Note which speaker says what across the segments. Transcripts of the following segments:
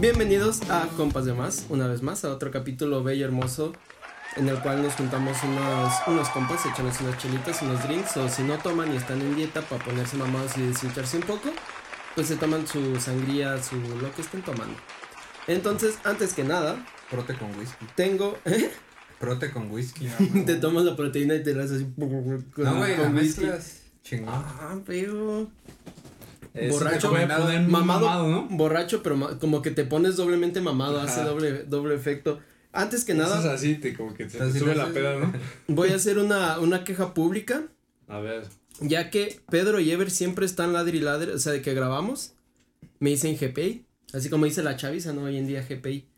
Speaker 1: Bienvenidos a Compas de Más, una vez más, a otro capítulo bello y hermoso en el cual nos juntamos unos, unos compas, echamos unas chelitas, unos drinks, o si no toman y están en dieta para ponerse mamados y deshincharse un poco, pues se toman su sangría, su lo que estén tomando. Entonces, antes que nada,
Speaker 2: Prote con whisky.
Speaker 1: tengo,
Speaker 2: Prote con whisky.
Speaker 1: te tomas la proteína y te la haces así con,
Speaker 2: No, güey,
Speaker 1: con
Speaker 2: con
Speaker 1: whisky.
Speaker 2: mezclas. Chingón.
Speaker 1: Ah, pero...
Speaker 2: Eh, sí
Speaker 1: borracho,
Speaker 2: te voy a poner
Speaker 1: mamado,
Speaker 3: mamado, ¿no?
Speaker 1: borracho, pero ma- como que te pones doblemente mamado,
Speaker 3: Ajá.
Speaker 1: hace doble, doble efecto. Antes que
Speaker 3: Nada.
Speaker 1: nada,
Speaker 3: Eso es así, te, como que te,
Speaker 2: Así
Speaker 3: sube
Speaker 2: lo
Speaker 3: la
Speaker 2: haces.
Speaker 3: peda, ¿no?
Speaker 1: Voy a hacer una, una queja pública,
Speaker 3: A ver.
Speaker 1: ya que Pedro y Ever siempre están ladri y ladri, o sea, de que grabamos, me dicen GPI, así como dice la chaviza, ¿no? Hoy en día GPI.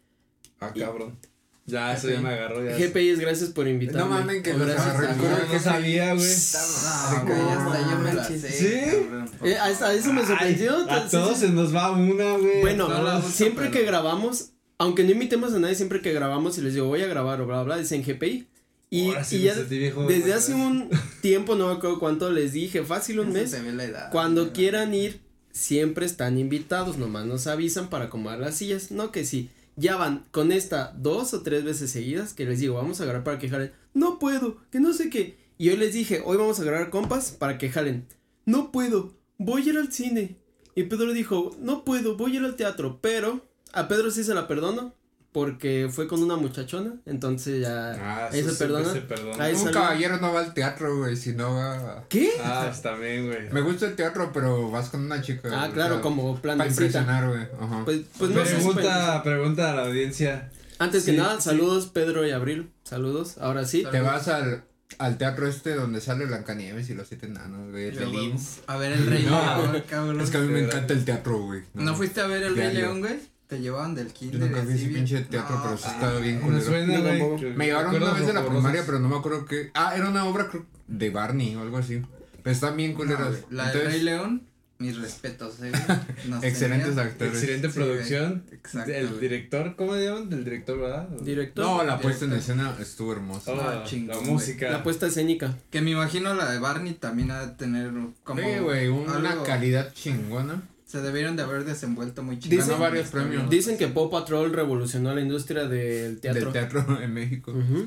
Speaker 2: Ah, cabrón.
Speaker 3: Ya, eso ya me agarró. Ya
Speaker 1: GPI es gracias por invitarme.
Speaker 2: No mamen que
Speaker 1: O
Speaker 2: nos
Speaker 1: gracias
Speaker 2: agarró el
Speaker 1: a-
Speaker 2: culo.
Speaker 3: No, no sabía, güey.
Speaker 2: Ah,
Speaker 4: güey,
Speaker 2: no
Speaker 4: hasta yo me la
Speaker 2: manches.
Speaker 4: sé.
Speaker 3: ¿Sí?
Speaker 4: cabrón.
Speaker 1: Eh, a, a eso me sorprendió.
Speaker 3: Ay, A
Speaker 1: entonces-
Speaker 3: todos se nos va una, güey.
Speaker 1: Bueno,
Speaker 3: A todos.
Speaker 1: siempre
Speaker 2: pero-
Speaker 1: que grabamos, aunque no invitemos a nadie, siempre que grabamos y les digo voy a grabar o bla bla, dicen GPI. Y,
Speaker 3: Ahora sí
Speaker 1: y
Speaker 3: me
Speaker 1: ya
Speaker 3: sentí viejo,
Speaker 1: desde
Speaker 3: güey. pues.
Speaker 1: hace un tiempo, no me acuerdo cuánto, les dije, fácil un
Speaker 4: Eso
Speaker 1: mes,
Speaker 4: se ve la edad.
Speaker 1: Cuando
Speaker 4: güey.
Speaker 1: quieran ir, siempre están invitados, nomás nos avisan para acomodar las sillas. No que sí, ya van con esta dos o tres veces seguidas que les digo, vamos a grabar para que jalen. No puedo, que no sé qué. Y hoy les dije, hoy vamos a grabar compas para que jalen. No puedo, voy a ir al cine. Y Pedro dijo, no puedo, voy a ir al teatro. Pero a Pedro sí se la perdono porque fue con una muchachona, entonces ya...
Speaker 3: Ah,
Speaker 1: ahí se
Speaker 3: siempre
Speaker 1: perdona.
Speaker 3: se perdona.
Speaker 1: Ahí-
Speaker 2: Un
Speaker 1: salió.
Speaker 2: caballero no va al teatro, güey, si no va...
Speaker 1: ¿Qué?
Speaker 3: Ah, pues también, güey.
Speaker 2: Me gusta el teatro, pero vas con una chica.
Speaker 1: Ah,
Speaker 2: o
Speaker 1: claro,
Speaker 2: sea,
Speaker 1: como plan
Speaker 2: Para
Speaker 1: de cita.
Speaker 2: impresionar, güey. Ajá.
Speaker 1: Pues, pues no sé, pues,
Speaker 3: pregunta, pregunta a la audiencia.
Speaker 1: Antes que
Speaker 3: Sí,
Speaker 1: nada,
Speaker 3: sí.
Speaker 1: saludos Pedro y Abril. Saludos, ahora sí.
Speaker 2: Te vas al, al teatro este donde sale Blancanieves y los siete enanos, güey,
Speaker 4: Yo,
Speaker 2: de
Speaker 4: güey,
Speaker 2: Lins.
Speaker 4: A ver el Rey
Speaker 2: No.
Speaker 4: León, cabrón.
Speaker 2: Es que a mí me
Speaker 3: Pero-
Speaker 2: encanta el teatro, güey.
Speaker 4: ¿No fuiste a ver el Rey
Speaker 2: Diario.
Speaker 4: León, güey? Te llevaban del
Speaker 2: Yo
Speaker 4: kinder.
Speaker 2: nunca fui a
Speaker 4: así
Speaker 2: ese
Speaker 4: bien-
Speaker 2: pinche teatro, pero sí
Speaker 4: ah,
Speaker 2: estaba bien
Speaker 3: Me
Speaker 2: culero.
Speaker 3: suena,
Speaker 1: Yo
Speaker 3: güey.
Speaker 1: tampoco.
Speaker 3: que-
Speaker 2: Me llevaron una
Speaker 3: recuerdos
Speaker 2: vez de la
Speaker 3: horrorosos.
Speaker 2: primaria, pero no me acuerdo qué. Ah, era una obra creo, de Barney o algo así. Pero están bien
Speaker 4: no,
Speaker 2: culeras.
Speaker 4: güey, La del
Speaker 2: Entonces,
Speaker 4: Rey León, mis respetos, eh. Nos
Speaker 2: Excelentes
Speaker 4: tenían-
Speaker 2: actores.
Speaker 3: Excelente
Speaker 4: Sí,
Speaker 3: producción.
Speaker 4: güey. Exacto,
Speaker 3: El
Speaker 4: güey.
Speaker 3: director, ¿cómo le llaman? Del director, ¿verdad?
Speaker 1: Director.
Speaker 2: No, la puesta en escena estuvo hermosa.
Speaker 3: Oh,
Speaker 4: Ah,
Speaker 3: la
Speaker 4: chingón,
Speaker 3: música.
Speaker 4: pues-
Speaker 1: La puesta escénica.
Speaker 4: Que me imagino la de Barney también ha de tener como.
Speaker 2: Sí, güey, una
Speaker 4: algo-
Speaker 2: calidad chingona.
Speaker 4: Se debieron de haber desenvuelto muy chingón.
Speaker 2: Dicen- Ganó varios premios.
Speaker 1: Dicen que Paw Patrol revolucionó la industria del teatro.
Speaker 2: Del teatro en México.
Speaker 1: Ujú.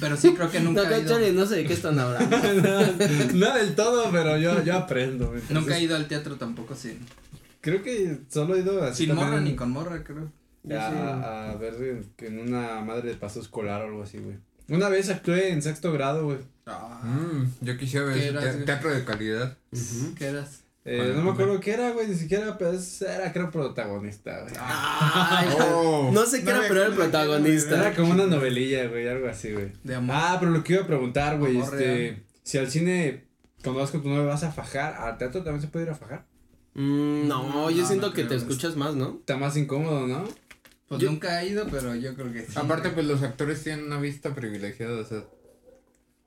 Speaker 4: Pero sí creo que
Speaker 1: No,
Speaker 4: nunca he ido.
Speaker 1: cáchale, no sé de qué están hablando.
Speaker 3: no del todo, pero yo, yo aprendo. güey. Entonces,
Speaker 4: Nunca he ido al teatro tampoco sin.
Speaker 3: Creo que solo he ido así.
Speaker 4: Sin morra
Speaker 3: también-
Speaker 4: ni con morra, creo.
Speaker 3: A, a ver en- en una madre de paso escolar o algo así, güey. Una vez actué en sexto grado, güey.
Speaker 4: Ah,
Speaker 2: Mm, yo quisiera ver
Speaker 4: ¿Qué
Speaker 2: ese
Speaker 4: eras,
Speaker 2: te-
Speaker 4: güey?
Speaker 2: teatro de calidad.
Speaker 1: Ujú.
Speaker 4: ¿Qué eras?
Speaker 3: Eh,
Speaker 2: Para
Speaker 3: no me
Speaker 2: comer.
Speaker 3: acuerdo qué era, güey, ni siquiera, pues era creo protagonista, güey.
Speaker 4: Ah,
Speaker 1: Ay,
Speaker 2: Oh.
Speaker 1: No sé qué
Speaker 4: No
Speaker 1: era,
Speaker 4: me
Speaker 1: pero era el
Speaker 4: acuerdo de qué
Speaker 3: Era
Speaker 1: protagonista.
Speaker 3: como una novelilla, güey, algo así, güey.
Speaker 4: De amor.
Speaker 3: Ah, pero lo que iba a preguntar, güey,
Speaker 4: Amor
Speaker 3: este, si al cine cuando vas con tu novia vas a fajar, al teatro también se puede ir a fajar.
Speaker 1: Mm, no, yo
Speaker 4: No,
Speaker 1: siento
Speaker 4: no
Speaker 1: que te
Speaker 4: creo.
Speaker 1: escuchas más, ¿no?
Speaker 3: Está más incómodo, ¿no?
Speaker 4: Pues
Speaker 1: Yo-
Speaker 4: nunca he ido, pero yo creo que sí.
Speaker 2: Aparte, pues los actores tienen una vista privilegiada. O sea,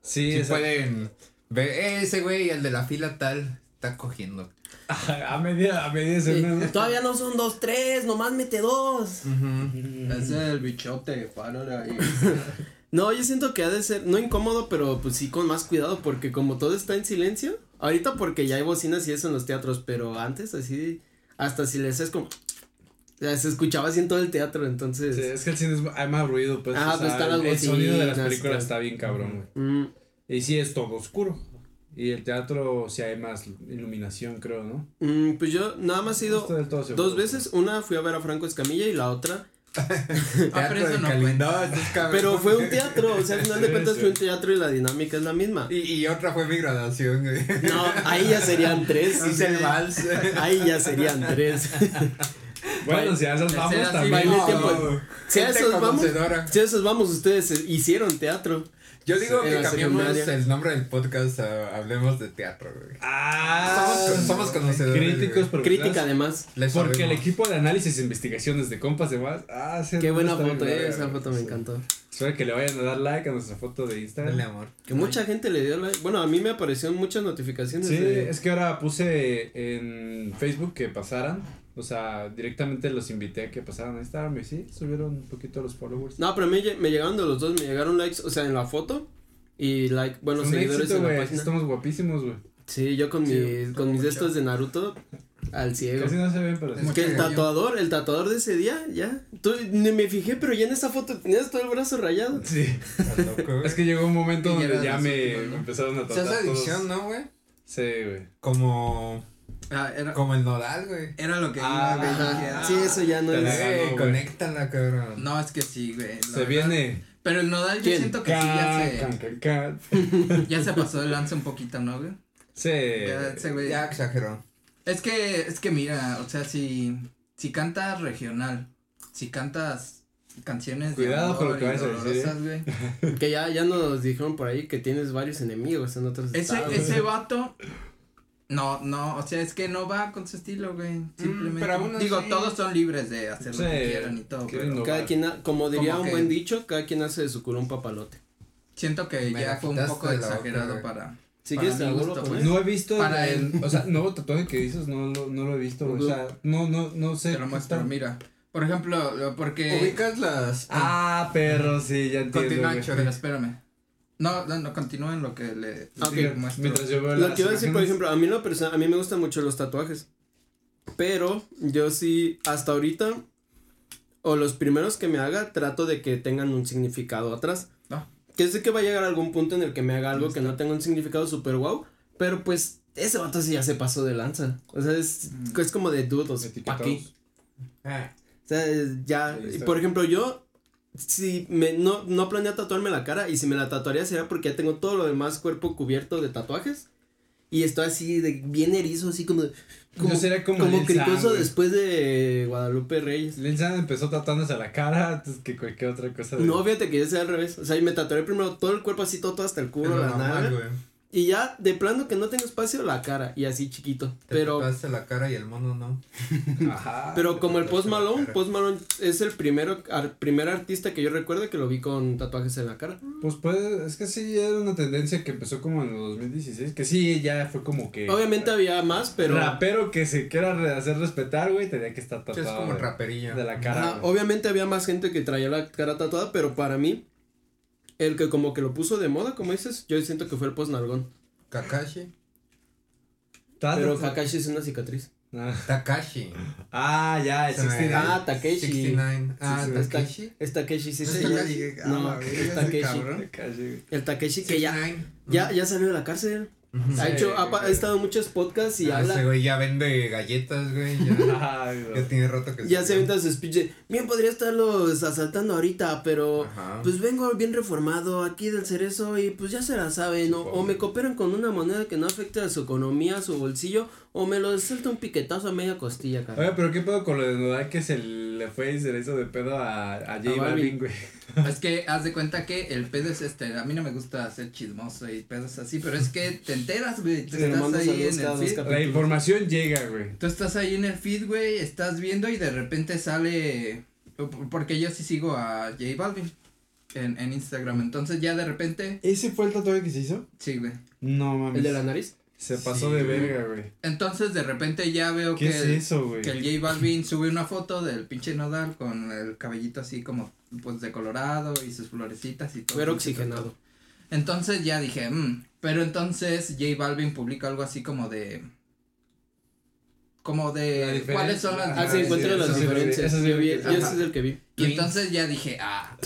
Speaker 3: Sí,
Speaker 2: sí
Speaker 3: esa-
Speaker 2: pueden ver "Eh, ese güey, el de la fila tal, está cogiendo.
Speaker 3: a media, a media
Speaker 1: Sí.
Speaker 3: escena, ¿no?
Speaker 1: Todavía no son dos, tres, nomás mete dos.
Speaker 2: Ujú.
Speaker 4: Es el bichote, párale ahí.
Speaker 1: No, yo siento que ha de ser, no incómodo, pero pues sí con más cuidado, porque como todo está en silencio, ahorita porque ya hay bocinas y eso en los teatros, pero antes así, hasta si les es como, o sea, se escuchaba así en todo el teatro, entonces.
Speaker 3: Sí, es que el cine es, hay más ruido, pues.
Speaker 1: Ah, pues,
Speaker 3: o sea,
Speaker 1: están las
Speaker 3: el, el sonido de las
Speaker 1: bocinas,
Speaker 3: películas
Speaker 1: está-
Speaker 3: está bien cabrón, güey.
Speaker 1: Mm,
Speaker 3: Y sí es todo oscuro. Y el teatro sí hay más iluminación, creo, ¿no?
Speaker 1: mm, pues yo nada más he
Speaker 3: No
Speaker 1: ido
Speaker 3: estoy del todo seguro.
Speaker 1: dos veces, una fui a ver a Franco Escamilla y la otra,
Speaker 4: Ah, pero eso no cuenta.
Speaker 1: pero fue un teatro, o sea, al final de
Speaker 3: Ah, Sí,
Speaker 1: cuentas
Speaker 3: sí.
Speaker 1: fue un teatro y la dinámica es la misma.
Speaker 2: Y, y otra fue mi graduación, güey. Ah,
Speaker 1: No, ahí ya serían tres,
Speaker 2: Hice el vals.
Speaker 1: ahí ya serían tres.
Speaker 3: Bueno, si a esas
Speaker 4: Tercera
Speaker 3: vamos
Speaker 4: sí,
Speaker 3: también.
Speaker 1: bailé
Speaker 2: No,
Speaker 1: tiempo.
Speaker 2: no.
Speaker 1: Si a
Speaker 2: Gente
Speaker 1: esos vamos,
Speaker 2: conocedora.
Speaker 1: si a esos vamos, ustedes eh, hicieron teatro.
Speaker 2: Yo digo
Speaker 1: Sí,
Speaker 2: que
Speaker 1: la
Speaker 2: cambiamos
Speaker 1: secundaria.
Speaker 2: el nombre del podcast a Hablemos de Teatro, güey.
Speaker 3: Ah,
Speaker 2: Somos, somos conocedores.
Speaker 3: críticos,
Speaker 2: güey.
Speaker 3: pero
Speaker 1: Crítica
Speaker 3: claro,
Speaker 1: además.
Speaker 2: Les
Speaker 3: Porque el
Speaker 2: sabemos.
Speaker 3: equipo de análisis e investigaciones de compas de más. Ah, sí,
Speaker 1: Qué
Speaker 3: no,
Speaker 1: buena
Speaker 3: está bien
Speaker 1: foto, eh,
Speaker 3: verga,
Speaker 1: esa
Speaker 3: güey.
Speaker 1: foto me
Speaker 3: Sí.
Speaker 1: encantó.
Speaker 3: Espero que le vayan a dar like a nuestra foto de Instagram.
Speaker 2: Dale amor.
Speaker 1: Que mucha gente le dio like. Bueno, a mí me aparecieron muchas notificaciones.
Speaker 3: Sí,
Speaker 1: de-
Speaker 3: es que ahora puse en Facebook que pasaran. O sea, directamente los invité a que pasaran a Instagram y sí, subieron un poquito los followers.
Speaker 1: No, pero a mí lle- me llegaron de los dos, me llegaron likes, o sea, en la foto y like, bueno,
Speaker 3: Es un
Speaker 1: seguidores
Speaker 3: éxito,
Speaker 1: en la
Speaker 3: güey,
Speaker 1: página.
Speaker 3: Estamos guapísimo, güey.
Speaker 1: Sí, yo con
Speaker 4: Sí,
Speaker 1: mis,
Speaker 4: está
Speaker 1: con mis
Speaker 4: muy
Speaker 1: de estos de Naruto al ciego.
Speaker 3: Casi no se ven, pero sí.
Speaker 1: Es que el
Speaker 4: Mucho
Speaker 1: tatuador, el tatuador de ese día, ya. Tú, ni me fijé, pero ya en esa foto tenías todo el brazo rayado.
Speaker 3: Sí.
Speaker 2: Está loco, güey.
Speaker 3: Es que llegó un momento
Speaker 4: Y ya
Speaker 3: donde
Speaker 4: era
Speaker 3: ya
Speaker 4: de
Speaker 3: me
Speaker 4: esos, ¿no?
Speaker 3: empezaron a
Speaker 2: O sea,
Speaker 3: tratar
Speaker 2: es adicción,
Speaker 3: todos.
Speaker 2: ¿no, güey?
Speaker 3: Sí, güey.
Speaker 2: Como,
Speaker 4: Ah, era,
Speaker 2: como el nodal, güey.
Speaker 4: era lo que
Speaker 3: Ah,
Speaker 4: iba, güey.
Speaker 1: Ajá.
Speaker 4: dije, ah.
Speaker 1: Sí, eso ya no
Speaker 3: Te la
Speaker 1: es.
Speaker 3: gano,
Speaker 2: Güey,
Speaker 3: güey.
Speaker 2: conéctala, cabrón.
Speaker 4: No, es que sí, güey. la
Speaker 3: Se
Speaker 4: verdad.
Speaker 3: viene.
Speaker 4: Pero el nodal yo
Speaker 1: ¿Quién?
Speaker 4: siento que sí ya
Speaker 3: Ca,
Speaker 4: se,
Speaker 3: can, can, can.
Speaker 4: ya se pasó de lanza un poquito, ¿no, güey? Ya,
Speaker 3: Sí.
Speaker 4: ese güey.
Speaker 2: Ya exageró.
Speaker 4: Es que, es que mira, o sea, si, si cantas regional, si cantas canciones
Speaker 3: Cuidado con lo que
Speaker 4: y
Speaker 3: vayas a decir, ¿eh?
Speaker 4: dolorosas, güey.
Speaker 1: Que ya, ya nos dijeron por ahí que tienes varios enemigos en otros estados.
Speaker 4: Ese, ese vato. No, no, o sea, es que no va con su estilo, güey.
Speaker 3: Mm,
Speaker 4: Simplemente.
Speaker 2: pero aún
Speaker 4: Digo,
Speaker 2: así-
Speaker 4: todos son libres de hacer
Speaker 3: Sí,
Speaker 4: lo que quieran y todo,
Speaker 3: quieren
Speaker 4: pero
Speaker 3: lo-
Speaker 1: Cada quien, ha- como diría
Speaker 4: Como
Speaker 1: un
Speaker 4: que-
Speaker 1: buen dicho, cada quien hace de su culo un papalote.
Speaker 4: siento que
Speaker 2: Me
Speaker 4: ya
Speaker 2: la
Speaker 4: fue un
Speaker 2: quitaste
Speaker 4: poco
Speaker 2: de la boca,
Speaker 4: exagerado
Speaker 2: güey.
Speaker 4: para.
Speaker 1: Si
Speaker 4: Para
Speaker 1: quieres, te
Speaker 4: mi
Speaker 1: lo vuelvo
Speaker 4: gusto,
Speaker 1: a poner.
Speaker 3: No he visto
Speaker 4: Para
Speaker 3: el,
Speaker 4: el-
Speaker 3: o sea, nuevo tatuaje que dices, no, lo- no lo he visto, güey. O sea, no, no, no sé.
Speaker 4: Te lo
Speaker 3: qué
Speaker 4: muestro,
Speaker 3: tal.
Speaker 4: mira. Por ejemplo, lo- porque.
Speaker 2: Ubicas las.
Speaker 3: Ah, perro, sí, ya entiendo.
Speaker 2: Continúa,
Speaker 3: güey.
Speaker 2: Chore.
Speaker 4: Pero espérame. No, no, no, continúa en lo que le.
Speaker 1: Ah,
Speaker 4: le
Speaker 1: ok.
Speaker 4: muestro.
Speaker 3: Mientras yo veo
Speaker 1: Lo
Speaker 3: las
Speaker 1: que iba a decir, por
Speaker 3: imágenes.
Speaker 1: ejemplo, a mí, en lo personal, a mí me gustan mucho los tatuajes. Pero yo sí, hasta ahorita, o los primeros que me haga, trato de que tengan un significado atrás.
Speaker 4: Ah.
Speaker 1: Que sé que va a llegar algún punto en el que me haga algo que no tenga un significado super wow. Pero pues, ese vato sí ya se pasó de lanza. O sea, es,
Speaker 4: Mm.
Speaker 1: es como de dudos. ¿Para
Speaker 3: Etiquetados.
Speaker 1: qué?
Speaker 2: Ah,
Speaker 1: O sea, es- ya,
Speaker 3: Ahí está.
Speaker 1: por ejemplo, yo, si me, no, no planeo tatuarme la cara y si me la tatuaría será porque ya tengo todo lo demás cuerpo cubierto de tatuajes y estoy así de bien erizo, así como, como,
Speaker 3: Yo sería como,
Speaker 1: como
Speaker 3: Lil San,
Speaker 1: cricoso
Speaker 3: güey.
Speaker 1: después de Guadalupe Reyes.
Speaker 3: Lil San empezó tatuándose la cara antes que cualquier otra cosa. de-
Speaker 1: No, fíjate que yo sea al revés, o sea, y me tatuaré primero todo el cuerpo así, todo, todo hasta el
Speaker 2: es
Speaker 1: culo,
Speaker 2: lo
Speaker 1: la nalga,
Speaker 2: normal, güey.
Speaker 1: y ya de plano que no tengo espacio la cara y así chiquito,
Speaker 2: Te
Speaker 1: pero...
Speaker 2: tatuaste la cara y el mono no.
Speaker 3: Ajá.
Speaker 1: Pero como el Post
Speaker 2: tatuaste la
Speaker 1: Malone,
Speaker 2: cara.
Speaker 1: Post Malone es el primero, ar- primer artista que yo recuerdo que lo vi con tatuajes en la cara.
Speaker 3: Pues puede, es que sí, era una tendencia que empezó como en el 2016, que sí, ya fue como que...
Speaker 1: Obviamente había más, pero.
Speaker 3: Rapero que se quiera re- hacer respetar, güey, tenía que estar
Speaker 2: Es
Speaker 3: tatuado.
Speaker 2: como
Speaker 3: Pues güey,
Speaker 2: raperillo.
Speaker 3: De la
Speaker 1: Ajá,
Speaker 3: cara. güey.
Speaker 1: obviamente había más gente que traía la cara tatuada, pero para mí, el que como que lo puso de moda, como dices, yo siento que fue el posnalgón.
Speaker 2: Kakashi.
Speaker 3: Tatu-
Speaker 1: Pero Kakashi es una cicatriz.
Speaker 3: Ah,
Speaker 2: Takashi.
Speaker 3: Ah, ya, el
Speaker 2: Se me-
Speaker 3: 69.
Speaker 1: Ah, Takeshi.
Speaker 2: 69. Ah,
Speaker 1: Sí, sí, está-
Speaker 2: Takashi.
Speaker 1: Es Takeshi, sí,
Speaker 4: ¿Es
Speaker 1: sí.
Speaker 4: Takeshi?
Speaker 1: ya-
Speaker 4: Ah,
Speaker 1: No,
Speaker 4: la verga,
Speaker 1: es
Speaker 4: ese
Speaker 1: Takeshi.
Speaker 4: cabrón.
Speaker 3: Kakashi, güey.
Speaker 1: El Takeshi que ya,
Speaker 2: 69.
Speaker 1: ya, ya salió de la cárcel.
Speaker 2: Ujú.
Speaker 1: Ha
Speaker 3: Sí,
Speaker 1: hecho, ha, pa- ha
Speaker 3: güey.
Speaker 1: estado en muchos podcasts y
Speaker 2: Ah, Ese
Speaker 1: habla.
Speaker 2: güey ya vende galletas, güey. Ya,
Speaker 3: Ay,
Speaker 2: ya
Speaker 3: güey.
Speaker 2: tiene rato que
Speaker 1: Ya se avienta su speech de, bien podría estarlos asaltando ahorita, pero
Speaker 2: Ajá.
Speaker 1: Pues vengo bien reformado aquí del cerezo y pues ya se la saben, o, o me cooperan con una moneda que no afecte a su economía, a su bolsillo, o me lo suelta un piquetazo a media costilla, cara.
Speaker 3: Oye, pero qué pedo con lo de Nodal que se le fue y se le hizo de pedo a, a J
Speaker 1: A
Speaker 3: Balvin,
Speaker 1: Balvin.
Speaker 3: güey.
Speaker 4: Es que haz de cuenta que el pedo es este. A mí no me gusta ser chismoso y pedos así, pero es que te enteras, güey. Te
Speaker 1: Sí, le
Speaker 4: estás
Speaker 1: mandas
Speaker 4: ahí
Speaker 1: saludos
Speaker 4: en
Speaker 1: cada
Speaker 4: el
Speaker 1: dos
Speaker 4: feed.
Speaker 1: cap-
Speaker 3: La información llega, güey.
Speaker 4: Tú estás ahí en el feed, güey, estás viendo y de repente sale. Porque yo sí sigo a J Balvin en, en Instagram. Entonces ya de repente.
Speaker 3: ¿Ese fue el tatuaje que se hizo?
Speaker 4: Sí, güey.
Speaker 3: No mames.
Speaker 1: ¿El de la nariz?
Speaker 3: Se pasó
Speaker 2: Sí,
Speaker 3: de
Speaker 2: güey.
Speaker 3: verga, güey.
Speaker 4: Entonces de repente ya veo
Speaker 3: ¿Qué
Speaker 4: que,
Speaker 3: es
Speaker 4: el-
Speaker 3: eso, güey?
Speaker 4: que el J Balvin sube una foto del pinche Nodal con el cabellito así como pues de colorado y sus florecitas y todo.
Speaker 1: Pero oxigenado.
Speaker 4: Entonces ya dije, "Mm". pero entonces J Balvin publica algo así como de. Como
Speaker 3: La
Speaker 4: de.
Speaker 3: diferencia.
Speaker 4: ¿Cuáles son las
Speaker 3: Ah,
Speaker 1: Ah, sí,
Speaker 3: sí,
Speaker 1: encuentro
Speaker 3: eso
Speaker 1: las
Speaker 3: sí lo vi,
Speaker 1: diferencias.
Speaker 3: eso sí
Speaker 1: Yo
Speaker 3: lo
Speaker 1: vi-
Speaker 3: vi.
Speaker 1: yo ese
Speaker 4: Ajá.
Speaker 1: es el que vi.
Speaker 4: Y entonces ya dije, ah,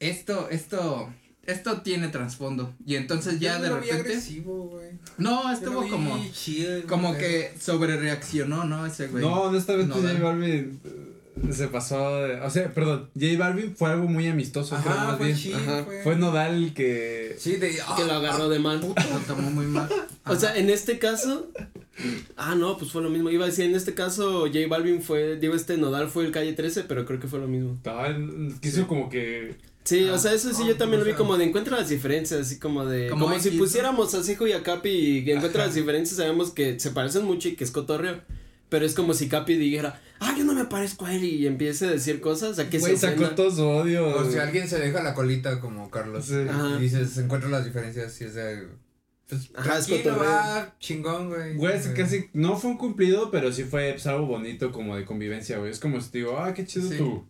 Speaker 4: esto, esto, esto tiene trasfondo. Y entonces ya
Speaker 2: Yo
Speaker 4: de
Speaker 2: lo vi
Speaker 4: repente.
Speaker 2: agresivo, güey.
Speaker 4: No,
Speaker 2: Yo lo
Speaker 4: estuvo
Speaker 2: vi
Speaker 4: como.
Speaker 2: chill,
Speaker 4: Como
Speaker 2: güey.
Speaker 4: que sobre reaccionó, ¿no? Ese güey.
Speaker 3: No, honestamente
Speaker 4: Nodal.
Speaker 3: J Balvin eh, se pasó de... O sea, perdón, J Balvin fue algo muy amistoso, creo,
Speaker 2: Ajá,
Speaker 3: más
Speaker 2: fue
Speaker 3: bien.
Speaker 2: chill,
Speaker 1: Ajá.
Speaker 2: güey.
Speaker 3: Fue Nodal el que...
Speaker 2: Sí, de. ah,
Speaker 1: Que lo agarró de mano.
Speaker 4: Lo tomó muy mal.
Speaker 1: O sea, en este caso. Ah, no, pues fue lo mismo. Iba a decir, en este caso, J Balvin fue. Digo, este Nodal fue el calle 13, pero creo que fue lo mismo.
Speaker 3: estaba en- ah, Quiso como que...
Speaker 1: Sí,
Speaker 4: Ah,
Speaker 1: o sea, eso sí,
Speaker 4: ah,
Speaker 1: yo también lo vi
Speaker 4: o sea-
Speaker 1: como de encuentra las diferencias, así como de.
Speaker 4: Como
Speaker 1: Como, si
Speaker 4: X, ¿no?
Speaker 1: pusiéramos a Sejo y a Capi y que encuentra las diferencias, sabemos que se parecen mucho y que es cotorreo. Pero es como si Capi dijera, ah, yo no me parezco a él y empiece a decir cosas, o sea, que
Speaker 3: Güey,
Speaker 1: se
Speaker 3: sacó
Speaker 1: ofenda.
Speaker 3: todo su odio.
Speaker 2: O
Speaker 3: güey.
Speaker 2: si alguien se deja la colita como Carlos.
Speaker 3: Sí.
Speaker 1: Ajá.
Speaker 2: Y dices, encuentro las diferencias y es de. Pues,
Speaker 1: Ajá, es
Speaker 2: tranquilo,
Speaker 1: cotorreo.
Speaker 2: va, chingón, güey.
Speaker 3: Güey, es que casi no fue un cumplido, pero sí fue pues, algo bonito como de convivencia, güey. Es como si te digo, ah, qué chido
Speaker 4: Sí.
Speaker 3: tu,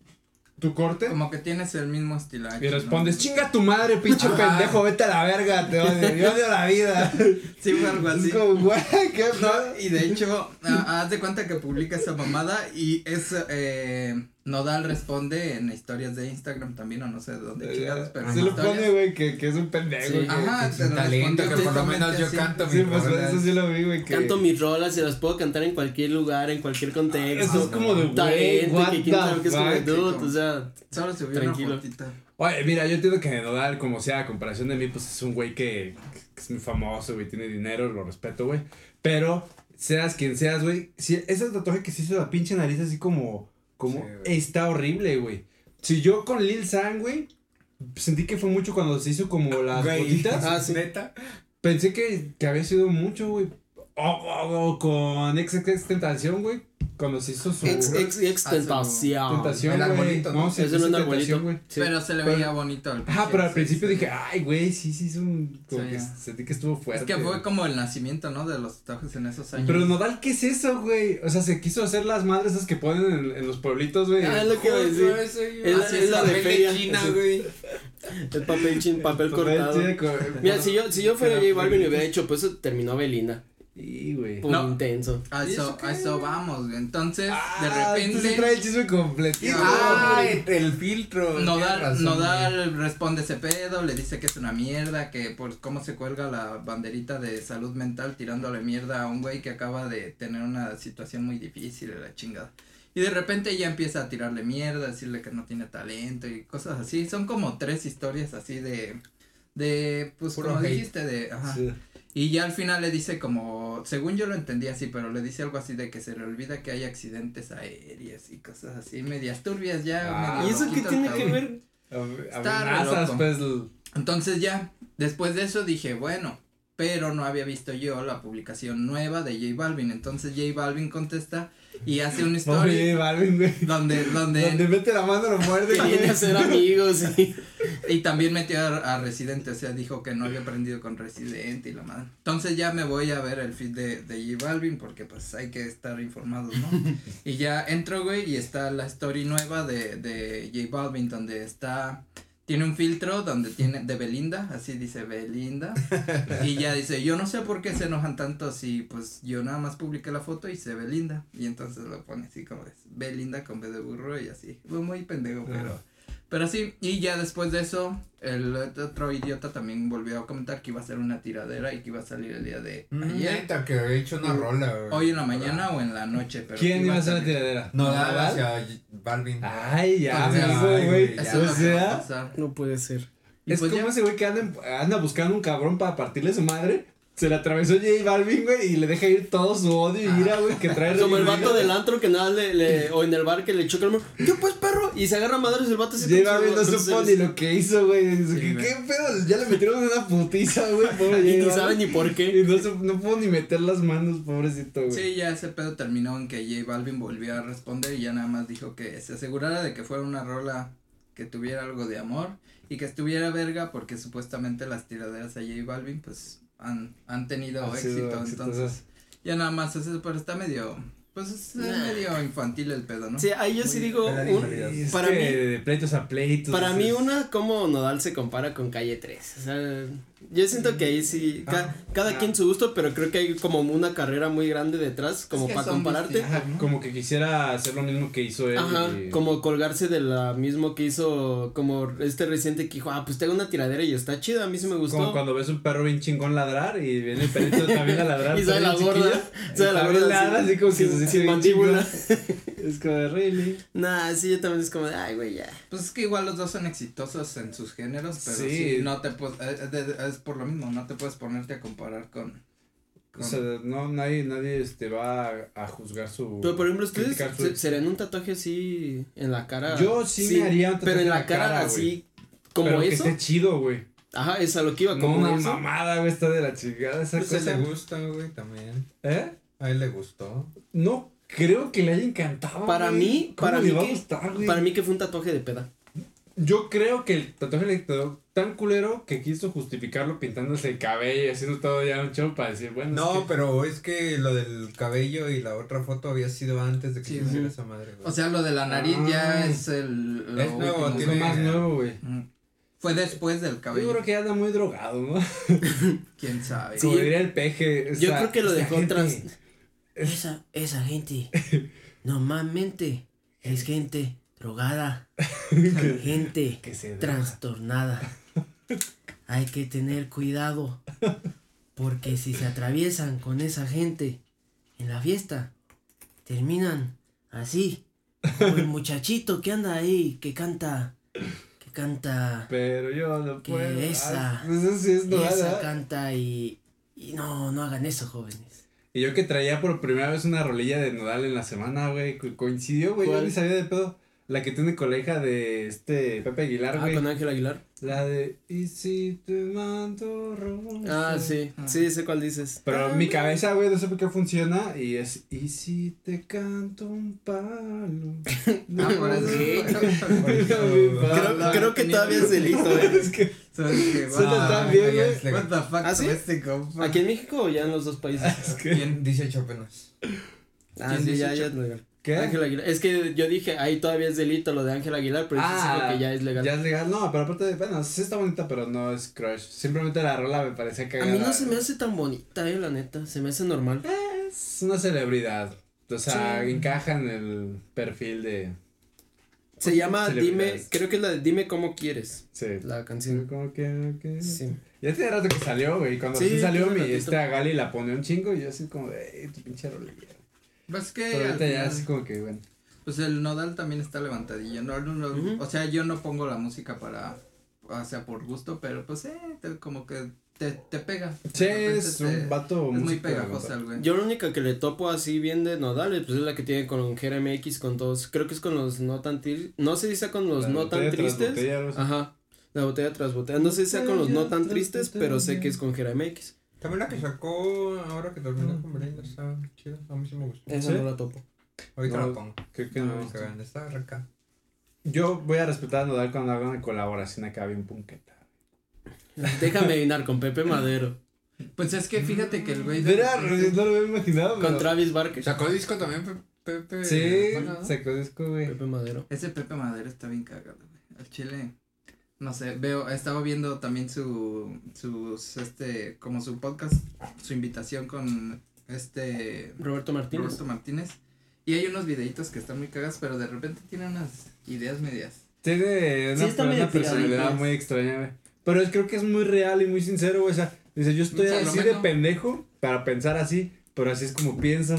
Speaker 3: tu corte
Speaker 4: Como que tienes el mismo estilo.
Speaker 3: y respondes, chinga tu madre, pinche pendejo, vete a la verga, te odio, yo odio la vida.
Speaker 4: Sí, fue algo así.
Speaker 3: Es como, güey, qué
Speaker 4: No, y de hecho, ah, haz de cuenta que publica esa mamada y es eh, Nodal responde en historias de Instagram también, o no sé de dónde chingados, pero
Speaker 3: Eh, Se
Speaker 4: en
Speaker 3: lo pone,
Speaker 4: historias.
Speaker 3: güey, que, que es un pendejo.
Speaker 1: Sí.
Speaker 3: güey.
Speaker 4: Ajá,
Speaker 2: sin
Speaker 4: te
Speaker 2: talento,
Speaker 4: respondió
Speaker 2: que por lo
Speaker 4: justamente
Speaker 2: menos yo
Speaker 4: así.
Speaker 2: canto
Speaker 3: Sí,
Speaker 2: mis
Speaker 3: pues
Speaker 2: rolas.
Speaker 3: eso sí lo vi, güey. que-
Speaker 1: Canto mis rolas y las puedo cantar en cualquier lugar, en cualquier contexto.
Speaker 3: Eso es como de, Ah, güey,
Speaker 1: talento,
Speaker 3: what
Speaker 1: que
Speaker 3: the
Speaker 1: quién sabe qué es
Speaker 3: fuck.
Speaker 1: juventud, o sea,
Speaker 4: Solo subió
Speaker 1: Tranquilo.
Speaker 4: una fotita.
Speaker 3: Oye, mira, yo entiendo que Nodal, como sea, a comparación de mí, pues es un güey que, que es muy famoso, güey, tiene dinero, lo respeto, güey. Pero, seas quien seas, güey, si ese tatuaje que se hizo la pinche nariz así como,
Speaker 2: Sí,
Speaker 3: como,
Speaker 2: güey.
Speaker 3: está horrible, güey. Si yo con Lil San, güey, sentí que fue mucho cuando se hizo como las
Speaker 2: Güey,
Speaker 3: botitas.
Speaker 1: Ah, sí.
Speaker 2: Neta.
Speaker 3: Pensé que, que había sido mucho, güey. O o- o con XXX Tentación, güey, cuando se hizo su...
Speaker 1: ex, ex, ex
Speaker 4: Ah, su-
Speaker 1: tentación.
Speaker 3: tentación,
Speaker 2: El
Speaker 3: güey.
Speaker 2: arbolito, ¿no?
Speaker 3: se
Speaker 1: Eso
Speaker 3: hizo
Speaker 1: era un
Speaker 3: Tentación,
Speaker 1: arbolito.
Speaker 3: güey.
Speaker 1: Sí.
Speaker 4: Pero se le
Speaker 3: Pero-
Speaker 4: veía bonito. el
Speaker 3: Ajá, pero al
Speaker 4: pinche
Speaker 3: principio
Speaker 4: seis,
Speaker 3: dije, "Ah, ay, güey, sí, sí, es un. Como
Speaker 4: Pues, Sí.
Speaker 3: que sentí que estuvo
Speaker 4: Es
Speaker 3: fuerte.
Speaker 4: que fue como el nacimiento, ¿no? De los tatuajes en esos años.
Speaker 3: Pero Nodal, ¿qué es eso, güey? O sea, se quiso hacer las madres esas que ponen en, en los pueblitos, güey.
Speaker 1: Ah, es lo que iba a decir. Es la- es la de feria, ese. El papel chin, papel cortado.
Speaker 3: Papel, sí, co-
Speaker 1: Mira, si yo, si yo fuera J Balvin le hubiera hecho, pues eso terminó Belinda.
Speaker 3: Sí, güey.
Speaker 1: Por
Speaker 4: No.
Speaker 1: intenso.
Speaker 4: A
Speaker 2: ¿Y eso
Speaker 4: eso, a
Speaker 2: qué?
Speaker 4: eso vamos, güey. Entonces,
Speaker 3: Ah,
Speaker 4: Pues, de
Speaker 3: tú sí
Speaker 4: repente.
Speaker 3: trae el chisme completito.
Speaker 4: Ah,
Speaker 3: güey.
Speaker 2: el, filtro.
Speaker 4: Nodal,
Speaker 2: tienes Pues razón,
Speaker 4: Nodal responde ese pedo, le dice que es una mierda, que por cómo se cuelga la banderita de salud mental tirándole mierda a un güey que acaba de tener una situación muy difícil, de la chingada. Y de repente ya empieza a tirarle mierda, decirle que no tiene talento y cosas así. Son como tres historias así de, de, pues
Speaker 2: Puro
Speaker 4: como
Speaker 2: hate.
Speaker 4: dijiste, de, ajá.
Speaker 3: Sí.
Speaker 4: Y ya al final le dice como, según yo lo entendí así, pero le dice algo así de que se le olvida que hay accidentes aéreos y cosas así, medias turbias ya.
Speaker 3: Ah,
Speaker 4: medio
Speaker 1: ¿Y eso qué
Speaker 4: loquito el
Speaker 1: tiene que
Speaker 4: cabrón.
Speaker 1: ver?
Speaker 3: Ab-
Speaker 4: Está re
Speaker 3: Amenazas,
Speaker 4: loco.
Speaker 3: pues. l-
Speaker 4: Entonces ya, después de eso dije, bueno, pero no había visto yo la publicación nueva de J Balvin. Entonces J Balvin contesta y hace
Speaker 3: Pobre
Speaker 4: una story
Speaker 3: J Balvin, güey.
Speaker 4: donde,
Speaker 3: Donde
Speaker 4: donde,
Speaker 3: mete la mano lo muerde,
Speaker 1: Que viene a ser amigos. y-
Speaker 4: y también metió a, a Residente, o sea, dijo que no había aprendido con Residente y la madre. Entonces ya me voy a ver el feed de, de J Balvin porque pues hay que estar informados, ¿no? y ya entro, güey, y está la story nueva de, de J Balvin donde está... Tiene un filtro donde tiene de Belinda, así dice Belinda. Y ya dice, yo no sé por qué se enojan tanto si pues yo nada más publiqué la foto y se Belinda. Y entonces lo pone así como es, Belinda con B de burro y así. Fue muy pendejo, pero... Pero sí, y ya después de eso, el otro idiota también volvió a comentar que iba a ser una tiradera y que iba a salir el día de
Speaker 3: Mm,
Speaker 2: güey.
Speaker 4: ayer.
Speaker 2: Neta, que he hecho una rola, güey.
Speaker 4: Mm,
Speaker 2: Ah,
Speaker 4: Hoy en la mañana o en la noche, pero.
Speaker 3: ¿Quién
Speaker 4: que
Speaker 3: iba a ser la
Speaker 4: salir.
Speaker 3: tiradera?
Speaker 2: Nodal hacia Balvin.
Speaker 3: Ay, ya,
Speaker 2: Ay,
Speaker 3: amigo, güey.
Speaker 2: güey,
Speaker 4: Eso
Speaker 3: O
Speaker 4: es lo que va a
Speaker 3: sea.
Speaker 4: pasar.
Speaker 1: No puede ser.
Speaker 4: Y
Speaker 3: Es
Speaker 4: pues
Speaker 3: como
Speaker 4: ya.
Speaker 3: ese güey que anda, en- anda buscando un cabrón para partirle su madre. Se le atravesó J Balvin, güey, y le deja ir todo su odio y ira, güey, que trae.
Speaker 1: Como el
Speaker 3: reprimido.
Speaker 1: vato del antro que nada le, le- o en el bar que le choca el mano. ¿Qué pues, perro? Y se agarra a madres el vato así. con
Speaker 3: J
Speaker 1: su- este,
Speaker 3: Balvin no
Speaker 1: con su
Speaker 3: supo ni
Speaker 1: celular.
Speaker 3: lo que hizo, güey. ¿Qué,
Speaker 4: güey.
Speaker 3: qué pedo? Ya le metieron una putiza, güey, pobre
Speaker 1: Y
Speaker 3: J
Speaker 1: ni
Speaker 3: Balvin.
Speaker 1: sabe ni por
Speaker 3: Y
Speaker 1: qué.
Speaker 3: no, se- no pudo ni meter las manos, pobrecito, güey.
Speaker 4: Sí, ya ese pedo terminó en que J Balvin volvió a responder y ya nada más dijo que se asegurara de que fuera una rola que tuviera algo de amor y que estuviera verga porque supuestamente las tiraderas a J Balvin pues han, han tenido
Speaker 3: Ha sido
Speaker 4: éxito,
Speaker 3: exitosa.
Speaker 4: entonces ya nada más eso, pero está medio, pues es eh,
Speaker 1: Nah.
Speaker 4: medio infantil el pedo, ¿no?
Speaker 1: Sí, ahí yo sí
Speaker 4: Muy-
Speaker 1: digo.
Speaker 2: era
Speaker 1: un-
Speaker 2: diferente.
Speaker 3: Es
Speaker 1: Para
Speaker 3: que
Speaker 1: mí-
Speaker 3: de pleitos a pleitos.
Speaker 1: Para
Speaker 3: es-
Speaker 1: mí una como Nodal se compara con Calle 3. O sea, yo siento que ahí sí, ca-
Speaker 3: Ah,
Speaker 1: cada quien su gusto, pero creo que hay como una carrera muy grande detrás, como
Speaker 4: que
Speaker 1: para
Speaker 4: son
Speaker 1: compararte.
Speaker 4: distintos.
Speaker 3: Ajá, como que quisiera hacer lo mismo que hizo él.
Speaker 1: Ajá,
Speaker 3: y-
Speaker 1: como colgarse de la mismo que hizo, como este reciente que dijo, ah, pues tengo una tiradera y está chida, a mí sí me gustó.
Speaker 3: Como cuando ves un perro bien chingón ladrar y viene el perrito también a ladrar.
Speaker 1: y sale
Speaker 3: está
Speaker 1: la
Speaker 3: bien
Speaker 1: gorda,
Speaker 3: chiquillo,
Speaker 1: sale la
Speaker 3: está bien
Speaker 1: gorda
Speaker 3: ladra,
Speaker 1: así,
Speaker 3: así como que se
Speaker 1: sin,
Speaker 3: siente
Speaker 1: sin
Speaker 3: bien
Speaker 1: mandíbula.
Speaker 3: chingón. Es como de really.
Speaker 1: Nah, sí, yo también es como, de, ay, güey, ya.
Speaker 4: Pues es que igual los dos son exitosos en sus géneros, pero
Speaker 3: Sí.
Speaker 4: sí, no te puedes, eh, de- de- es por lo mismo, no te puedes ponerte a comparar con...
Speaker 3: O sea, no, nadie, nadie este, va a, a juzgar su.
Speaker 1: Pero, por ejemplo, ¿ustedes
Speaker 3: Uh, criticar su-
Speaker 1: se- serían un tatuaje así en la cara?
Speaker 3: Yo sí me haría un tatuaje
Speaker 1: Pero en
Speaker 3: en
Speaker 1: la
Speaker 3: la
Speaker 1: cara,
Speaker 3: cara,
Speaker 1: así, como
Speaker 3: Pero
Speaker 1: eso.
Speaker 3: Que esté chido, güey.
Speaker 1: Ajá, es a lo que iba,
Speaker 3: No
Speaker 1: como
Speaker 3: una
Speaker 1: eso.
Speaker 3: mamada, güey, está de la chingada esa
Speaker 2: Pues a él
Speaker 3: cosa.
Speaker 2: le gusta, güey, también.
Speaker 3: ¿Eh?
Speaker 2: A él le gustó.
Speaker 3: No creo que le haya encantado.
Speaker 1: Para
Speaker 3: güey.
Speaker 1: mí,
Speaker 3: ¿Cómo
Speaker 1: para
Speaker 3: le
Speaker 1: mí
Speaker 3: va a
Speaker 1: que-
Speaker 3: gustar, güey?
Speaker 1: Para mí que fue un tatuaje de peda.
Speaker 3: Yo creo que el tatuaje le quedó tan culero que quiso justificarlo pintándose el cabello y haciendo todo ya un show para decir, bueno,
Speaker 2: No,
Speaker 3: es que-
Speaker 2: pero es que lo del cabello y la otra foto había sido antes de que
Speaker 4: Sí,
Speaker 2: se hiciera
Speaker 1: güey.
Speaker 2: esa madre, güey.
Speaker 4: O sea, lo de la nariz ya
Speaker 3: Ay.
Speaker 4: es el. lo
Speaker 2: Es nuevo,
Speaker 3: Ah.
Speaker 4: último,
Speaker 3: es
Speaker 2: tiene-
Speaker 3: lo
Speaker 4: güey.
Speaker 3: más nuevo, güey.
Speaker 4: Ujú. Fue después del
Speaker 3: Yo creo
Speaker 4: cabello.
Speaker 3: que anda muy drogado, ¿no?
Speaker 4: Quién sabe.
Speaker 1: Sí.
Speaker 3: Como diría el peje.
Speaker 1: Yo
Speaker 3: esta-
Speaker 1: creo que lo
Speaker 3: esta
Speaker 1: dejó
Speaker 3: gente-
Speaker 1: trans. Esa, esa gente normalmente es gente drogada, gente
Speaker 3: Que se
Speaker 1: trastornada. Hay que tener cuidado porque si se atraviesan con esa gente en la fiesta, terminan así. Como el muchachito que anda ahí, que canta, que canta,
Speaker 3: Pero yo no
Speaker 1: Que
Speaker 3: puedo.
Speaker 1: esa-
Speaker 3: Ah, pues eso sí es
Speaker 1: esa
Speaker 3: nada.
Speaker 1: canta y, y no, no hagan eso, jóvenes.
Speaker 3: Y yo que traía por primera vez una rolilla de nodal en la semana, güey. co- Coincidió, güey. Yo
Speaker 1: ¿Cuál?
Speaker 3: ni sabía de pedo. La que tiene coleja de este Pepe Aguilar, güey.
Speaker 1: Ah, Ángel Aguilar.
Speaker 3: La de. Y si te mando rosas?"
Speaker 1: Ah, sí,
Speaker 4: Ah.
Speaker 1: sí, sé cuál dices.
Speaker 3: Pero en mi cabeza, güey, no sé por qué funciona. Y es. ¿Y si te canto un palo?
Speaker 4: Ah, por eso.
Speaker 2: Por eso-
Speaker 1: Creo,
Speaker 4: la-
Speaker 1: creo que todavía es delito, ¿eh?
Speaker 3: Es que
Speaker 4: ¿Sabes qué?
Speaker 3: Suena
Speaker 4: Wow.
Speaker 3: tan bien,
Speaker 2: ya
Speaker 3: güey.
Speaker 2: es
Speaker 4: What
Speaker 2: legal.
Speaker 4: the fuck este
Speaker 1: ¿Ah, sí?
Speaker 4: doméstico?
Speaker 1: ¿Aquí en México o ya en los dos países?
Speaker 3: es que.
Speaker 2: 18 apenas.
Speaker 1: Ah, sí, ya, ya es legal.
Speaker 3: ¿Qué?
Speaker 1: Ángel Aguilar. Es que yo dije, ahí todavía es delito lo de Ángel Aguilar, pero dices algo que ya es legal.
Speaker 3: Ah. Ya es legal. No, pero aparte, de- bueno, sí está bonita, pero no es crush. Simplemente la rola me parecía que
Speaker 1: A mí no se me hace tan bonita, eh, la neta. Se me hace normal.
Speaker 3: Es una celebridad. O sea,
Speaker 1: Sí.
Speaker 3: encaja en el perfil de.
Speaker 1: Se llama Dime,
Speaker 3: Celebridades.
Speaker 1: creo que es la de Dime cómo quieres,
Speaker 3: Sí.
Speaker 1: la canción.
Speaker 3: Como que, que-
Speaker 1: Sí.
Speaker 3: Ya tiene rato que salió, güey. Cuando
Speaker 1: Sí,
Speaker 3: sí, salió
Speaker 1: tiene
Speaker 3: mi
Speaker 1: ratito.
Speaker 3: esta Gali la pone un chingo y yo así como de, "Ey, tu pinche rolilla.
Speaker 4: Pues que.
Speaker 3: Pero
Speaker 4: al
Speaker 3: ahorita ya
Speaker 4: final-
Speaker 3: así como que, bueno.
Speaker 4: Pues el nodal también está levantadillo. No, no, no,
Speaker 1: Ujú.
Speaker 4: O sea, yo no pongo la música para, o sea, por gusto, pero pues eh, te- como que te, te pega. De
Speaker 3: Sí,
Speaker 4: repente
Speaker 3: es
Speaker 4: te-
Speaker 3: un vato
Speaker 4: es muy
Speaker 3: músico de
Speaker 4: pegajosa el güey.
Speaker 1: Yo la única que le topo así bien de nodales, pues es la que tiene con Jera MX, con todos, creo que es con los no tan tristes, no sé si sea con los
Speaker 3: La
Speaker 1: no tan
Speaker 3: botella tras
Speaker 1: tristes.
Speaker 3: botella, algo así.
Speaker 1: Ajá. La botella tras botella. No sé si sea con los no tan tristes, pero sé que es con Jera MX.
Speaker 2: También la que sacó ahora que terminó con Belinda está chida. A mí sí me gustó.
Speaker 1: Esa
Speaker 3: ¿Sí?
Speaker 1: no la topo.
Speaker 2: Ahorita
Speaker 3: No,
Speaker 2: la pongo.
Speaker 1: Ah,
Speaker 3: Creo que no.
Speaker 2: Está bien, Está rica.
Speaker 3: Yo voy a respetar a Nodal cuando haga una colaboración acá bien punqueta.
Speaker 1: Déjame adivinar con Pepe Madero.
Speaker 4: Pues es que fíjate que el güey. de
Speaker 3: Era,
Speaker 4: repente-
Speaker 3: no lo había imaginado. pero-
Speaker 1: Con Travis Barker.
Speaker 2: Sacó disco también Pe- Pepe.
Speaker 3: Sí,
Speaker 2: Bueno, ¿no?
Speaker 3: sacó disco, güey.
Speaker 1: Pepe Madero.
Speaker 4: Ese Pepe Madero está bien cagado, güey. Al chile. No sé, veo, estaba viendo también su, sus, este, como su podcast, su invitación con este
Speaker 1: Roberto Martínez.
Speaker 4: Roberto Martínez. Y hay unos videitos que están muy cagas, pero de repente tiene unas ideas medias.
Speaker 3: Tiene
Speaker 1: Sí,
Speaker 3: una,
Speaker 1: está
Speaker 3: una
Speaker 1: medio
Speaker 3: personalidad
Speaker 1: tiradita.
Speaker 3: muy extraña, güey. Pero es, creo que es muy real y muy sincero, güey. O sea, dice, yo estoy
Speaker 4: Sí, a lo
Speaker 3: así de
Speaker 4: menos.
Speaker 3: pendejo para pensar así, pero así es como pienso.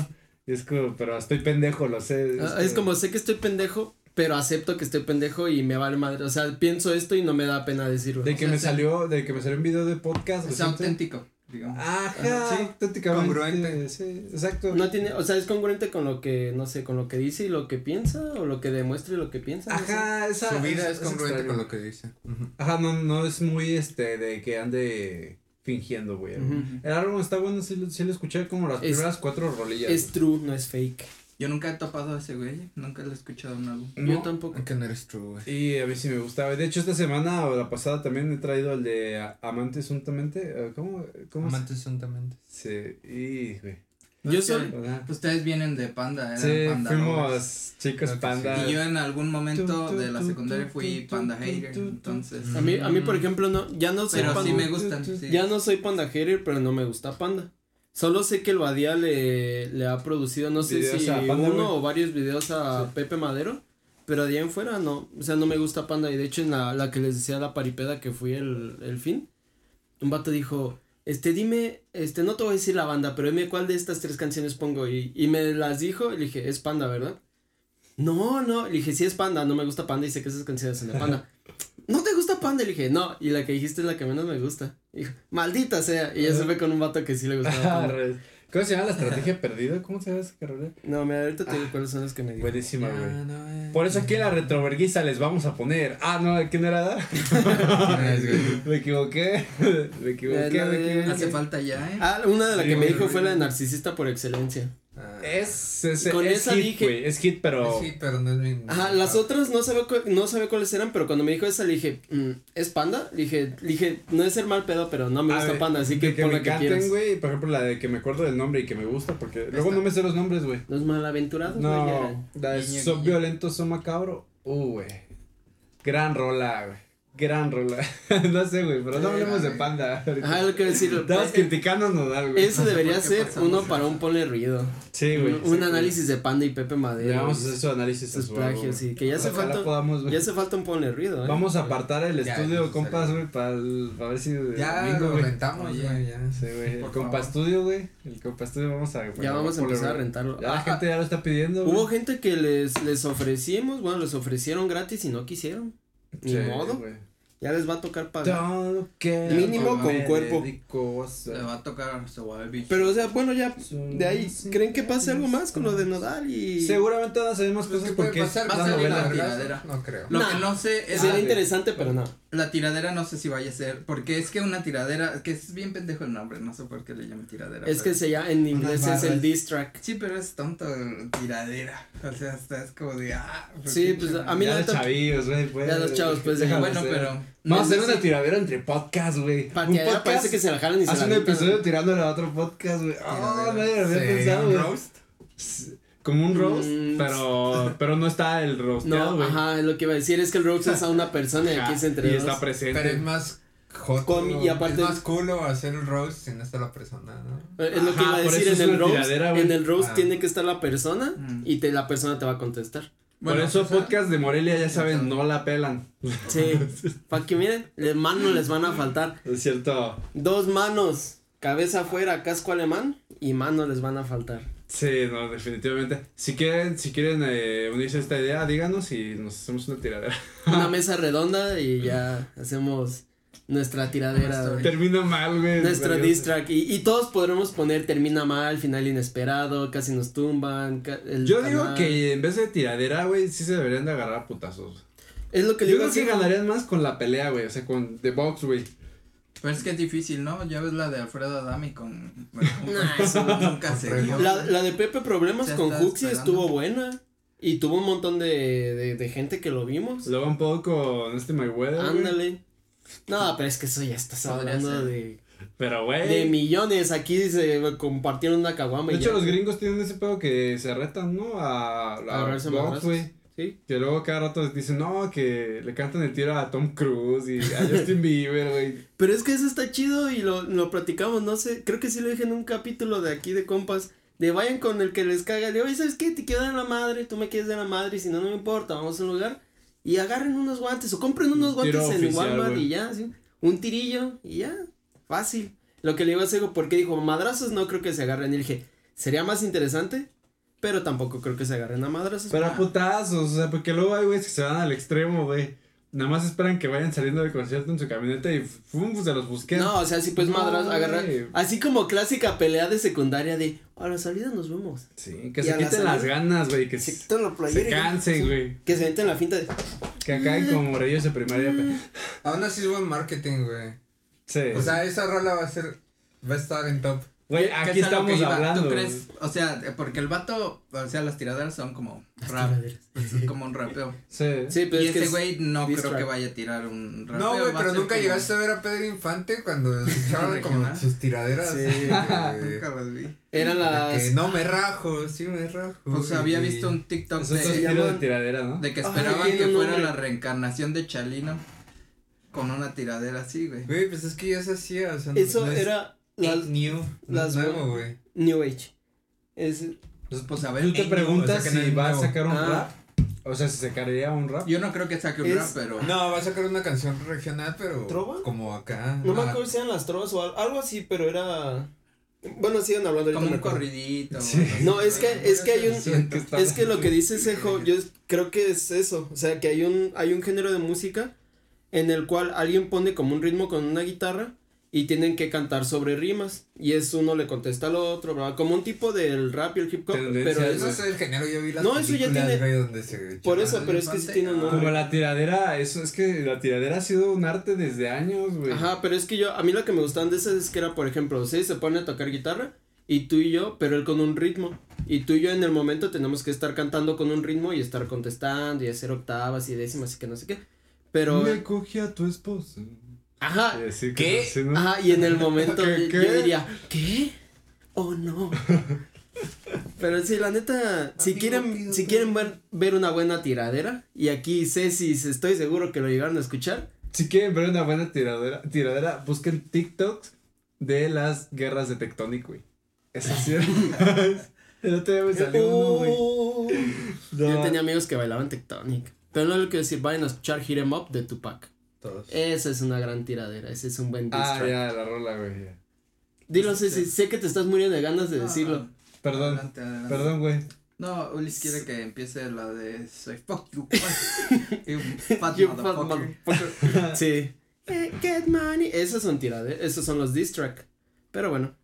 Speaker 3: Y es como, pero estoy pendejo, lo sé. Este,
Speaker 1: Ah, Es como, sé que estoy pendejo, pero acepto que estoy pendejo y me vale madre. O sea, pienso esto y no me da pena decirlo.
Speaker 3: De que
Speaker 4: o sea,
Speaker 3: me
Speaker 4: se-
Speaker 3: salió, de que me salió un video de podcast.
Speaker 4: Es
Speaker 3: reciente.
Speaker 4: auténtico, digamos.
Speaker 3: Ajá,
Speaker 2: Ajá,
Speaker 3: sí,
Speaker 2: sí,
Speaker 3: auténticamente.
Speaker 2: congruente.
Speaker 3: Sí, exacto.
Speaker 1: No tiene, o sea, es congruente con lo que, no sé, con lo que dice y lo que piensa, o lo que demuestra y lo que piensa. no sé.
Speaker 3: Ajá, esa.
Speaker 2: Su vida es congruente
Speaker 3: extraño.
Speaker 2: con lo que dice. Ujú.
Speaker 3: Ajá, no, no es muy este de que ande fingiendo, güey.
Speaker 1: Ujú.
Speaker 3: El álbum está bueno, sí, lo- sí lo escuché como las
Speaker 1: Es-
Speaker 3: primeras cuatro rolillas.
Speaker 1: Es true, no es fake.
Speaker 4: Yo nunca he topado a ese güey, nunca lo he escuchado en un álbum.
Speaker 3: güey.
Speaker 1: Yo
Speaker 3: No,
Speaker 1: tampoco.
Speaker 2: Que no eres tú, güey.
Speaker 3: Y a mí sí me gustaba. De hecho, esta semana o la pasada también he traído el de A- Amantes Suntamente. eh, ¿Cómo? ¿Cómo? se-
Speaker 2: Amantes santamente.
Speaker 3: Sí, y, güey.
Speaker 4: No
Speaker 1: Yo
Speaker 4: es que-
Speaker 1: soy.
Speaker 3: Hola.
Speaker 4: Ustedes vienen de Panda, eran
Speaker 3: Sí,
Speaker 4: Panda lovers.
Speaker 3: fuimos chicos
Speaker 2: Creo que
Speaker 3: panda.
Speaker 4: Y yo en algún momento
Speaker 3: Tu, tu,
Speaker 4: de la
Speaker 3: tu,
Speaker 4: secundaria
Speaker 3: tu,
Speaker 4: fui
Speaker 3: tu,
Speaker 4: Panda
Speaker 3: tu,
Speaker 4: hater,
Speaker 3: tu, tu.
Speaker 4: entonces.
Speaker 1: A mí, a mí, por ejemplo, no, ya no soy
Speaker 4: Pero
Speaker 1: panda.
Speaker 4: sí me gustan.
Speaker 3: Tu, tu,
Speaker 4: sí.
Speaker 1: Ya no soy panda hater, pero no me gusta panda. Solo sé que el Badía le, le ha producido, no sé
Speaker 3: Videos
Speaker 1: si
Speaker 3: a Panda,
Speaker 1: uno
Speaker 3: güey.
Speaker 1: o varios videos a Pepe Madero, pero de ahí en fuera no, o sea, no me gusta panda. Y de hecho, en la, la que les decía la paripeda que fui el, el fin, un vato dijo, este, dime, este, no te voy a decir la banda, pero dime cuál de estas tres canciones pongo. Y, y me las dijo, y le dije, es panda, ¿verdad? No, no, le dije, sí es panda, no me gusta panda y sé que esas canciones son de panda. ¿No te gusta panda? Le dije, no, y la que dijiste es la que menos me gusta. Dijo, maldita sea. Y ya se fue con un vato que sí le gustaba
Speaker 3: Ah,
Speaker 1: panda.
Speaker 3: re- ¿Cómo se llama la estrategia perdida? ¿Cómo se llama esa carrera?
Speaker 1: No, mira, ahorita te digo cuáles son las que me dijo.
Speaker 3: Buenísima, güey.
Speaker 2: no
Speaker 4: eh.
Speaker 2: es.
Speaker 3: Por eso aquí en la retroverguiza les vamos a poner. Ah, no, ¿quién era? me equivoqué. Me equivoqué,
Speaker 1: Eh, la de-
Speaker 3: me equivoqué.
Speaker 4: Hace falta ya, ¿eh?
Speaker 1: Ah, una de las
Speaker 3: Sí,
Speaker 1: que me
Speaker 3: güey,
Speaker 1: dijo
Speaker 3: güey.
Speaker 1: fue la de narcisista por excelencia.
Speaker 2: Ah.
Speaker 3: Es, es,
Speaker 1: Con
Speaker 3: es
Speaker 1: esa
Speaker 3: hit,
Speaker 1: dije-
Speaker 3: güey, Es hit, pero.
Speaker 2: Sí, pero no es mi.
Speaker 1: Ajá, las otras no sabía, cu- no sabía cuáles eran, pero cuando me dijo esa le dije, mm, ¿es panda? Le dije, le dije, no es ser mal pedo, pero no me
Speaker 3: A
Speaker 1: gusta
Speaker 3: ver,
Speaker 1: panda, así
Speaker 3: de
Speaker 1: que, pon
Speaker 3: me
Speaker 1: la que
Speaker 3: encanten,
Speaker 1: quieras.
Speaker 3: güey. Por ejemplo, la de que me acuerdo del nombre y que me gusta, porque luego no me sé los nombres, güey.
Speaker 1: Los malaventurados, Ah, güey, ya.
Speaker 3: No, la de
Speaker 4: Guiño,
Speaker 3: Son
Speaker 4: guiño.
Speaker 3: violentos, son macabro. Uh, güey. Gran rola, güey. Gran rola. no sé, güey, pero no
Speaker 4: Sí,
Speaker 3: hablemos de
Speaker 4: güey.
Speaker 3: panda. ahorita.
Speaker 1: Ajá, lo que decir.
Speaker 3: Estabas criticando Nodal, güey.
Speaker 1: Ese
Speaker 4: No sé
Speaker 1: debería
Speaker 4: por qué
Speaker 1: ser
Speaker 4: pasamos
Speaker 1: uno
Speaker 4: eso.
Speaker 1: para un ponle ruido.
Speaker 3: Sí, güey.
Speaker 1: un
Speaker 3: sí,
Speaker 1: un
Speaker 3: güey.
Speaker 1: análisis de panda y Pepe
Speaker 3: Ya
Speaker 1: Madero.
Speaker 3: vamos a hacer su análisis
Speaker 1: Sus
Speaker 3: sensual,
Speaker 1: plagios,
Speaker 3: güey.
Speaker 1: sí, que ya hace
Speaker 3: Ojalá
Speaker 1: falta-
Speaker 3: podamos, güey.
Speaker 1: Ya hace falta un ponle ruido, ¿eh?
Speaker 3: Vamos a apartar el
Speaker 2: Ya,
Speaker 3: estudio,
Speaker 2: necesario.
Speaker 3: compas, güey, para ver si el
Speaker 2: Ya
Speaker 3: domingo,
Speaker 2: lo
Speaker 3: güey.
Speaker 2: rentamos,
Speaker 4: Oye.
Speaker 2: güey, ya.
Speaker 3: Sí, güey. El
Speaker 4: Por
Speaker 3: compa
Speaker 4: favor.
Speaker 3: estudio, güey. El compa estudio vamos a.
Speaker 1: ya vamos a empezar a rentarlo.
Speaker 3: Ya la
Speaker 1: Ah,
Speaker 3: gente ya lo está pidiendo. güey.
Speaker 1: Hubo gente que les, les ofrecimos, bueno, les ofrecieron gratis y no quisieron. Ni
Speaker 3: Sí,
Speaker 1: modo.
Speaker 3: güey.
Speaker 1: Ya les va a tocar pagar.
Speaker 3: Todo lo que
Speaker 1: Mínimo
Speaker 3: me
Speaker 1: con cuerpo.
Speaker 3: dedico a hacer.
Speaker 4: Le va a tocar se va a ver bicho.
Speaker 1: Pero, o sea, bueno, ya de ahí,
Speaker 3: Sí.
Speaker 1: ¿creen que pase algo más con lo de Nodal y...?
Speaker 3: Seguramente van a salir más
Speaker 2: Pues,
Speaker 3: cosas
Speaker 2: ¿qué puede
Speaker 3: porque es
Speaker 2: pasar?
Speaker 3: la
Speaker 4: Va a
Speaker 2: ¿Vas a
Speaker 4: salir
Speaker 2: ver
Speaker 4: la
Speaker 3: novela.
Speaker 4: tiradera.
Speaker 2: No creo.
Speaker 4: Lo
Speaker 1: Nah.
Speaker 4: que no sé es
Speaker 1: Sería
Speaker 4: la-
Speaker 1: interesante, pero no.
Speaker 4: La tiradera no sé si vaya a ser, porque es que una tiradera, que es bien pendejo el nombre, no sé por qué le llaman tiradera.
Speaker 1: Es que
Speaker 4: pero-
Speaker 1: se ya en inglés es
Speaker 2: barras.
Speaker 1: el diss track.
Speaker 4: Sí, pero es tonto tiradera, o sea, hasta es como de, ah.
Speaker 1: Sí,
Speaker 4: pinche
Speaker 1: pues a
Speaker 4: madre.
Speaker 1: mí
Speaker 3: Ya
Speaker 1: la
Speaker 3: los
Speaker 1: neta-
Speaker 3: chavillos, güey. pues,
Speaker 1: Ya los chavos, pues,
Speaker 3: déjalo
Speaker 4: Bueno,
Speaker 3: hacer.
Speaker 4: pero.
Speaker 3: Vamos a hacer
Speaker 4: no sé
Speaker 3: una
Speaker 4: si-
Speaker 3: tiradera entre podcasts, güey. Un
Speaker 1: Pateadera
Speaker 3: podcast.
Speaker 1: parece que se la jalan y se
Speaker 3: Hace
Speaker 1: la
Speaker 3: un
Speaker 1: avientan.
Speaker 3: episodio tirándole a otro podcast, güey. Ah, nadie lo había
Speaker 2: Sí,
Speaker 3: pensado,
Speaker 2: un
Speaker 3: güey.
Speaker 2: roast.
Speaker 3: Como un roast,
Speaker 1: Mm.
Speaker 3: pero, pero no está el rosteado,
Speaker 1: No,
Speaker 3: güey.
Speaker 1: ajá, es lo que iba a decir es que el roast es a una persona y
Speaker 3: Ajá,
Speaker 1: aquí es entre
Speaker 3: y
Speaker 1: dos.
Speaker 3: está presente.
Speaker 2: Pero es más joto,
Speaker 1: Comi- y aparte-
Speaker 2: es más culo hacer un roast si no está la persona, ¿no?
Speaker 1: Eh, Es lo que
Speaker 3: Ajá,
Speaker 1: iba a
Speaker 3: por
Speaker 1: decir
Speaker 3: eso es
Speaker 1: en el
Speaker 3: una
Speaker 1: roast.
Speaker 3: tiradera, güey.
Speaker 1: en el roast
Speaker 2: Ah.
Speaker 1: tiene que estar la persona
Speaker 4: Mm.
Speaker 1: y te, la persona te va a contestar.
Speaker 4: Bueno,
Speaker 3: Por eso
Speaker 4: o sea,
Speaker 3: podcast de Morelia, ya saben, no la pelan.
Speaker 1: Sí. Para que miren, de mano les van a faltar.
Speaker 3: Es cierto.
Speaker 1: Dos manos, cabeza afuera, casco alemán y manos les van a faltar.
Speaker 3: Sí, no, definitivamente. Si quieren, si quieren eh, unirse a esta idea, díganos y nos hacemos una tiradera.
Speaker 1: Una mesa redonda y ya hacemos nuestra tiradera. güey.
Speaker 3: Termina mal, güey.
Speaker 1: Nuestra
Speaker 3: Vergas.
Speaker 1: diss track. Y, y todos podremos poner termina mal, final inesperado, casi nos tumban. ca- el
Speaker 3: Yo digo
Speaker 1: canal.
Speaker 3: que en vez de tiradera, güey, sí se deberían de agarrar a putazos.
Speaker 1: Es lo que
Speaker 3: Yo
Speaker 1: digo.
Speaker 3: creo
Speaker 1: así
Speaker 3: que
Speaker 1: como-
Speaker 3: ganarían más con la pelea, güey. O sea, con The Box, güey.
Speaker 4: Pero es que es difícil, ¿no? Ya ves la de Alfredo Adami con. Bueno,
Speaker 1: Nah,
Speaker 4: eso nunca se dio.
Speaker 1: La, la de Pepe Problemas
Speaker 4: Ya
Speaker 1: con
Speaker 4: estaba
Speaker 1: Juxi
Speaker 4: esperando.
Speaker 1: estuvo buena. Y tuvo un montón de, de, de gente que lo vimos.
Speaker 3: Logan Paul con este Mayweather. güey.
Speaker 1: Ándale. No, pero es que eso ya estás
Speaker 4: Podría
Speaker 1: hablando
Speaker 4: ser.
Speaker 1: de,
Speaker 3: Pero,
Speaker 1: de
Speaker 3: güey.
Speaker 1: millones. Aquí se compartieron una caguama.
Speaker 3: De
Speaker 1: y
Speaker 3: hecho,
Speaker 1: ya.
Speaker 3: los gringos tienen ese pedo que se retan, ¿no? A, a
Speaker 1: Agarrarse a
Speaker 3: Box,
Speaker 1: madrazos.
Speaker 3: güey.
Speaker 1: Sí.
Speaker 3: Que luego cada rato les dicen, no, que le cantan el tiro a Tom Cruise y a Justin Bieber, güey.
Speaker 1: Pero es que eso está chido y lo, lo platicamos, no sé, creo que sí lo dije en un capítulo de aquí de compas, de vayan con el que les caga, de oye, ¿sabes qué? Te quiero dar la madre, tú me quieres dar la madre, y si no, no me importa, vamos a un lugar y agarren unos guantes o compren unos
Speaker 3: Un tiro
Speaker 1: guantes en
Speaker 3: oficial,
Speaker 1: Walmart
Speaker 3: güey.
Speaker 1: y ya, ¿sí? un tirillo y ya, fácil. Lo que le iba a hacer, porque dijo, madrazos no creo que se agarren, y le dije, sería más interesante, pero tampoco creo que se agarren a madrazos.
Speaker 3: Pero pues, a
Speaker 1: Ah.
Speaker 3: putazos, o sea, porque luego hay güeyes que se van al extremo, güey. Nada más esperan que vayan saliendo del concierto en su camioneta y ¡fum! se los busquen.
Speaker 1: No, o sea, sí, pues
Speaker 3: No,
Speaker 1: madrazos, agarrar.
Speaker 3: güey.
Speaker 1: Así como clásica pelea de secundaria de a la salida nos vemos.
Speaker 3: Sí, que
Speaker 1: Y
Speaker 3: se
Speaker 1: a la
Speaker 3: quiten las
Speaker 1: salida-
Speaker 3: ganas, güey, que
Speaker 1: Se
Speaker 3: se,
Speaker 1: quitan la playera.
Speaker 3: se
Speaker 1: y-
Speaker 3: cansen, güey.
Speaker 1: Que se meten la finta de.
Speaker 3: Que acaben como morellos de
Speaker 1: Mm.
Speaker 3: primaria. pe-
Speaker 2: Aún así es buen marketing, güey.
Speaker 3: Sí.
Speaker 2: O sea, esa rola va a ser, va a estar en top.
Speaker 3: Güey,
Speaker 4: ¿Qué
Speaker 3: aquí
Speaker 4: es a lo que
Speaker 3: estamos
Speaker 4: iba?
Speaker 3: hablando.
Speaker 4: ¿Tú
Speaker 3: güey.
Speaker 4: crees? O sea, eh, porque el vato, o sea, las tiraderas son como rap, es como un rapeo.
Speaker 3: Sí.
Speaker 1: Sí, pero
Speaker 4: y
Speaker 1: es que.
Speaker 4: ese
Speaker 1: es-
Speaker 4: güey no
Speaker 1: diss
Speaker 4: creo que
Speaker 1: track.
Speaker 4: vaya a tirar un rapeo.
Speaker 2: No, güey,
Speaker 4: va a
Speaker 2: pero
Speaker 4: ser
Speaker 2: nunca
Speaker 4: como-
Speaker 2: llegaste a ver a Pedro Infante cuando echaron como
Speaker 4: Regional.
Speaker 2: sus tiraderas.
Speaker 1: Sí.
Speaker 2: güey.
Speaker 4: Nunca los vi.
Speaker 1: Eran
Speaker 2: De
Speaker 1: las.
Speaker 2: que no me rajo, sí me rajo.
Speaker 4: Pues
Speaker 2: y-
Speaker 4: había visto un TikTok
Speaker 3: Eso es
Speaker 1: se
Speaker 3: otro
Speaker 4: de,
Speaker 3: tiro de
Speaker 1: llaman-
Speaker 3: tiradera, ¿no?
Speaker 4: de que
Speaker 1: Ay,
Speaker 4: esperaban
Speaker 1: tiene
Speaker 4: que
Speaker 1: un
Speaker 4: fuera
Speaker 1: nombre.
Speaker 4: la reencarnación de Chalino con una tiradera así, güey.
Speaker 2: Güey, pues es que ya se hacía, o sea,
Speaker 1: Eso
Speaker 2: no es
Speaker 1: era
Speaker 2: Las,
Speaker 1: las
Speaker 2: new,
Speaker 1: las-
Speaker 2: las nuevo, güey.
Speaker 1: New Age. Es,
Speaker 4: Pues a
Speaker 3: Tú
Speaker 4: ver,
Speaker 3: te
Speaker 2: Ey,
Speaker 3: preguntas
Speaker 2: o sea, que no
Speaker 3: si
Speaker 2: es
Speaker 3: va a
Speaker 2: nuevo.
Speaker 3: sacar un
Speaker 1: Ah.
Speaker 3: rap. O sea, si sacaría un rap.
Speaker 4: yo no creo que saque un
Speaker 1: Es-
Speaker 4: rap, pero
Speaker 2: No, va a sacar una canción regional, pero
Speaker 1: ¿Trova?
Speaker 2: como acá. Ah,
Speaker 1: no me
Speaker 2: ajá.
Speaker 1: acuerdo si eran las trovas o al- algo así, pero era. Bueno, sigan hablando ahorita
Speaker 4: como
Speaker 1: me
Speaker 4: un
Speaker 1: acuerdo.
Speaker 4: corridito.
Speaker 3: Sí.
Speaker 1: No, es que, es que hay un.
Speaker 3: Sí, es que está-
Speaker 1: Es que lo que dice Sejo, yo es- creo que es eso. O sea, que hay un, hay un género de música en el cual alguien pone como un ritmo con una guitarra y tienen que cantar sobre rimas. Y es uno le contesta al otro, bla, bla, como un tipo del rap y el hip hop.
Speaker 3: Tendencias,
Speaker 1: Pero es-
Speaker 2: Eso es el género, yo vi las
Speaker 1: No, eso ya
Speaker 2: películas,
Speaker 1: tiene-
Speaker 2: güey, donde se
Speaker 1: por
Speaker 2: echaban
Speaker 1: eso,
Speaker 4: el
Speaker 1: pero es que sí
Speaker 4: infante,
Speaker 1: tiene un
Speaker 4: ah.
Speaker 1: nombre.
Speaker 3: Como la tiradera, eso es que la tiradera ha sido un arte desde años, güey.
Speaker 1: Ajá, pero es que yo, a mí lo que me gustaban de esas es que era, por ejemplo, sí, se pone a tocar guitarra y tú y yo, pero él con un ritmo. Y tú y yo en el momento tenemos que estar cantando con un ritmo y estar contestando y hacer octavas y décimas y que no sé qué. Pero...
Speaker 3: Me cogí a tu esposa.
Speaker 1: Ajá,
Speaker 3: Y así,
Speaker 2: ¿Qué?
Speaker 3: como así, ¿no?
Speaker 1: Ajá, y en el momento yo-
Speaker 3: ¿Qué, qué?
Speaker 1: yo diría, ¿qué? Oh no. Pero sí, la neta, si
Speaker 2: Amigo,
Speaker 1: quieren,
Speaker 2: pido
Speaker 1: si
Speaker 2: perdón.
Speaker 1: quieren ver, ver una buena tiradera, y aquí Ceci, estoy seguro que lo llegaron a escuchar.
Speaker 3: Si quieren ver una buena tiradera, tiradera busquen TikToks de las guerras de Tectonic, güey. Eso sí. El otro día me salió uno, güey.
Speaker 1: Oh. Yo
Speaker 3: No.
Speaker 1: tenía amigos que bailaban Tectonic. Pero no lo quiero decir, vayan a escuchar Hit Em Up de Tupac.
Speaker 2: Todos.
Speaker 1: Esa es una gran tiradera, ese es un buen diss
Speaker 3: Ah,
Speaker 1: track.
Speaker 3: ya, la rola, güey. ya.
Speaker 1: Dilo, Ceci, sé que te estás muriendo de ganas de
Speaker 4: No,
Speaker 1: decirlo.
Speaker 3: Perdón,
Speaker 4: Ah, adelante, adelante.
Speaker 3: perdón, güey.
Speaker 4: No, Ulis quiere que empiece la de Soy fuck you. you fat
Speaker 1: You fat
Speaker 4: motherfucker.
Speaker 1: motherfucker. sí. Eh, Get money. Esos son tiraderas, esos son los diss track. Pero bueno,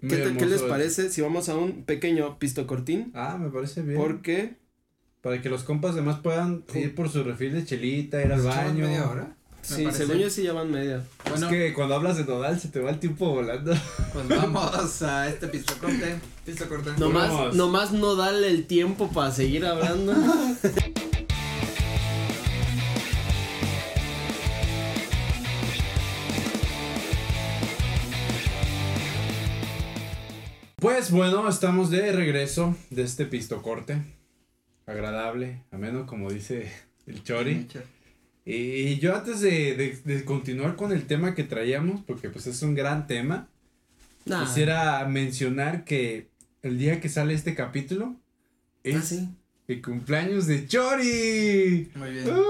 Speaker 3: Muy
Speaker 1: ¿qué, te- qué
Speaker 3: hermoso
Speaker 1: les
Speaker 3: el-
Speaker 1: parece si vamos a un pequeño pisto cortín?
Speaker 3: Ah, me parece bien.
Speaker 1: Porque
Speaker 3: Para que los compas demás puedan ir por su refil de chelita, ir al
Speaker 4: ¿Echamos
Speaker 3: baño.
Speaker 4: media hora? Me
Speaker 1: sí,
Speaker 4: parece.
Speaker 1: según yo sí ya van media.
Speaker 3: Es
Speaker 4: Bueno,
Speaker 3: que cuando hablas de nodal se te va el tiempo volando.
Speaker 4: pues vamos a este pisto corte. Pisto corte.
Speaker 1: Nomás,
Speaker 3: Volvemos.
Speaker 1: nomás no darle el tiempo para seguir hablando.
Speaker 3: Pues bueno, estamos de regreso de este pistocorte. Agradable, ameno, como dice el Chori. Y yo antes de, de- de continuar con el tema que traíamos, porque pues es un gran tema,
Speaker 4: Ah.
Speaker 1: Nah.
Speaker 3: quisiera mencionar que el día que sale este capítulo es
Speaker 1: Ah, sí.
Speaker 3: el cumpleaños de Chori.
Speaker 4: Muy bien.
Speaker 1: Ah,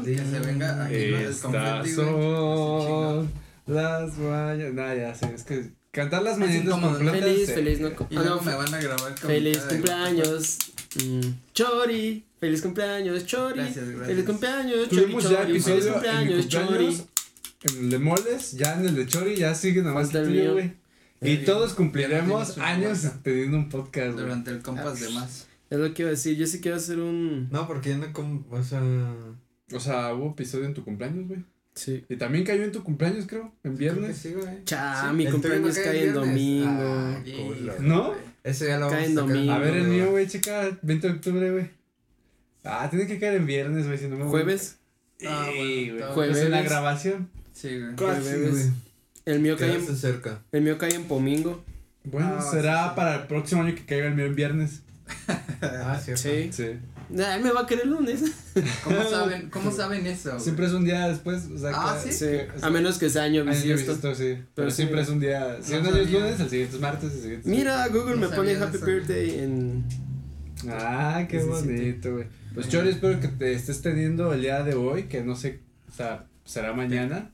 Speaker 3: ¡Uh!
Speaker 4: Que se
Speaker 1: Mm.
Speaker 4: venga aquí lo del
Speaker 3: Estas
Speaker 4: confeti, güey.
Speaker 3: son las guayas. Nah, ya sé, es que cantar las
Speaker 4: Es
Speaker 3: mañanitas
Speaker 4: incómodo, ¿no?
Speaker 3: completas.
Speaker 1: Feliz,
Speaker 3: eh,
Speaker 1: feliz, no. co-
Speaker 4: Y
Speaker 1: ah,
Speaker 4: luego
Speaker 1: no,
Speaker 4: me van a grabar con
Speaker 1: Feliz
Speaker 4: cara de-
Speaker 1: cumpleaños. mm, Chori. Feliz cumpleaños, Chori.
Speaker 4: Gracias, gracias.
Speaker 1: Feliz cumpleaños, Chori.
Speaker 3: Tuvimos ya
Speaker 1: Chori. Feliz
Speaker 3: episodio en mi
Speaker 1: cumpleaños, Chori.
Speaker 3: cumpleaños. En el de moldes, ya en el de Chori, ya sigue nomás
Speaker 1: Falta
Speaker 3: el
Speaker 1: el mío. Eh,
Speaker 3: tuyo, güey. Y
Speaker 4: Sí.
Speaker 3: todos cumpliremos
Speaker 4: Ya no tienes
Speaker 3: años
Speaker 4: un podcast.
Speaker 3: teniendo un podcast, güey.
Speaker 4: Durante el compas de más.
Speaker 1: Es lo que iba a decir, yo sí quiero hacer un...
Speaker 2: No, porque yo no como, o sea,
Speaker 3: O sea, hubo episodio en tu cumpleaños, güey.
Speaker 1: Sí.
Speaker 3: Y también cayó en tu cumpleaños, creo, en
Speaker 2: creo que
Speaker 3: viernes.
Speaker 2: sí, güey.
Speaker 1: Cha,
Speaker 2: Sí,
Speaker 1: Ah, mi
Speaker 2: el
Speaker 1: cumpleaños
Speaker 2: tuyo no
Speaker 1: cae en domingo.
Speaker 2: Ah,
Speaker 4: Híjole,
Speaker 2: culo.
Speaker 3: ¿No?
Speaker 4: güey.
Speaker 2: Eso ya lo
Speaker 1: Cae
Speaker 2: vamos
Speaker 1: en
Speaker 2: a sacar.
Speaker 1: domingo.
Speaker 3: A ver el
Speaker 2: güey.
Speaker 3: mío, güey, checa, 20 de octubre, güey. Ah, tiene que caer en viernes, güey, si no me voy.
Speaker 1: Jueves,
Speaker 4: Ah, bueno,
Speaker 3: Sí, güey.
Speaker 4: está
Speaker 3: Jueves. en la
Speaker 1: Jueves.
Speaker 3: grabación.
Speaker 4: Sí, güey.
Speaker 2: Casi,
Speaker 1: Jueves.
Speaker 2: Ah, güey.
Speaker 1: el mío cae
Speaker 2: Quedaste
Speaker 1: en,
Speaker 2: cerca.
Speaker 1: el mío cae en pomingo.
Speaker 3: Bueno,
Speaker 4: Ah,
Speaker 3: será
Speaker 4: sí, sí.
Speaker 3: para el próximo año que caiga el mío en viernes.
Speaker 2: Ah, cierto.
Speaker 1: Sí.
Speaker 3: Sí.
Speaker 1: Ah, él me va a querer lunes.
Speaker 4: ¿Cómo saben, cómo saben eso? güey?
Speaker 3: Siempre es un día después, o sea,
Speaker 4: Ah,
Speaker 3: que-
Speaker 4: ¿sí? Ah,
Speaker 1: Sí,
Speaker 3: que-
Speaker 1: A menos que sea año
Speaker 3: Año
Speaker 1: bisiesto.
Speaker 3: bisiesto, sí. Pero,
Speaker 1: Pero sí,
Speaker 3: siempre
Speaker 1: mira.
Speaker 3: es un día. Si
Speaker 4: No
Speaker 3: un año es
Speaker 4: sabía.
Speaker 3: lunes, el siguiente es martes, el siguiente es
Speaker 1: Mira, Google me
Speaker 4: No
Speaker 1: pone
Speaker 4: sabía
Speaker 1: Happy
Speaker 4: eso.
Speaker 1: Birthday en...
Speaker 3: viernes. Ah, qué
Speaker 1: Sí, sí, sí.
Speaker 3: bonito, güey. Pues Chori, espero que te estés teniendo el día de hoy, que no sé, o sea, será mañana.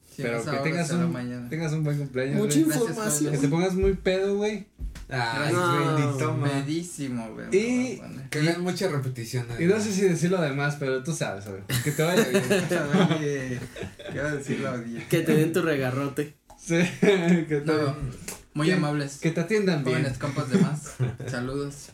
Speaker 4: Sí,
Speaker 3: pero
Speaker 4: esa
Speaker 3: que
Speaker 4: hora
Speaker 3: tengas
Speaker 4: será
Speaker 3: un,
Speaker 4: mañana.
Speaker 3: tengas un buen cumpleaños.
Speaker 1: Mucha
Speaker 3: güey.
Speaker 4: Gracias,
Speaker 1: información.
Speaker 3: Que te pongas muy pedo, güey.
Speaker 2: Ay,
Speaker 1: No.
Speaker 2: güey, ni toma.
Speaker 4: Pedísimo, güey.
Speaker 3: Y-
Speaker 4: me voy a poner.
Speaker 2: Que hagan muchas repeticiones.
Speaker 3: Y no sé si decirlo además, pero tú sabes, güey. Que te vaya bien.
Speaker 4: Oye, ¿Qué va a decir la audiencia?
Speaker 1: Que te den tu regarrote.
Speaker 3: sí, que, te,
Speaker 4: No, muy
Speaker 3: Sí.
Speaker 4: amables.
Speaker 3: que te atiendan bien.
Speaker 4: Jóvenes compas de más. Saludos.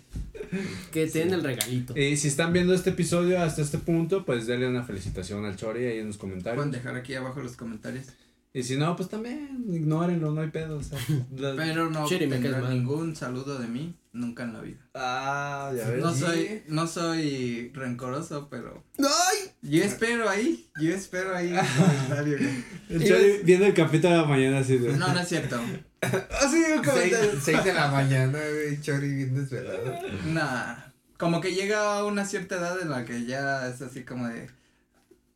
Speaker 1: Que te den el regalito.
Speaker 3: Y si están viendo este episodio hasta este punto, pues denle una felicitación al Chori ahí en los comentarios.
Speaker 4: Pueden dejar aquí abajo los comentarios.
Speaker 3: Y si no, pues también ignórenlo, no hay pedo. O sea, las-
Speaker 4: Pero no
Speaker 1: Chiri, me
Speaker 4: tendrán
Speaker 1: caes mal.
Speaker 4: ningún saludo de mí, nunca en la vida.
Speaker 3: Ah, ya ves.
Speaker 4: No
Speaker 2: Sí.
Speaker 4: soy, no soy rencoroso, pero
Speaker 1: ¡Ay!
Speaker 4: yo espero ahí, yo espero ahí un comentario. güey.
Speaker 3: El Chori viendo el capítulo de la mañana así de.
Speaker 4: No, no es cierto.
Speaker 3: Ah, sí, un comentario.
Speaker 2: Seis, seis de la mañana, güey, Chori bien desvelado.
Speaker 4: Nah, como que llega a una cierta edad en la que ya es así como de,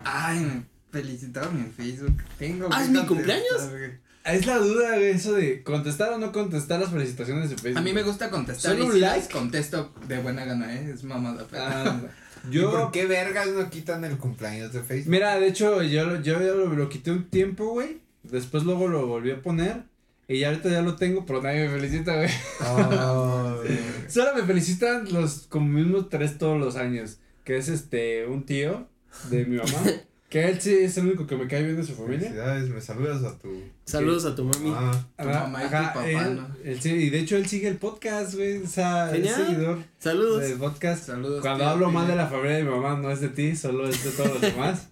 Speaker 4: ay, me felicitaron en Facebook. Tengo
Speaker 1: ¿Ah,
Speaker 4: que
Speaker 1: es mi
Speaker 4: contestar,
Speaker 1: cumpleaños?
Speaker 4: güey.
Speaker 3: Es la duda, güey, eso de contestar o no contestar las felicitaciones de Facebook.
Speaker 4: A mí me gusta contestar
Speaker 3: Solo
Speaker 4: y
Speaker 3: un
Speaker 4: si las
Speaker 3: like.
Speaker 4: contesto de buena gana, ¿eh? es mamada. pero-
Speaker 3: Ah,
Speaker 2: Yo... ¿Por
Speaker 3: yo.
Speaker 2: qué vergas no quitan el cumpleaños de Facebook?
Speaker 3: Mira, de hecho, yo, lo- yo ya lo, lo quité un tiempo, güey. Después luego lo volví a poner. Y ya ahorita ya lo tengo, pero nadie me felicita, güey.
Speaker 2: Oh,
Speaker 3: Solo me felicitan los como mismos tres todos los años. Que es este, un tío de mi mamá. que él sí es el único que me cae bien de su familia.
Speaker 2: Felicidades, me saludas a tu Ah,
Speaker 1: Saludos a tu mami.
Speaker 4: Ah.
Speaker 2: mamá.
Speaker 4: Tu
Speaker 3: Ajá,
Speaker 4: mamá y tu
Speaker 3: ajá,
Speaker 4: papá,
Speaker 3: él-
Speaker 4: ¿no?
Speaker 3: él sí, y de hecho él sigue el podcast, güey. O sea, es
Speaker 1: Genial.
Speaker 3: seguidor
Speaker 1: Saludos.
Speaker 3: del podcast.
Speaker 4: Saludos.
Speaker 3: Cuando
Speaker 4: tío
Speaker 3: hablo
Speaker 4: Pime.
Speaker 3: mal de la familia de mi mamá, no es de ti, solo es de todos los demás.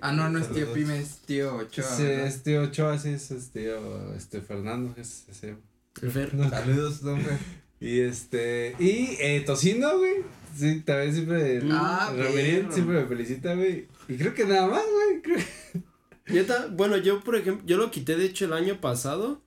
Speaker 4: Ah, no, no es tío
Speaker 2: Saludos.
Speaker 4: Pime, es tío Ochoa.
Speaker 3: Sí,
Speaker 4: ¿verdad?
Speaker 3: es tío Ochoa, sí, es, es tío este, Fernando. Es, es- sí.
Speaker 1: El Fer.
Speaker 2: Saludos, don Fer.
Speaker 3: Y este. Y eh, Tocino, güey. Sí, también siempre.
Speaker 4: Ah,
Speaker 3: Ramírez
Speaker 4: perro.
Speaker 3: siempre me felicita, güey. Y creo que nada más, güey. creo-
Speaker 1: Neta, bueno, yo por ejemplo, yo lo quité de hecho el año pasado.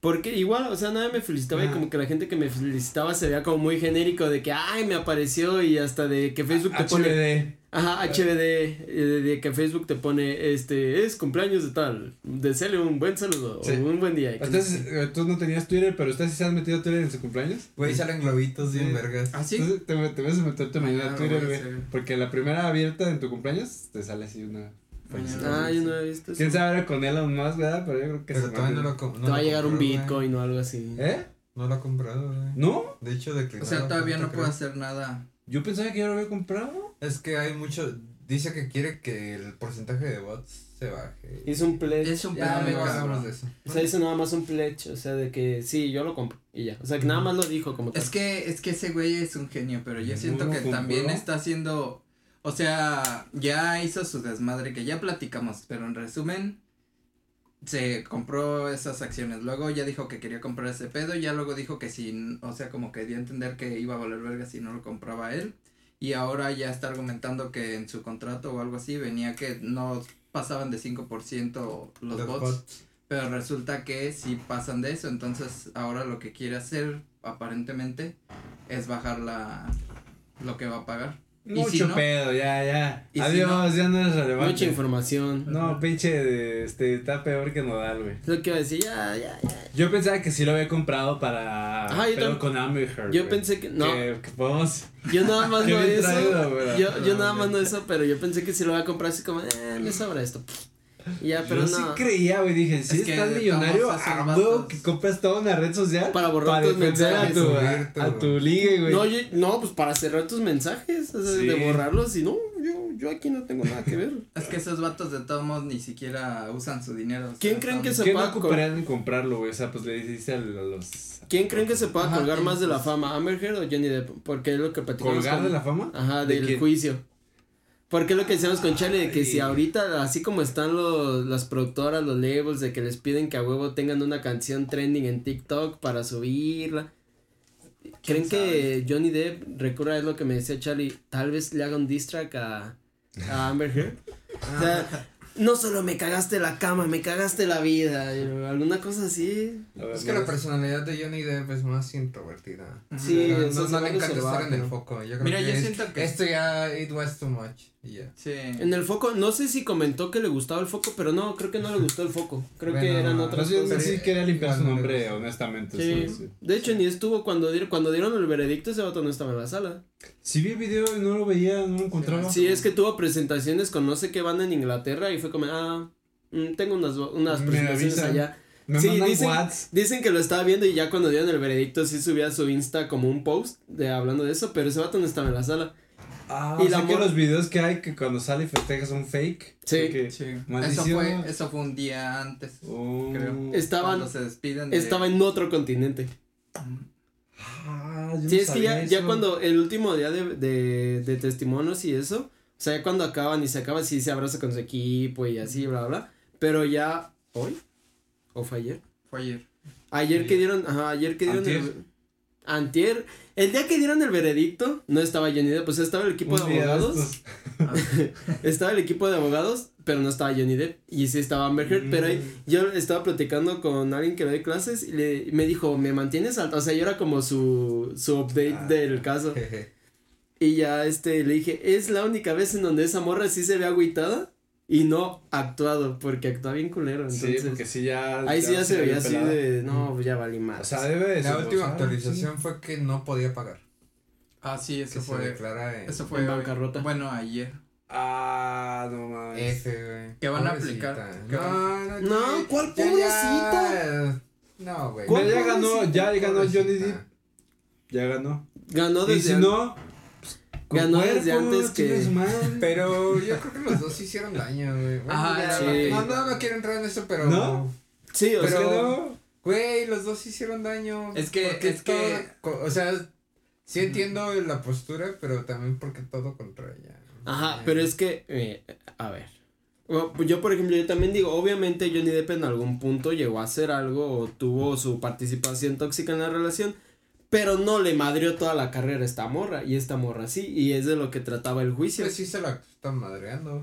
Speaker 1: Porque igual, o sea, nadie me felicitaba y
Speaker 3: Ah.
Speaker 1: como que la gente que me felicitaba se veía como muy genérico de que, ay, me apareció y hasta de que Facebook te pone...
Speaker 3: HBD.
Speaker 1: Ajá, HBD, eh, de, que Facebook te pone, este, es cumpleaños de tal, desele un buen saludo
Speaker 3: Sí.
Speaker 1: o un buen día. y que no sé
Speaker 3: Ustedes, eh, tú no tenías Twitter, pero ustedes sí se han metido a Twitter en su cumpleaños.
Speaker 2: Güey, salen globitos bien
Speaker 3: Sí.
Speaker 2: vergas.
Speaker 4: ¿Ah, sí?
Speaker 3: Entonces, te, te ves a meterte mañana
Speaker 4: Ah,
Speaker 3: a Twitter,
Speaker 4: güey,
Speaker 3: güey.
Speaker 4: sí.
Speaker 3: Porque la primera abierta en tu cumpleaños te sale así una.
Speaker 1: qué.
Speaker 4: Mañana.
Speaker 1: Ah, yo no he visto eso.
Speaker 3: Quién sabe ahora con Elon más, ¿verdad? Pero yo creo que
Speaker 2: Pero
Speaker 3: se
Speaker 2: todavía no
Speaker 3: mantiene.
Speaker 2: lo com- no
Speaker 1: Te va
Speaker 2: lo
Speaker 1: a llegar un
Speaker 2: compró, güey.
Speaker 1: Bitcoin o algo así.
Speaker 3: ¿Eh?
Speaker 2: No lo ha comprado, güey.
Speaker 3: ¿No?
Speaker 2: De hecho,
Speaker 4: O
Speaker 2: declaró.
Speaker 4: sea,
Speaker 3: Ah,
Speaker 4: todavía no puedo
Speaker 2: puedo
Speaker 4: hacer nada.
Speaker 3: Yo pensaba que ya lo había comprado.
Speaker 2: Es que hay mucho. Dice que quiere que el porcentaje de bots se baje.
Speaker 1: Es un pledge.
Speaker 4: Es un
Speaker 1: ya,
Speaker 2: Ya,
Speaker 4: Ah, me
Speaker 2: luego
Speaker 1: o sea,
Speaker 4: cabrón.
Speaker 2: hablamos de eso.
Speaker 1: O sea, hizo nada más un pledge, o sea, de que sí, yo lo compro y ya. O sea, que nada más lo dijo como tal.
Speaker 4: Es que, es que ese güey es un genio, pero yo
Speaker 3: Ujú,
Speaker 4: siento que
Speaker 3: con
Speaker 4: también
Speaker 3: puro.
Speaker 4: está haciendo, o sea, ya hizo su desmadre que ya platicamos, pero en resumen, se compró esas acciones, luego ya dijo que quería comprar ese pedo, ya luego dijo que si, o sea, como que dio a entender que iba a valer verga si no lo compraba él, y ahora ya está argumentando que en su contrato o algo así venía que no pasaban de 5% los bots. Pero resulta que si pasan de eso, entonces ahora lo que quiere hacer, aparentemente, es bajar la lo que va a pagar. ¿Y
Speaker 3: Mucho
Speaker 4: si no?
Speaker 3: pedo, ya, ya.
Speaker 4: ¿Y si
Speaker 3: Adiós, ya no es
Speaker 1: Mucha
Speaker 3: relevante.
Speaker 1: información.
Speaker 3: no, pinche, de- este, está peor que Nodal, güey.
Speaker 1: Es lo que iba a decir, ya, ya, ya.
Speaker 3: Yo pensaba que sí lo había comprado para.
Speaker 1: Ajá, yo tam-
Speaker 3: pero con Amber.
Speaker 1: Yo pensé que, no,
Speaker 3: Que, que podemos.
Speaker 1: yo nada más
Speaker 3: Qué
Speaker 1: no
Speaker 3: bien
Speaker 1: eso,
Speaker 3: traído, güey.
Speaker 1: yo, yo
Speaker 3: No,
Speaker 1: nada más
Speaker 3: ok.
Speaker 1: no eso, pero yo pensé que si lo iba a comprar así como, eh, me sobra esto, Y ya, pero
Speaker 3: yo sí
Speaker 1: no,
Speaker 3: creía, güey. Dije, si
Speaker 4: Es que
Speaker 3: estás
Speaker 4: de
Speaker 3: millonario,
Speaker 4: todos esos
Speaker 3: a huevo
Speaker 4: vatos-
Speaker 3: que compras toda una red social.
Speaker 1: Para borrar tus
Speaker 3: defender
Speaker 1: mensajes.
Speaker 3: A tu, a, a tu ligue, güey.
Speaker 1: no, yo, no, pues para cerrar tus mensajes, o sea,
Speaker 3: Sí.
Speaker 1: de borrarlos y no, yo, yo aquí no tengo nada que ver,
Speaker 4: Es que esos vatos de todos modos ni siquiera usan su dinero. o sea,
Speaker 1: ¿Quién creen
Speaker 4: son-
Speaker 1: que se-
Speaker 3: ¿Qué no
Speaker 1: Paco.
Speaker 3: comprarían en comprarlo, güey? O sea, pues le dijiste a los.
Speaker 1: ¿quién creen que se pueda
Speaker 4: Ajá,
Speaker 1: colgar
Speaker 4: ¿quién?
Speaker 1: más de la fama, Amber Heard o Johnny Depp? Porque es lo que platicamos
Speaker 3: ¿Colgar
Speaker 1: con-
Speaker 3: de la fama?
Speaker 1: Ajá,
Speaker 3: ¿De
Speaker 1: del
Speaker 3: quién?
Speaker 1: juicio. Porque es lo que decíamos con Charlie, de que si
Speaker 3: Ay.
Speaker 1: ahorita, así como están los, las productoras, los labels, de que les piden que a huevo tengan una canción trending en TikTok para subirla. ¿Creen que Johnny Depp recurra es lo que me decía Charlie? Tal vez le haga un diss track a, a Amber Heard. O sea, no solo me cagaste la cama, me cagaste la vida. y Alguna cosa así.
Speaker 3: A ver,
Speaker 2: Es que
Speaker 3: no
Speaker 2: la personalidad de Johnny Depp es más introvertida.
Speaker 1: Sí,
Speaker 2: no,
Speaker 1: eso
Speaker 2: no,
Speaker 1: es
Speaker 2: no le
Speaker 1: algo
Speaker 2: encanta estar en
Speaker 1: salvaje,
Speaker 2: el
Speaker 1: ¿no?
Speaker 2: foco. Yo creo
Speaker 4: Mira,
Speaker 2: que
Speaker 4: yo
Speaker 2: es-
Speaker 4: siento que-
Speaker 2: Esto ya, it was too much. Y ya.
Speaker 4: Sí.
Speaker 1: En el foco, no sé si comentó que le gustaba el foco, pero no, creo que no le gustó el foco. Creo que
Speaker 2: Bueno,
Speaker 1: eran
Speaker 2: más
Speaker 1: otras
Speaker 3: Más bien,
Speaker 1: cosas.
Speaker 3: sí quería limpiar su
Speaker 2: Igual no le
Speaker 3: nombre,
Speaker 2: gusta.
Speaker 3: honestamente.
Speaker 1: Sí.
Speaker 3: Sí. sí.
Speaker 1: De hecho, ni estuvo cuando dieron, cuando dieron el veredicto, ese vato no estaba en la sala.
Speaker 3: Si vi el video y no lo veía, no lo encontraba.
Speaker 1: Sí, es que tuvo presentaciones con no sé qué banda en Inglaterra y fue como, ah, mm, tengo unas, vo- unas
Speaker 3: Me
Speaker 1: presentaciones
Speaker 3: avisan.
Speaker 1: allá.
Speaker 3: Me
Speaker 1: sí,
Speaker 3: mandan
Speaker 1: dicen-
Speaker 3: Whats.
Speaker 1: Dicen que lo estaba viendo y ya cuando dieron el veredicto sí subía a su Insta como un post de hablando de eso, pero ese vato no estaba en la sala.
Speaker 3: Ah,
Speaker 1: Y
Speaker 3: y
Speaker 1: la
Speaker 3: que
Speaker 1: mor-
Speaker 3: los videos que hay que cuando sale y festeja son fake.
Speaker 1: Sí.
Speaker 3: Porque-
Speaker 4: Sí. Eso
Speaker 3: Maldición.
Speaker 4: fue, eso fue un día antes.
Speaker 3: Oh.
Speaker 4: Creo.
Speaker 1: Estaban,
Speaker 4: Cuando se despiden. de-
Speaker 1: estaba en otro continente.
Speaker 3: Ah, yo no
Speaker 1: Sí, es que
Speaker 3: sabía
Speaker 1: ya, ya
Speaker 3: eso.
Speaker 1: cuando el último día de, de, de testimonios y eso, o sea, ya cuando acaban y se acaba, sí se abraza con su equipo y así, bla, bla, bla. Pero ya hoy, o fue ayer.
Speaker 4: Fue ayer.
Speaker 1: Ayer que
Speaker 3: Ayer.
Speaker 1: dieron, ajá, ayer que dieron
Speaker 3: Antier.
Speaker 1: el antier, el día que dieron el veredicto, no estaba Johnny Depp, pues estaba el equipo
Speaker 3: Un
Speaker 1: de
Speaker 3: día de
Speaker 1: abogados,
Speaker 3: estos.
Speaker 1: estaba el equipo de abogados, pero no estaba Johnny Depp, y sí estaba Amber Heard, pero ahí
Speaker 3: Mm.
Speaker 1: yo estaba platicando con alguien que le doy clases, y le, me dijo, ¿me mantienes al-?" O sea, yo era como su, su update
Speaker 2: Ah.
Speaker 1: del caso,
Speaker 2: Jeje.
Speaker 1: y ya, este, le dije, es la única vez en donde esa morra sí se ve agüitada, y no actuado, porque actúa bien culero,
Speaker 3: Sí,
Speaker 1: entonces,
Speaker 3: porque sí ya.
Speaker 1: ahí sí ya se veía
Speaker 3: ve
Speaker 1: así
Speaker 3: pelada. Mm.
Speaker 1: de, no, pues ya valí más.
Speaker 3: O sea, debe de
Speaker 2: La
Speaker 3: ser-
Speaker 2: última
Speaker 3: ah,
Speaker 2: actualización fue que no podía pagar.
Speaker 4: Ah, sí,
Speaker 2: Que se
Speaker 4: eso fue.
Speaker 2: declara en
Speaker 4: Eso fue.
Speaker 1: En
Speaker 4: hoy.
Speaker 1: bancarrota.
Speaker 4: Bueno, ayer.
Speaker 3: sí. Ah, no mames.
Speaker 2: F, güey.
Speaker 4: Que van a
Speaker 2: Pobrecita.
Speaker 4: aplicar. Que
Speaker 2: No, no,
Speaker 1: No,
Speaker 2: ya-
Speaker 1: ¿cuál
Speaker 2: ya-
Speaker 1: pobrecita?
Speaker 2: No, güey.
Speaker 1: ¿Cuál
Speaker 3: Ya, ya ganó, ya ganó Johnny
Speaker 2: Pobrecita.
Speaker 3: Depp. Ya ganó.
Speaker 1: Ganó
Speaker 3: Y
Speaker 1: desde
Speaker 3: si
Speaker 1: an-
Speaker 3: no, pues, con
Speaker 1: Ganó desde
Speaker 3: cuerpo,
Speaker 1: antes que-
Speaker 3: chingue su madre.
Speaker 2: Pero yo creo que los dos hicieron daño, güey. Bueno,
Speaker 4: Ajá,
Speaker 2: ya,
Speaker 1: sí.
Speaker 2: No, no, no quiero entrar en eso, pero.
Speaker 3: ¿No?
Speaker 1: Sí, o
Speaker 3: Pero-
Speaker 1: sea,
Speaker 2: Güey, los dos hicieron daño.
Speaker 4: Es que-
Speaker 2: Porque
Speaker 4: es que-
Speaker 2: todo- O sea, sí entiendo la postura, pero también porque todo contra ella.
Speaker 1: Ajá, pero es que, eh, a ver, O, pues, Yo, por ejemplo, yo también digo, obviamente Johnny Depp en algún punto llegó a hacer algo o tuvo su participación tóxica en la relación, pero no le madrió toda la carrera a esta morra, y esta morra sí, y es de lo que trataba el juicio.
Speaker 2: Pues sí se la están madreando.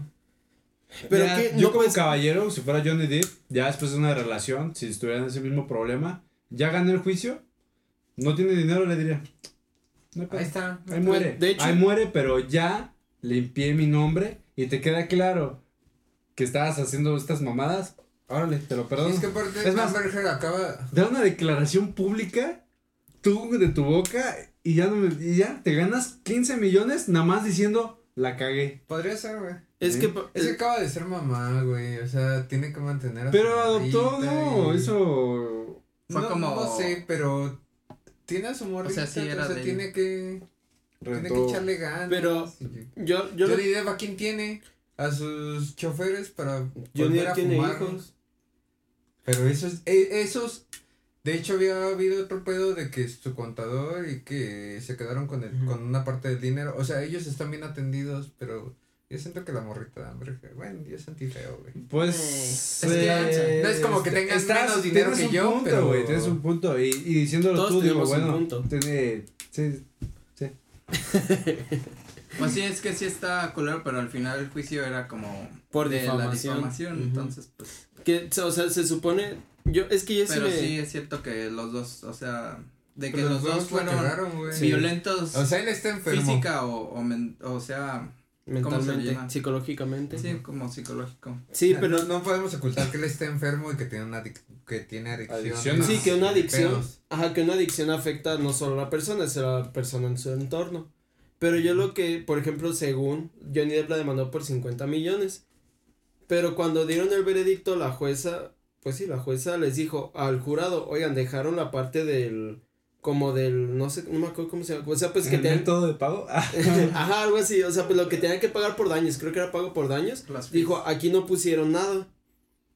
Speaker 1: pero
Speaker 3: Mira,
Speaker 1: que
Speaker 3: yo
Speaker 1: no
Speaker 3: como
Speaker 1: puedes-
Speaker 3: caballero, si fuera Johnny Depp, ya después de una relación, si estuvieran en ese mismo problema, ya gané el juicio, no tiene dinero, le diría. "No hay pedo,
Speaker 4: Ahí está.
Speaker 3: ahí muere.
Speaker 1: de hecho-
Speaker 3: ahí muere, pero ya limpié mi nombre y te queda claro que estabas haciendo estas mamadas. Órale, te lo perdono.
Speaker 2: Y es que aparte,
Speaker 3: Es más-
Speaker 2: Amber Heard acaba.
Speaker 3: Da una declaración pública, tú de tu boca, y ya, no me- y ya te ganas 15 millones nada más diciendo, la cagué.
Speaker 2: Podría ser, güey.
Speaker 1: Es que... eh,
Speaker 2: Es que
Speaker 4: Eh.
Speaker 2: acaba de ser mamá, güey. O sea, tiene que mantener a su
Speaker 3: Pero adoptó,
Speaker 2: morrita
Speaker 3: no,
Speaker 2: y-
Speaker 3: eso...
Speaker 4: Fue
Speaker 2: no,
Speaker 4: como-
Speaker 2: No sé, pero. Tiene a su morrita.
Speaker 4: O sea, sí era
Speaker 2: o sea,
Speaker 4: de
Speaker 2: tiene
Speaker 4: él.
Speaker 2: que. Tiene que
Speaker 3: rentó.
Speaker 2: echarle ganas.
Speaker 1: Pero-
Speaker 2: Y-
Speaker 1: Yo, yo,
Speaker 2: Johnny Depp a quién tiene a sus choferes para
Speaker 1: Johnny
Speaker 2: volver
Speaker 1: Depp
Speaker 2: a
Speaker 1: tiene
Speaker 2: fumar.
Speaker 1: hijos.
Speaker 2: Pero esos, e- esos, de hecho había habido otro pedo de que su contador y que se quedaron con el,
Speaker 1: Ujú.
Speaker 2: con una parte del dinero. O sea, ellos están bien atendidos, pero yo siento que la morrita de hambre, bueno, yo sentí feo, güey.
Speaker 3: Pues.
Speaker 4: Es que,
Speaker 3: eh,
Speaker 2: no es como que tengas menos dinero
Speaker 3: tienes
Speaker 2: que
Speaker 3: un
Speaker 2: yo,
Speaker 3: punto,
Speaker 2: pero-
Speaker 3: güey, tienes un punto. Y, y diciéndolo
Speaker 1: Todos
Speaker 3: tú, digo,
Speaker 1: tenemos un
Speaker 3: bueno.
Speaker 1: punto.
Speaker 3: tiene- sí,
Speaker 4: Pues sí, es que sí está culero, pero al final el juicio era como.
Speaker 1: Por
Speaker 4: de la
Speaker 1: difamación.
Speaker 4: difamación.
Speaker 1: Ujú.
Speaker 4: Entonces, pues.
Speaker 1: que, o sea, se supone... Yo, es que ya se
Speaker 4: Pero
Speaker 1: me-
Speaker 4: sí es cierto que los dos, o sea, de que
Speaker 2: Pero
Speaker 4: los, dos
Speaker 2: la
Speaker 4: fueron
Speaker 2: cagaron, güey.
Speaker 4: violentos
Speaker 2: O sea, él está enfermo.
Speaker 4: física o, o, men- o sea,
Speaker 1: mentalmente,
Speaker 4: llama?
Speaker 1: psicológicamente.
Speaker 4: sí, como psicológico.
Speaker 1: Sí,
Speaker 2: pero
Speaker 1: pero
Speaker 2: no podemos ocultar que él está enfermo y que tiene una adic- que tiene adicción.
Speaker 3: Adicción,
Speaker 1: Sí, que una adicción,
Speaker 2: Pedos.
Speaker 1: ajá, que una adicción afecta no solo a la persona, sino a la persona en su entorno. Pero yo lo que, por ejemplo, según Johnny Depp la demandó por 50 millones. Pero cuando dieron el veredicto, la jueza, pues sí, la jueza les dijo al jurado, oigan, dejaron la parte del, como del, no sé, no me acuerdo cómo se llama, o sea, pues que
Speaker 3: ¿El
Speaker 1: tenían,
Speaker 3: método de pago? Ah,
Speaker 1: ajá, algo así, o sea, pues lo que tenían que pagar por daños, creo que era pago por daños,
Speaker 4: Las
Speaker 1: Dijo, aquí no pusieron nada.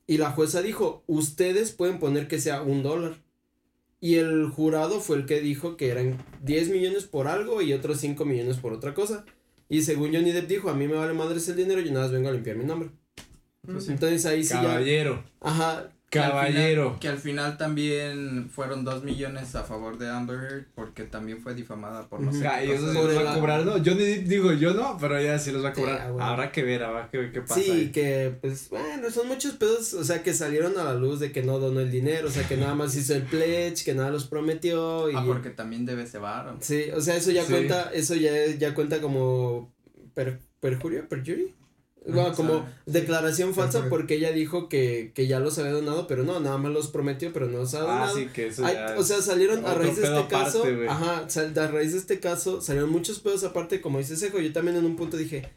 Speaker 1: Y la jueza dijo, ustedes pueden poner que sea un dólar. Y el jurado fue el que dijo que eran 10 millones por algo y otros 5 millones por otra cosa. Y según Johnny Depp dijo, a mí me vale madres el dinero, yo nada más vengo a limpiar mi nombre.
Speaker 4: Pues sí.
Speaker 1: Entonces ahí sí ya...
Speaker 3: caballero.
Speaker 1: Ajá,
Speaker 4: Que al
Speaker 3: Caballero.
Speaker 4: final- Que al final también fueron dos millones a favor de Amber Heard porque también fue difamada por no sé.
Speaker 3: Ah, y
Speaker 4: qué
Speaker 3: eso sí
Speaker 4: cosas.
Speaker 1: Por
Speaker 3: los va a
Speaker 1: el-
Speaker 3: cobrar, ¿no? Johnny Depp digo yo no, pero ya sí los va a
Speaker 1: Sí,
Speaker 3: cobrar.
Speaker 1: ah, güey.
Speaker 3: Habrá que ver, habrá que ver qué pasa.
Speaker 1: sí,
Speaker 3: ahí.
Speaker 1: que pues bueno, son muchos pedos, o sea, que salieron a la luz de que no donó el dinero, o sea, que nada más hizo el pledge, que nada los prometió y...
Speaker 4: Ah, porque también debe cebar.
Speaker 1: Sí, o sea, eso ya
Speaker 3: Sí.
Speaker 1: cuenta, eso ya, ya cuenta como per, perjurio, perjury. Bueno,
Speaker 4: Ah,
Speaker 1: como
Speaker 4: sabe,
Speaker 1: declaración falsa
Speaker 2: Perjurio.
Speaker 1: porque ella dijo que, que ya los había donado, pero no, nada más los prometió, pero no los ha
Speaker 3: Ah,
Speaker 1: donado.
Speaker 3: sí, que eso
Speaker 1: Ay,
Speaker 3: ya.
Speaker 1: o sea, salieron a
Speaker 3: otro
Speaker 1: raíz de
Speaker 3: pedo
Speaker 1: este caso,
Speaker 3: aparte, güey.
Speaker 1: ajá, sal- a raíz de este caso salieron muchos pedos aparte, como dice Sejo, yo también en un punto dije,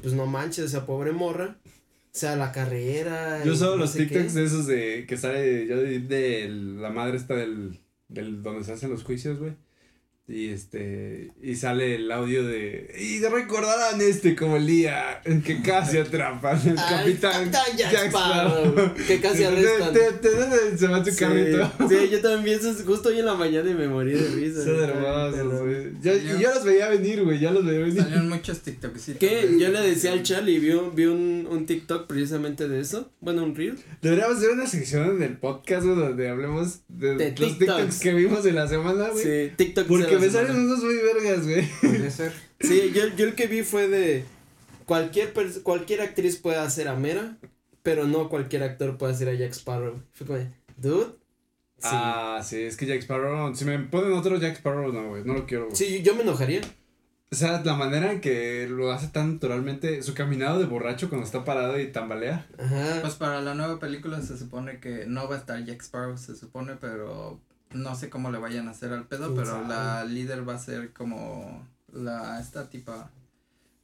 Speaker 1: pues no manches, esa pobre morra, o sea, la carrera.
Speaker 3: yo
Speaker 1: y
Speaker 3: solo
Speaker 1: no
Speaker 3: los
Speaker 1: sé qué.
Speaker 3: TikToks de esos de que sale Johnny Depp de la madre esta del, del donde se hacen los juicios, güey. Y este y sale el audio de y recordarán este como el día en que casi atrapan al
Speaker 1: Ay,
Speaker 3: capitán
Speaker 1: Capitán Jack
Speaker 3: Jack
Speaker 1: Sparrow,
Speaker 3: Sparrow.
Speaker 1: que casi arrestan.
Speaker 3: Te- te- te- Se va tu
Speaker 1: Sí,
Speaker 3: carrito.
Speaker 1: sí, yo también, eso es justo hoy en la mañana y me morí de risa.
Speaker 3: Son hermosos, güey. Yo, y yo los veía venir, güey, ya los veía venir.
Speaker 4: Salieron muchos TikToks.
Speaker 1: Que yo le decía al Charlie, vi, un- vi un, un TikTok precisamente de eso. Bueno, un reel.
Speaker 3: Deberíamos hacer una sección en el podcast güey, donde hablemos de,
Speaker 1: De
Speaker 3: los
Speaker 1: TikToks.
Speaker 3: TikToks que vimos en la semana, Ah, güey.
Speaker 1: Sí, TikTok. de
Speaker 3: Porque
Speaker 1: la
Speaker 3: me
Speaker 1: semana.
Speaker 3: salen unos muy vergas, güey.
Speaker 2: Podría ser.
Speaker 1: Sí, yo, yo el que vi fue de. Cualquier, pers- cualquier actriz puede hacer a Mera, pero no cualquier actor puede hacer a Jack Sparrow. Fue como, de, dude. Sí.
Speaker 3: Ah, sí, es que Jack Sparrow. Si me ponen otro Jack Sparrow, no, güey. No lo quiero, güey.
Speaker 1: Sí, yo me enojaría.
Speaker 3: O sea, la manera en que lo hace tan naturalmente. Su caminado de borracho cuando está parado y tambalea.
Speaker 4: Pues
Speaker 1: Ajá.
Speaker 4: para la nueva película se supone que no va a estar Jack Sparrow, se supone, pero no sé cómo le vayan a hacer al pedo,
Speaker 1: ¿Quién
Speaker 4: pero
Speaker 1: sabe?
Speaker 4: la líder va a ser como la esta tipa,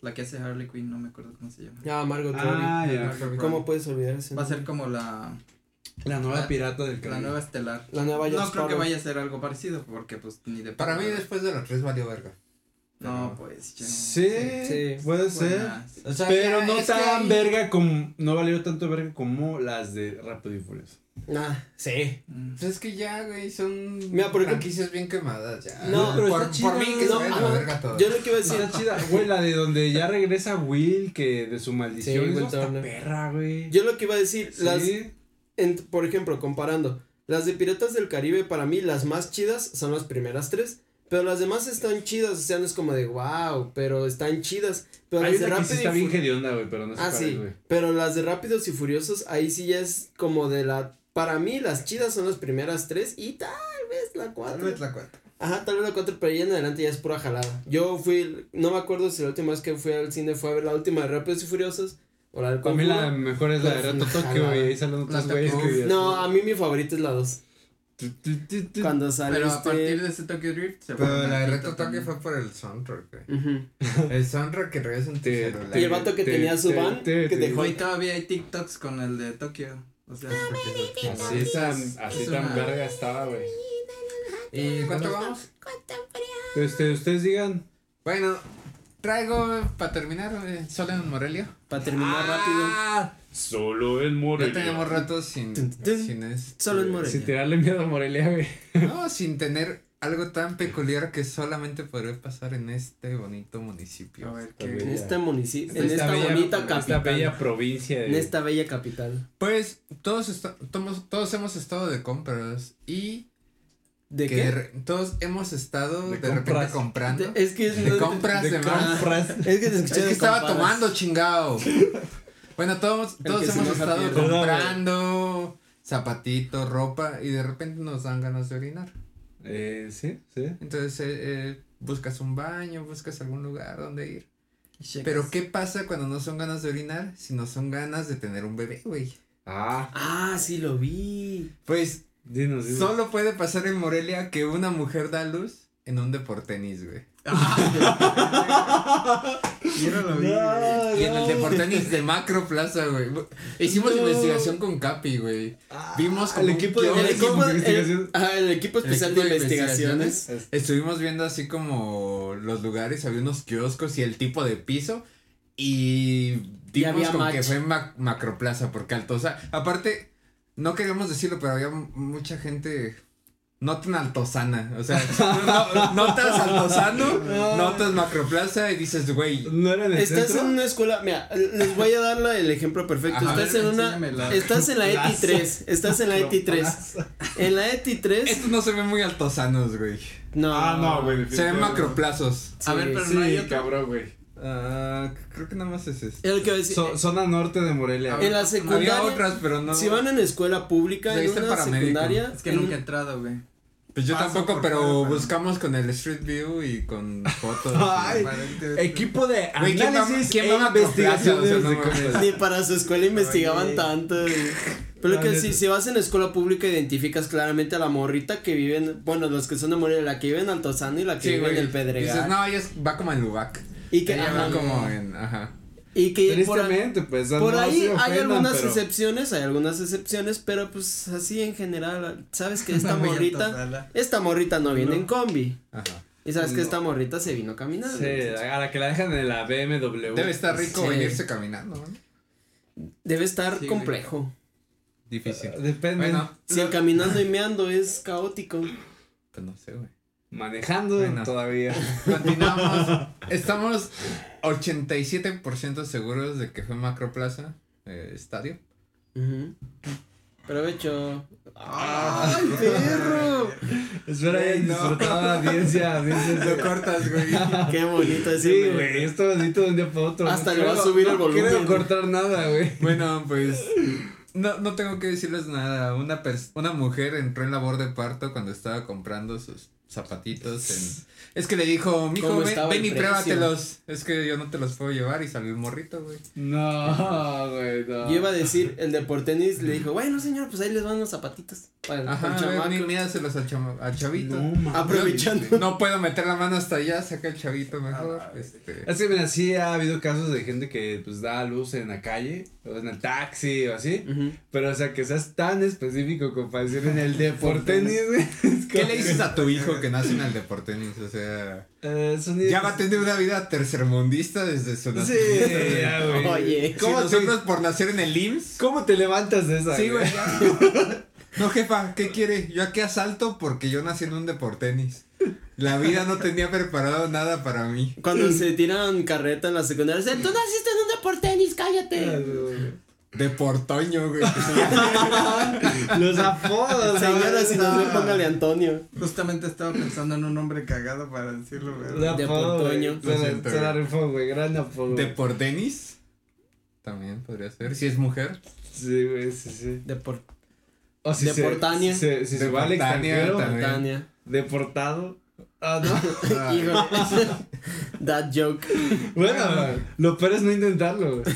Speaker 4: la que hace Harley Quinn, no me acuerdo cómo se llama.
Speaker 1: Ah, Margot
Speaker 3: Ah,
Speaker 1: Robbie.
Speaker 3: ya.
Speaker 4: Margot
Speaker 1: ¿Cómo
Speaker 4: Robbie.
Speaker 1: puedes olvidar ese
Speaker 4: Va a ser
Speaker 1: nombre?
Speaker 4: como la,
Speaker 3: La
Speaker 1: Ah,
Speaker 3: nueva pirata del
Speaker 4: la
Speaker 3: Caribe.
Speaker 4: nueva estelar.
Speaker 1: La nueva Jack
Speaker 4: no creo que
Speaker 1: Sparrow.
Speaker 4: vaya a ser algo parecido, porque pues ni de
Speaker 2: Para mí
Speaker 4: pedo.
Speaker 2: después de las tres valió verga.
Speaker 4: No, pues, che.
Speaker 3: Sí,
Speaker 1: Sí. Ah,
Speaker 3: puede ser.
Speaker 4: Buenas.
Speaker 2: O sea,
Speaker 3: Pero
Speaker 2: ya,
Speaker 3: no
Speaker 2: es que
Speaker 3: tan
Speaker 2: ahí-
Speaker 3: verga como. No valió tanto verga como las de Rápido y Furioso.
Speaker 1: Ah, sí.
Speaker 4: Mm.
Speaker 2: Pues es que ya, güey, son
Speaker 1: Mira, por ejemplo-
Speaker 2: franquicias bien quemadas ya.
Speaker 1: No,
Speaker 3: pero
Speaker 2: por,
Speaker 3: está chida.
Speaker 2: por mí que
Speaker 1: No,
Speaker 2: se vayan a
Speaker 1: ajá.
Speaker 2: la verga todas.
Speaker 1: Yo lo que iba a decir.
Speaker 3: Está chida, güey, la de donde ya regresa Will, que de su maldición.
Speaker 1: Sí,
Speaker 3: eso
Speaker 1: Will
Speaker 3: está
Speaker 1: Turner.
Speaker 3: perra, güey.
Speaker 1: Yo lo que iba a decir,
Speaker 3: Sí.
Speaker 1: las, en- por ejemplo, comparando, las de Piratas del Caribe, para mí las más chidas son las primeras tres. Pero las demás están chidas, o sea, no es como de wow, pero están chidas. Pero
Speaker 3: Hay
Speaker 1: las de
Speaker 3: una que sí
Speaker 1: Rápido y
Speaker 3: está bien
Speaker 1: Furioso.
Speaker 3: hedionda, güey, pero no sé
Speaker 1: Ah,
Speaker 3: cuál es,
Speaker 1: sí.
Speaker 3: güey.
Speaker 1: Pero las de Rápidos y Furiosos, ahí sí ya es como de la. Para mí, las chidas son las primeras tres y tal vez la
Speaker 2: Tal
Speaker 1: cuatro.
Speaker 2: vez la cuenta.
Speaker 1: Ajá, tal vez la cuatro, pero ahí en adelante ya es pura jalada. Yo fui, no me acuerdo si la última vez que fui al cine fue a ver la última de Rápidos y Furiosos o la del
Speaker 3: Para mí la
Speaker 1: Conjuro.
Speaker 3: mejor es la de
Speaker 1: Pero es
Speaker 3: Reto
Speaker 1: Pues, una
Speaker 3: Tokio,
Speaker 1: jalada.
Speaker 3: güey. Ahí salen otros
Speaker 4: Reto
Speaker 3: güeyes
Speaker 4: Tokio.
Speaker 3: que.
Speaker 1: No, a mí mi favorita es la dos.
Speaker 3: Tu, tu, tu, tu.
Speaker 1: Cuando sale
Speaker 4: Pero a
Speaker 1: este-
Speaker 4: partir de ese Tokyo Drift se
Speaker 2: Pero
Speaker 4: vuelve
Speaker 2: la de
Speaker 4: adicto
Speaker 2: Reto Toque
Speaker 4: también.
Speaker 2: fue por el soundtrack, güey.
Speaker 1: Ujú.
Speaker 2: El soundtrack que regresa en tu
Speaker 3: Te-
Speaker 2: celular.
Speaker 1: Y el vato que
Speaker 3: Te-
Speaker 1: tenía su
Speaker 3: te-
Speaker 1: van,
Speaker 3: te-
Speaker 1: que
Speaker 3: te-
Speaker 1: dejó
Speaker 4: Hoy todavía hay TikToks con el de Tokio. O sea,
Speaker 3: Así tan, así
Speaker 4: Es
Speaker 3: tan
Speaker 4: una-
Speaker 3: verga estaba, güey.
Speaker 2: ¿Y cuánto Eh, vamos?
Speaker 3: Este, ustedes digan.
Speaker 2: Bueno, traigo para terminar eh, solo en Morelia.
Speaker 1: para
Speaker 3: Ah.
Speaker 1: terminar rápido.
Speaker 3: Solo en
Speaker 2: Ya
Speaker 3: Morelia.
Speaker 2: tenemos ratos sin,
Speaker 1: Tun, tun.
Speaker 2: sin es-
Speaker 1: Solo en Morelia.
Speaker 3: Eh, Sin tirarle miedo a Morelia, güey.
Speaker 2: No, sin tener algo tan peculiar que solamente podría pasar en este bonito
Speaker 4: a
Speaker 2: municipio.
Speaker 4: ver
Speaker 1: En
Speaker 4: qué.
Speaker 1: este municipio, en
Speaker 3: Esta
Speaker 1: esta,
Speaker 3: bella-
Speaker 1: bonita
Speaker 3: Esta
Speaker 1: capital.
Speaker 3: bella provincia.
Speaker 1: En
Speaker 3: De...
Speaker 1: esta bella capital.
Speaker 2: Pues todos, esta- tomos- todos hemos estado de compras y
Speaker 1: ¿De
Speaker 2: que de
Speaker 1: qué?
Speaker 2: re- todos hemos estado
Speaker 3: De
Speaker 2: de,
Speaker 3: compras.
Speaker 2: repente comprando.
Speaker 1: De- es que es
Speaker 2: De compras de, más.
Speaker 3: compras.
Speaker 1: Es que te
Speaker 2: Es
Speaker 1: escuché
Speaker 2: que
Speaker 1: de
Speaker 2: estaba
Speaker 1: comparas.
Speaker 2: tomando, chingao. Bueno, todos,
Speaker 1: El
Speaker 2: todos
Speaker 1: que se
Speaker 2: hemos
Speaker 1: enoja
Speaker 2: estado
Speaker 1: pierde.
Speaker 2: comprando zapatitos, ropa y de repente nos dan ganas de orinar.
Speaker 3: Eh, sí, sí.
Speaker 2: Entonces eh, eh, buscas un baño, buscas algún lugar donde ir.
Speaker 4: checas.
Speaker 2: Pero ¿qué pasa cuando no son ganas de orinar, sino son ganas de tener un bebé, güey?
Speaker 3: Ah,
Speaker 1: Ah, sí lo vi.
Speaker 2: Pues
Speaker 3: dinos, dinos.
Speaker 2: solo puede pasar en Morelia que una mujer da luz en un deportenis, güey.
Speaker 4: Yo no lo vi.
Speaker 2: Y en el deportenis de Macro Plaza, güey. Hicimos
Speaker 3: No. Ah,
Speaker 2: investigación con Capi, güey. Vimos como
Speaker 3: el
Speaker 2: un
Speaker 3: equipo de-
Speaker 1: El
Speaker 2: kiosco.
Speaker 1: equipo, el-
Speaker 3: investigación.
Speaker 1: ajá, el equipo especial
Speaker 2: El equipo
Speaker 1: de
Speaker 2: de
Speaker 1: investigaciones.
Speaker 3: Es-
Speaker 2: Estuvimos viendo así como los lugares, había unos kioscos y el tipo de piso. Y
Speaker 1: Y
Speaker 2: dimos
Speaker 1: había
Speaker 2: con
Speaker 1: match.
Speaker 2: que fue Mac- Macroplaza, porque Altosa. Aparte, no queríamos decirlo, pero había m- mucha gente. No tan altosana, o sea, no, no tan altosano, no tan macroplaza y dices, güey,
Speaker 3: No era en el
Speaker 1: Estás en
Speaker 3: centro.
Speaker 1: una escuela, mira, les voy a dar la- el ejemplo perfecto.
Speaker 4: Ajá,
Speaker 1: estás
Speaker 4: a ver,
Speaker 1: en una,
Speaker 4: enséñame la-
Speaker 1: estás en la ETI 3, estás en la ETI 3. En la ETI 3,
Speaker 2: estos no se ven muy altosanos, güey.
Speaker 1: no.
Speaker 3: Ah, no, güey.
Speaker 2: Se ven
Speaker 3: definitivamente.
Speaker 2: macroplazos.
Speaker 1: Sí,
Speaker 4: A ver, pero
Speaker 3: Sí,
Speaker 4: no hay otro.
Speaker 3: cabrón, güey.
Speaker 2: Ah, creo que nada más es este. eso.
Speaker 1: Es lo que iba a decir.
Speaker 3: So- zona norte de Morelia.
Speaker 1: en la
Speaker 2: Había
Speaker 1: secundaria,
Speaker 2: otras, pero no.
Speaker 1: si van en escuela pública, en
Speaker 2: Ahí está el
Speaker 1: una
Speaker 2: paramédico.
Speaker 1: secundaria.
Speaker 4: Es que
Speaker 1: en
Speaker 4: nunca he
Speaker 1: un-
Speaker 4: entrado, güey.
Speaker 2: Pues yo
Speaker 4: Paso
Speaker 2: tampoco,
Speaker 4: por
Speaker 2: pero
Speaker 4: fuera, pero-
Speaker 2: buscamos con el Street View y con fotos.
Speaker 3: Ay,
Speaker 2: Aparentemente.
Speaker 3: Equipo de
Speaker 2: Güey, ¿quién va-
Speaker 3: análisis
Speaker 2: quién
Speaker 3: e
Speaker 2: va a Macroplaza?
Speaker 3: investigaciones
Speaker 2: O sea, no
Speaker 3: de
Speaker 2: mames.
Speaker 3: compras.
Speaker 1: Ni para su escuela investigaban
Speaker 3: Oye.
Speaker 1: tanto. güey. Pero lo
Speaker 3: La
Speaker 1: que
Speaker 3: neta.
Speaker 1: si, si vas en escuela pública identificas claramente a la morrita que viven, bueno, los que son de Morelia, la que vive en Altozano y la que
Speaker 2: Sí,
Speaker 1: vive
Speaker 2: güey.
Speaker 1: en el Pedregal.
Speaker 2: Dices, no, ella es- va como en Lubac.
Speaker 1: y que,
Speaker 2: Ella va
Speaker 1: ajá.
Speaker 2: como en. Ajá.
Speaker 1: y que por, ahí-
Speaker 3: Tristemente, pues.
Speaker 1: por
Speaker 3: no
Speaker 1: ahí
Speaker 3: se
Speaker 1: hay
Speaker 3: ofendan,
Speaker 1: algunas
Speaker 3: pero-
Speaker 1: excepciones, hay algunas excepciones, pero pues así en general, sabes que esta
Speaker 4: Una muy
Speaker 1: morrita,
Speaker 4: altozana.
Speaker 1: esta morrita no viene en combi.
Speaker 2: Ajá.
Speaker 1: Y sabes que
Speaker 3: No.
Speaker 1: esta morrita se vino caminando.
Speaker 3: Sí,
Speaker 1: entonces,
Speaker 3: a la que la dejan en la BMW.
Speaker 2: Debe estar rico
Speaker 1: Sí.
Speaker 2: venirse caminando, ¿no?
Speaker 1: Debe estar
Speaker 4: Sí, güey.
Speaker 1: complejo.
Speaker 2: Difícil.
Speaker 3: Depende.
Speaker 2: Bueno,
Speaker 1: Si el caminando y meando es caótico.
Speaker 2: pues no sé, güey.
Speaker 3: Manejando
Speaker 2: Bueno.
Speaker 3: todavía.
Speaker 2: Continuamos. Estamos 87% seguros de que fue Macroplaza eh, Estadio.
Speaker 1: Provecho.
Speaker 4: Ah.
Speaker 1: ¡Ay, perro!
Speaker 3: Espera, ya disfrutaba la audiencia. audiencia
Speaker 2: Lo cortas, güey.
Speaker 1: Qué bonito ese
Speaker 3: Sí,
Speaker 1: meme.
Speaker 3: güey, esto bonito de un día para otro.
Speaker 1: Hasta
Speaker 3: No
Speaker 1: le va a
Speaker 3: quiero-
Speaker 1: subir el
Speaker 3: no
Speaker 1: volumen.
Speaker 3: quiero cortar nada, güey.
Speaker 2: Bueno, pues no, no tengo que decirles nada. Una, pers- una mujer entró en labor de parto cuando estaba comprando sus zapatitos. en- Es que le dijo, mijo,
Speaker 1: ¿Cómo
Speaker 2: ven,
Speaker 1: estaba
Speaker 2: ven
Speaker 1: el
Speaker 2: y
Speaker 1: precio?
Speaker 2: pruébatelos. Es que yo no te los puedo llevar y salió un morrito, güey.
Speaker 3: No, güey, no.
Speaker 1: Yo iba a decir, el de portenis le dijo, bueno, señor, pues ahí les van los zapatitos. Para el- para
Speaker 2: Ajá,
Speaker 1: el
Speaker 2: a ver,
Speaker 1: chamaco.
Speaker 2: ni míraselos al, chama- al chavito.
Speaker 3: No, mames.
Speaker 1: Aprovechando.
Speaker 2: No puedo meter la mano hasta allá, saca el chavito mejor.
Speaker 4: Ah,
Speaker 2: este.
Speaker 3: Es que, mira, sí ha habido casos de gente que, pues, da a luz en la calle, o en el taxi, o así.
Speaker 1: Ujú.
Speaker 3: Pero, o sea, que seas tan específico, compa, decir en el deportenis, güey. Es
Speaker 2: ¿Qué le dices a tu hijo que nace en el deportenis? O sea,
Speaker 3: Eh, sonido-
Speaker 2: ya va a tener una vida tercermundista desde su
Speaker 3: Sí,
Speaker 2: nacimiento.
Speaker 3: ya, güey.
Speaker 1: Oye,
Speaker 2: Si
Speaker 3: ¿Cómo, te,
Speaker 2: nosotros por nacer en el IMSS.
Speaker 3: ¿Cómo te levantas de esa?
Speaker 2: Sí, güey. No, jefa, ¿qué quiere? Yo aquí asalto porque yo nací en un deportenis. La vida no tenía preparado nada para mí.
Speaker 1: Cuando se tiran carreta en la secundaria, dicen, tú naciste en un deportenis, cállate.
Speaker 2: Deportoño, güey.
Speaker 3: Los apodos, Ah.
Speaker 1: Señora, si nos ve,
Speaker 4: no.
Speaker 1: póngale Antonio.
Speaker 4: Justamente estaba pensando en un nombre cagado para decirlo, pero.
Speaker 1: De portoño.
Speaker 3: Deportoño. Se,
Speaker 2: Lo
Speaker 3: la-
Speaker 2: siento,
Speaker 3: se la
Speaker 2: güey.
Speaker 3: rifó, güey. Gran apodo. güey.
Speaker 2: Deportenis. También podría ser. Si es mujer.
Speaker 3: Sí, güey, sí, sí.
Speaker 1: Depor-
Speaker 3: O si se-
Speaker 1: Deportánea.
Speaker 3: Si se, si se va al
Speaker 2: Deportánea
Speaker 3: extranjero.
Speaker 2: también.
Speaker 1: Tania.
Speaker 3: Deportado. Ah, no.
Speaker 1: Híjole. That joke.
Speaker 3: Bueno,
Speaker 2: Ah.
Speaker 3: lo peor es no intentarlo, güey.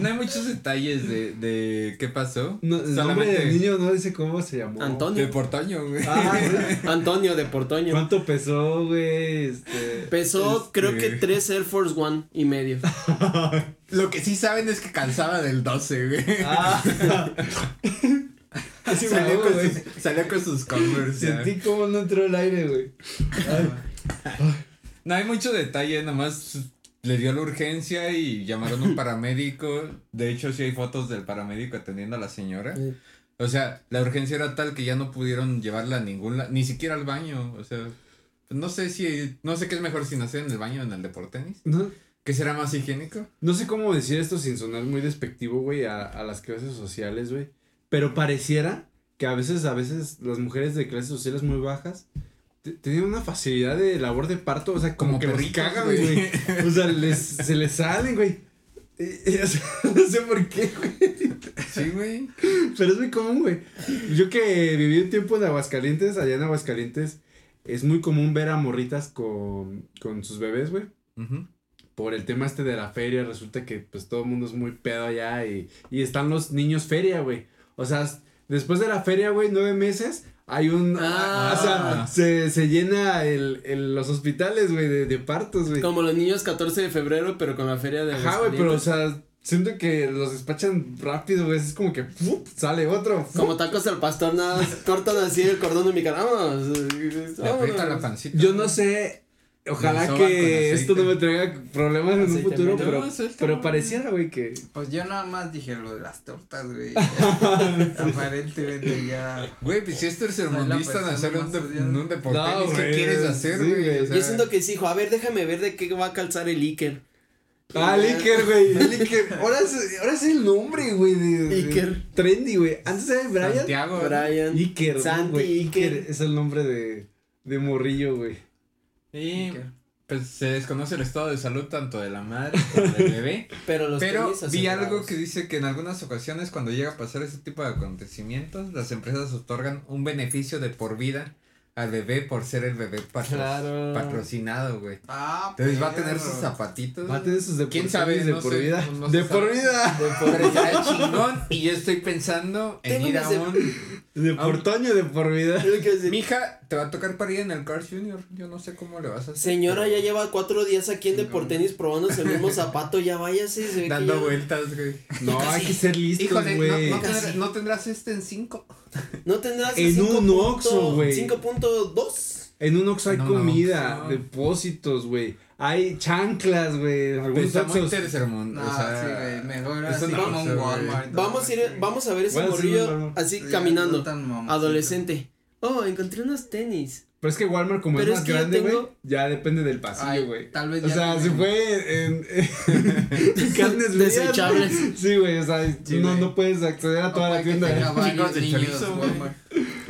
Speaker 2: No hay muchos detalles de, de qué pasó.
Speaker 3: No, el nombre del niño no dice cómo se llamó.
Speaker 1: Antonio.
Speaker 2: Deportoño, güey.
Speaker 3: Ah, sí.
Speaker 1: Antonio Deportoño.
Speaker 3: ¿Cuánto pesó, güey? Este...
Speaker 1: Pesó,
Speaker 2: Este-
Speaker 1: creo que tres Air Force One y medio.
Speaker 2: Lo que sí saben es que calzaba del 12, güey.
Speaker 3: Ah, sí,
Speaker 2: salió, con
Speaker 3: güey, güey.
Speaker 2: sus, salió con sus Converse. ya.
Speaker 3: Sentí como no entró el aire, güey.
Speaker 2: No hay mucho detalle, nomás le dio la urgencia y llamaron a un paramédico. De hecho, sí hay fotos del paramédico atendiendo a la señora.
Speaker 1: Sí.
Speaker 2: O sea, la urgencia era tal que ya no pudieron llevarla a ningún la- ni siquiera al baño. O sea, no sé si, no sé qué es mejor si nacer en el baño o en el deportenis.
Speaker 3: No,
Speaker 2: ¿Qué será más higiénico?
Speaker 3: no sé cómo decir esto sin sonar muy despectivo, güey, a, a las clases sociales, güey. Pero pareciera que a veces, a veces las mujeres de clases sociales muy bajas te- tenían una facilidad de labor de parto, o sea, como,
Speaker 2: Como
Speaker 3: que los
Speaker 2: perritos,
Speaker 3: cagan,
Speaker 2: güey.
Speaker 3: güey. O sea, les, se les salen, güey. Y- y, o sea, no sé por qué, güey.
Speaker 2: Sí, güey.
Speaker 3: Pero es muy común, güey. Yo que viví un tiempo en Aguascalientes, allá en Aguascalientes, es muy común ver a morritas con, con sus bebés, güey.
Speaker 2: Ujú.
Speaker 3: Por el tema este de la feria, resulta que pues todo el mundo es muy pedo allá y, y están los niños feria, güey. O sea, s- después de la feria, güey, nueve meses, hay un...
Speaker 1: Ah.
Speaker 3: o sea, se, se llena el, el- los hospitales, güey, de, de partos, güey.
Speaker 1: Como los niños 14 de febrero, pero con la feria de
Speaker 3: Ajá, güey, pero o
Speaker 1: Aguascalientes.
Speaker 3: sea, siento que los despachan rápido, güey. Es como que ¡fup! sale otro. ¡fup!
Speaker 1: Como tacos al pastor, nada, más cortan así el cordón umbilical. Vámonos.
Speaker 2: Le aprieta
Speaker 1: vámonos.
Speaker 2: la pancita.
Speaker 3: Yo no sé.
Speaker 2: Me
Speaker 3: Ojalá
Speaker 2: soban con
Speaker 3: que
Speaker 2: aceite.
Speaker 3: esto no me traiga problemas en un
Speaker 1: Aceite,
Speaker 3: futuro,
Speaker 1: ¿no?
Speaker 3: pero,
Speaker 2: No, eso está
Speaker 3: pero
Speaker 2: muy
Speaker 3: pareciera, güey, que.
Speaker 4: Pues yo nada más dije lo de las tortas, güey. Aparentemente ya.
Speaker 2: Güey, pues si es tercermundista
Speaker 4: Soy la persona
Speaker 2: nacer en un,
Speaker 4: más
Speaker 2: de-
Speaker 4: odiada.
Speaker 2: en un deportenis,
Speaker 3: No,
Speaker 2: ¿qué
Speaker 3: güey.
Speaker 2: quieres hacer,
Speaker 3: Sí,
Speaker 2: güey?
Speaker 3: güey.
Speaker 2: O sea,
Speaker 1: Yo siento que sí, hijo, a ver, déjame ver de qué va a calzar el Iker.
Speaker 3: Ah, el Iker, güey. el Iker. Ahora es, ahora es el nombre, güey. de- de-
Speaker 1: Iker.
Speaker 3: Trendy, güey. Antes era Brian.
Speaker 2: Santiago.
Speaker 1: Brian.
Speaker 3: Iker,
Speaker 1: Santi,
Speaker 3: Santi, güey. Iker.
Speaker 1: Iker.
Speaker 3: es el nombre de, de Morrillo, güey.
Speaker 2: Y pues se desconoce el estado de salud tanto de la madre como del bebé.
Speaker 1: Pero los
Speaker 2: Pero
Speaker 1: tenis
Speaker 2: vi
Speaker 1: asegurados.
Speaker 2: algo que dice que en algunas ocasiones cuando llega a pasar ese tipo de acontecimientos, las empresas otorgan un beneficio de por vida al bebé por ser el bebé patro-
Speaker 3: Claro.
Speaker 2: patrocinado, güey.
Speaker 4: Ah,
Speaker 2: Entonces va a
Speaker 4: perro.
Speaker 2: tener sus zapatitos.
Speaker 3: Va a tener sus
Speaker 2: ¿Quién
Speaker 3: deportes
Speaker 2: sabe?
Speaker 3: de
Speaker 2: No
Speaker 3: por
Speaker 2: sé,
Speaker 3: vida.
Speaker 2: no se
Speaker 3: de por
Speaker 2: sabe.
Speaker 3: vida.
Speaker 2: Pero será chingón y yo estoy pensando en
Speaker 1: Tengo
Speaker 2: ir
Speaker 1: que
Speaker 2: a
Speaker 1: hacer-
Speaker 2: un...
Speaker 3: De por Toño, de por vida.
Speaker 1: Yo que decir,
Speaker 2: Mija, te va a tocar parir en el Cars Junior. Yo no sé cómo le vas a hacer.
Speaker 1: Señora,
Speaker 2: pero-
Speaker 1: ya lleva cuatro días aquí en Deportenis probándose el mismo zapato, ya váyase. Se ve que
Speaker 2: Dando
Speaker 1: ya-
Speaker 2: vueltas, güey.
Speaker 3: No, hay que ser listos,
Speaker 2: Híjole, no,
Speaker 3: güey.
Speaker 2: no tendrá-
Speaker 1: Casi.
Speaker 2: no tendrás este en cinco.
Speaker 1: No tendrás
Speaker 3: En
Speaker 1: cinco
Speaker 3: un
Speaker 1: punto-
Speaker 3: Oxxo, güey.
Speaker 1: 5.2.
Speaker 3: En un Oxxo hay
Speaker 2: En un
Speaker 3: comida,
Speaker 2: Oxxo.
Speaker 3: depósitos, güey. Hay chanclas, güey. Algunos
Speaker 2: Está muy
Speaker 3: Oxxos.
Speaker 2: tercermundo.
Speaker 4: No,
Speaker 2: o sea,
Speaker 4: sí, güey. Mejor
Speaker 2: es
Speaker 4: así
Speaker 2: un
Speaker 4: como
Speaker 2: Oxxo,
Speaker 4: un
Speaker 2: güey.
Speaker 4: Walmart.
Speaker 1: Vamos a ir, vamos a ver ese
Speaker 3: Bueno, sí,
Speaker 1: morrillo
Speaker 3: no, no.
Speaker 1: así caminando.
Speaker 4: Adolescente.
Speaker 1: Adolescente. Oh, encontré unos tenis.
Speaker 3: Pero es que Walmart, como
Speaker 1: Pero
Speaker 3: es
Speaker 1: es
Speaker 3: más
Speaker 1: que yo
Speaker 3: grande, güey,
Speaker 1: tengo-
Speaker 3: ya depende del pasillo,
Speaker 4: Ay,
Speaker 3: güey.
Speaker 4: tal vez
Speaker 3: O
Speaker 4: ya
Speaker 3: sea, se
Speaker 4: tienen-
Speaker 3: fue en. en carnes frías,
Speaker 1: Desechables.
Speaker 3: güey. Sí, güey, o sea,
Speaker 4: Sí,
Speaker 3: no,
Speaker 4: güey.
Speaker 3: no puedes acceder a toda la tienda.
Speaker 2: Chicos de chorizo, güey.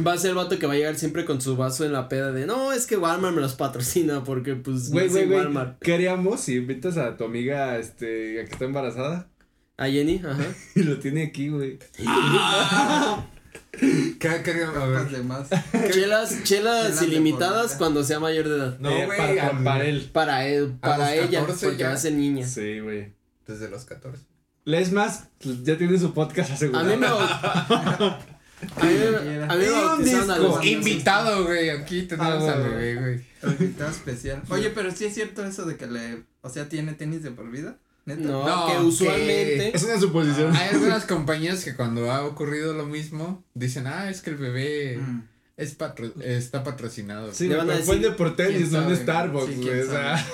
Speaker 1: Va a ser el vato que va a llegar siempre con su vaso en la peda de no, es que Walmart me los patrocina porque pues
Speaker 3: Güey,
Speaker 1: no sé
Speaker 3: güey, güey.
Speaker 1: Walmart.
Speaker 3: ¿Qué haríamos si invitas a tu amiga este, a que está embarazada
Speaker 1: A Jenny, ajá.
Speaker 3: y lo tiene aquí, güey?
Speaker 2: ¿Qué, qué, a
Speaker 4: Capas
Speaker 2: ver.
Speaker 4: de más.
Speaker 1: chelas, chelas
Speaker 4: Chelas
Speaker 1: ilimitadas
Speaker 4: de por vida.
Speaker 1: cuando sea mayor de edad.
Speaker 2: No,
Speaker 3: Eh,
Speaker 2: güey.
Speaker 3: para,
Speaker 2: al-
Speaker 3: para él.
Speaker 1: Para él,
Speaker 2: A
Speaker 1: para
Speaker 2: los
Speaker 1: ella,
Speaker 2: 14
Speaker 1: porque
Speaker 2: ya.
Speaker 1: va a ser niña.
Speaker 3: Sí, güey.
Speaker 2: Desde los 14.
Speaker 3: Es más, ya tiene su podcast
Speaker 1: A
Speaker 3: asegurado.
Speaker 1: mí me baut- a mí me- a mí me
Speaker 3: Y un
Speaker 1: bautizaron a
Speaker 3: disco.
Speaker 1: los
Speaker 2: Invitado, güey. Aquí tenemos
Speaker 3: Ah,
Speaker 2: al
Speaker 3: güey.
Speaker 2: bebé, güey.
Speaker 4: Invitado especial. Oye, pero sí es cierto eso de que le. O sea, tiene tenis de por vida. Neta.
Speaker 1: No,
Speaker 2: No,
Speaker 1: que
Speaker 2: que-
Speaker 1: usualmente.
Speaker 3: Es una suposición.
Speaker 2: Hay algunas compañías que cuando ha ocurrido lo mismo dicen, ah, es que "Ah, el bebé
Speaker 4: Mm.
Speaker 2: Es patro- está patrocinado.
Speaker 3: Sí,
Speaker 1: Le
Speaker 3: güey,
Speaker 1: van a
Speaker 3: pero fue
Speaker 1: decir,
Speaker 3: de por tenis,
Speaker 4: ¿quién
Speaker 3: no en
Speaker 4: sabe? Sí,
Speaker 3: Starbucks,
Speaker 4: ¿quién
Speaker 3: güey. o sea,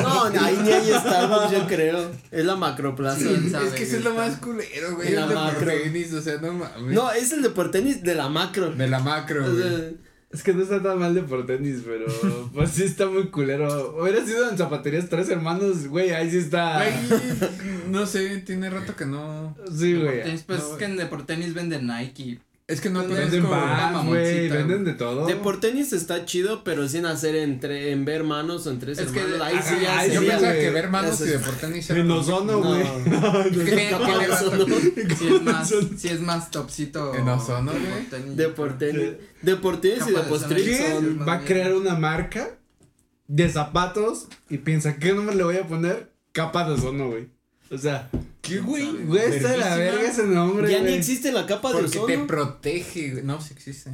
Speaker 1: No, ahí ni hay Starbucks, yo creo. Es la macroplaza.
Speaker 4: Sí. ¿Quién
Speaker 2: es
Speaker 4: sabe,
Speaker 2: que eso es lo
Speaker 4: güey?
Speaker 2: más culero, güey.
Speaker 1: De la
Speaker 2: Es de por
Speaker 1: macro.
Speaker 2: tenis, o sea, no mames.
Speaker 1: No, es el deportenis de la macro.
Speaker 2: De la macro,
Speaker 1: O
Speaker 2: güey.
Speaker 1: sea,
Speaker 3: es que no está tan mal de por tenis, pero pues sí está muy culero. Hubiera sido en zapaterías tres hermanos, güey, ahí sí está.
Speaker 2: Güey, no sé, tiene rato que no.
Speaker 3: Sí, güey.
Speaker 4: Tenis, pues
Speaker 2: No,
Speaker 4: es que en Deportenis venden Nike.
Speaker 2: Es que no
Speaker 4: Venden
Speaker 2: conozco.
Speaker 3: Venden Vans, güey,
Speaker 4: mamoncita,
Speaker 3: venden de todo.
Speaker 1: Deportenis está chido, pero sin hacer entre, en ver manos o en tres
Speaker 4: Es que-
Speaker 1: hermanos. ahí sí ya
Speaker 3: ay,
Speaker 2: Ah, Yo
Speaker 1: sería-
Speaker 2: pensaba
Speaker 3: güey.
Speaker 2: que ver manos
Speaker 1: Eso
Speaker 2: y
Speaker 1: es-
Speaker 2: deportenis. era
Speaker 3: En
Speaker 2: como-
Speaker 3: ozono,
Speaker 1: No.
Speaker 3: güey.
Speaker 4: ¿Qué, qué le
Speaker 1: Capaz,
Speaker 4: va-
Speaker 1: ¿no?
Speaker 4: si, es más, si es más topsito.
Speaker 2: En Ozono, güey.
Speaker 4: Deportenis.
Speaker 1: Deportenis. Deportenis y
Speaker 4: Capaz de sonar
Speaker 1: depostrix
Speaker 4: bien.
Speaker 1: son
Speaker 4: Son
Speaker 3: ¿Quién
Speaker 4: más
Speaker 3: va a
Speaker 4: bien.
Speaker 3: crear una marca de zapatos y piensa, ¿qué nombre le voy a poner? Capa de ozono, güey. O sea, ¿qué güey?
Speaker 4: sabe.
Speaker 3: Güey, está de la
Speaker 2: Verguísima.
Speaker 3: verga ese nombre.
Speaker 1: Ya ni
Speaker 3: güey.
Speaker 1: existe la capa de
Speaker 2: Porque te
Speaker 1: ozono.
Speaker 2: protege, güey. No, sí existe.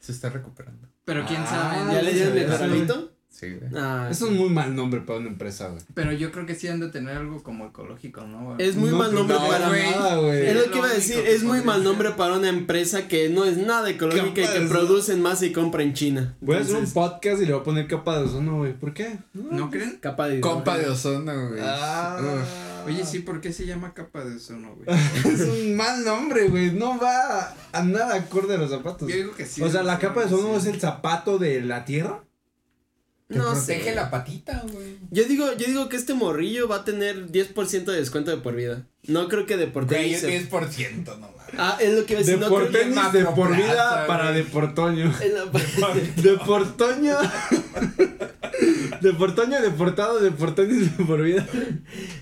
Speaker 2: Se está recuperando.
Speaker 4: Pero quién
Speaker 3: Ah,
Speaker 4: sabe.
Speaker 1: ¿Ya le dieron el
Speaker 3: Eso,
Speaker 1: jarabito?
Speaker 2: Sí, güey.
Speaker 1: Ah,
Speaker 3: Es un muy mal nombre para una empresa, güey.
Speaker 4: Pero yo creo que sí han de tener algo como ecológico, ¿no? güey?
Speaker 1: Es muy
Speaker 3: No,
Speaker 1: mal nombre
Speaker 2: no,
Speaker 1: para
Speaker 2: güey.
Speaker 3: Nada, güey.
Speaker 1: Es
Speaker 4: Es
Speaker 1: lo que
Speaker 4: lo
Speaker 1: iba a
Speaker 4: único
Speaker 1: decir,
Speaker 4: que
Speaker 1: es muy
Speaker 4: podría
Speaker 1: mal
Speaker 4: ser.
Speaker 1: nombre para una empresa que no es nada ecológica y
Speaker 3: Capaz,
Speaker 1: que
Speaker 3: ¿no?
Speaker 1: producen más y compra en China.
Speaker 3: Voy a hacer un
Speaker 1: Entonces,
Speaker 3: podcast y le voy a poner capa de ozono, güey. ¿Por qué?
Speaker 4: ¿No creen?
Speaker 1: capa de
Speaker 2: Compa de ozono, güey. Uf.
Speaker 3: Ah.
Speaker 4: Oye, sí, ¿por qué se llama capa de ozono, güey?
Speaker 3: es un mal nombre, güey. No va a nada acorde a los zapatos.
Speaker 4: Yo digo que sí.
Speaker 3: o sea, la capa de
Speaker 4: sí.
Speaker 3: ozono es el zapato de la tierra.
Speaker 2: Te
Speaker 1: No
Speaker 2: protege
Speaker 1: sé.
Speaker 2: la patita, güey.
Speaker 1: Yo digo, yo digo que este morrillo va a tener 10% de descuento de por vida. No creo que
Speaker 2: Güey,
Speaker 1: Deportenis se...
Speaker 2: es 10%, no mames.
Speaker 1: Ah, es lo que iba a decir, no creo que...
Speaker 2: Deportenis.
Speaker 3: Deportenis de por
Speaker 2: Macroplaza,
Speaker 3: vida
Speaker 2: güey.
Speaker 3: para Deportoño.
Speaker 1: en la-
Speaker 3: Deportoño. Deportoño deportado, Deportenis de por vida.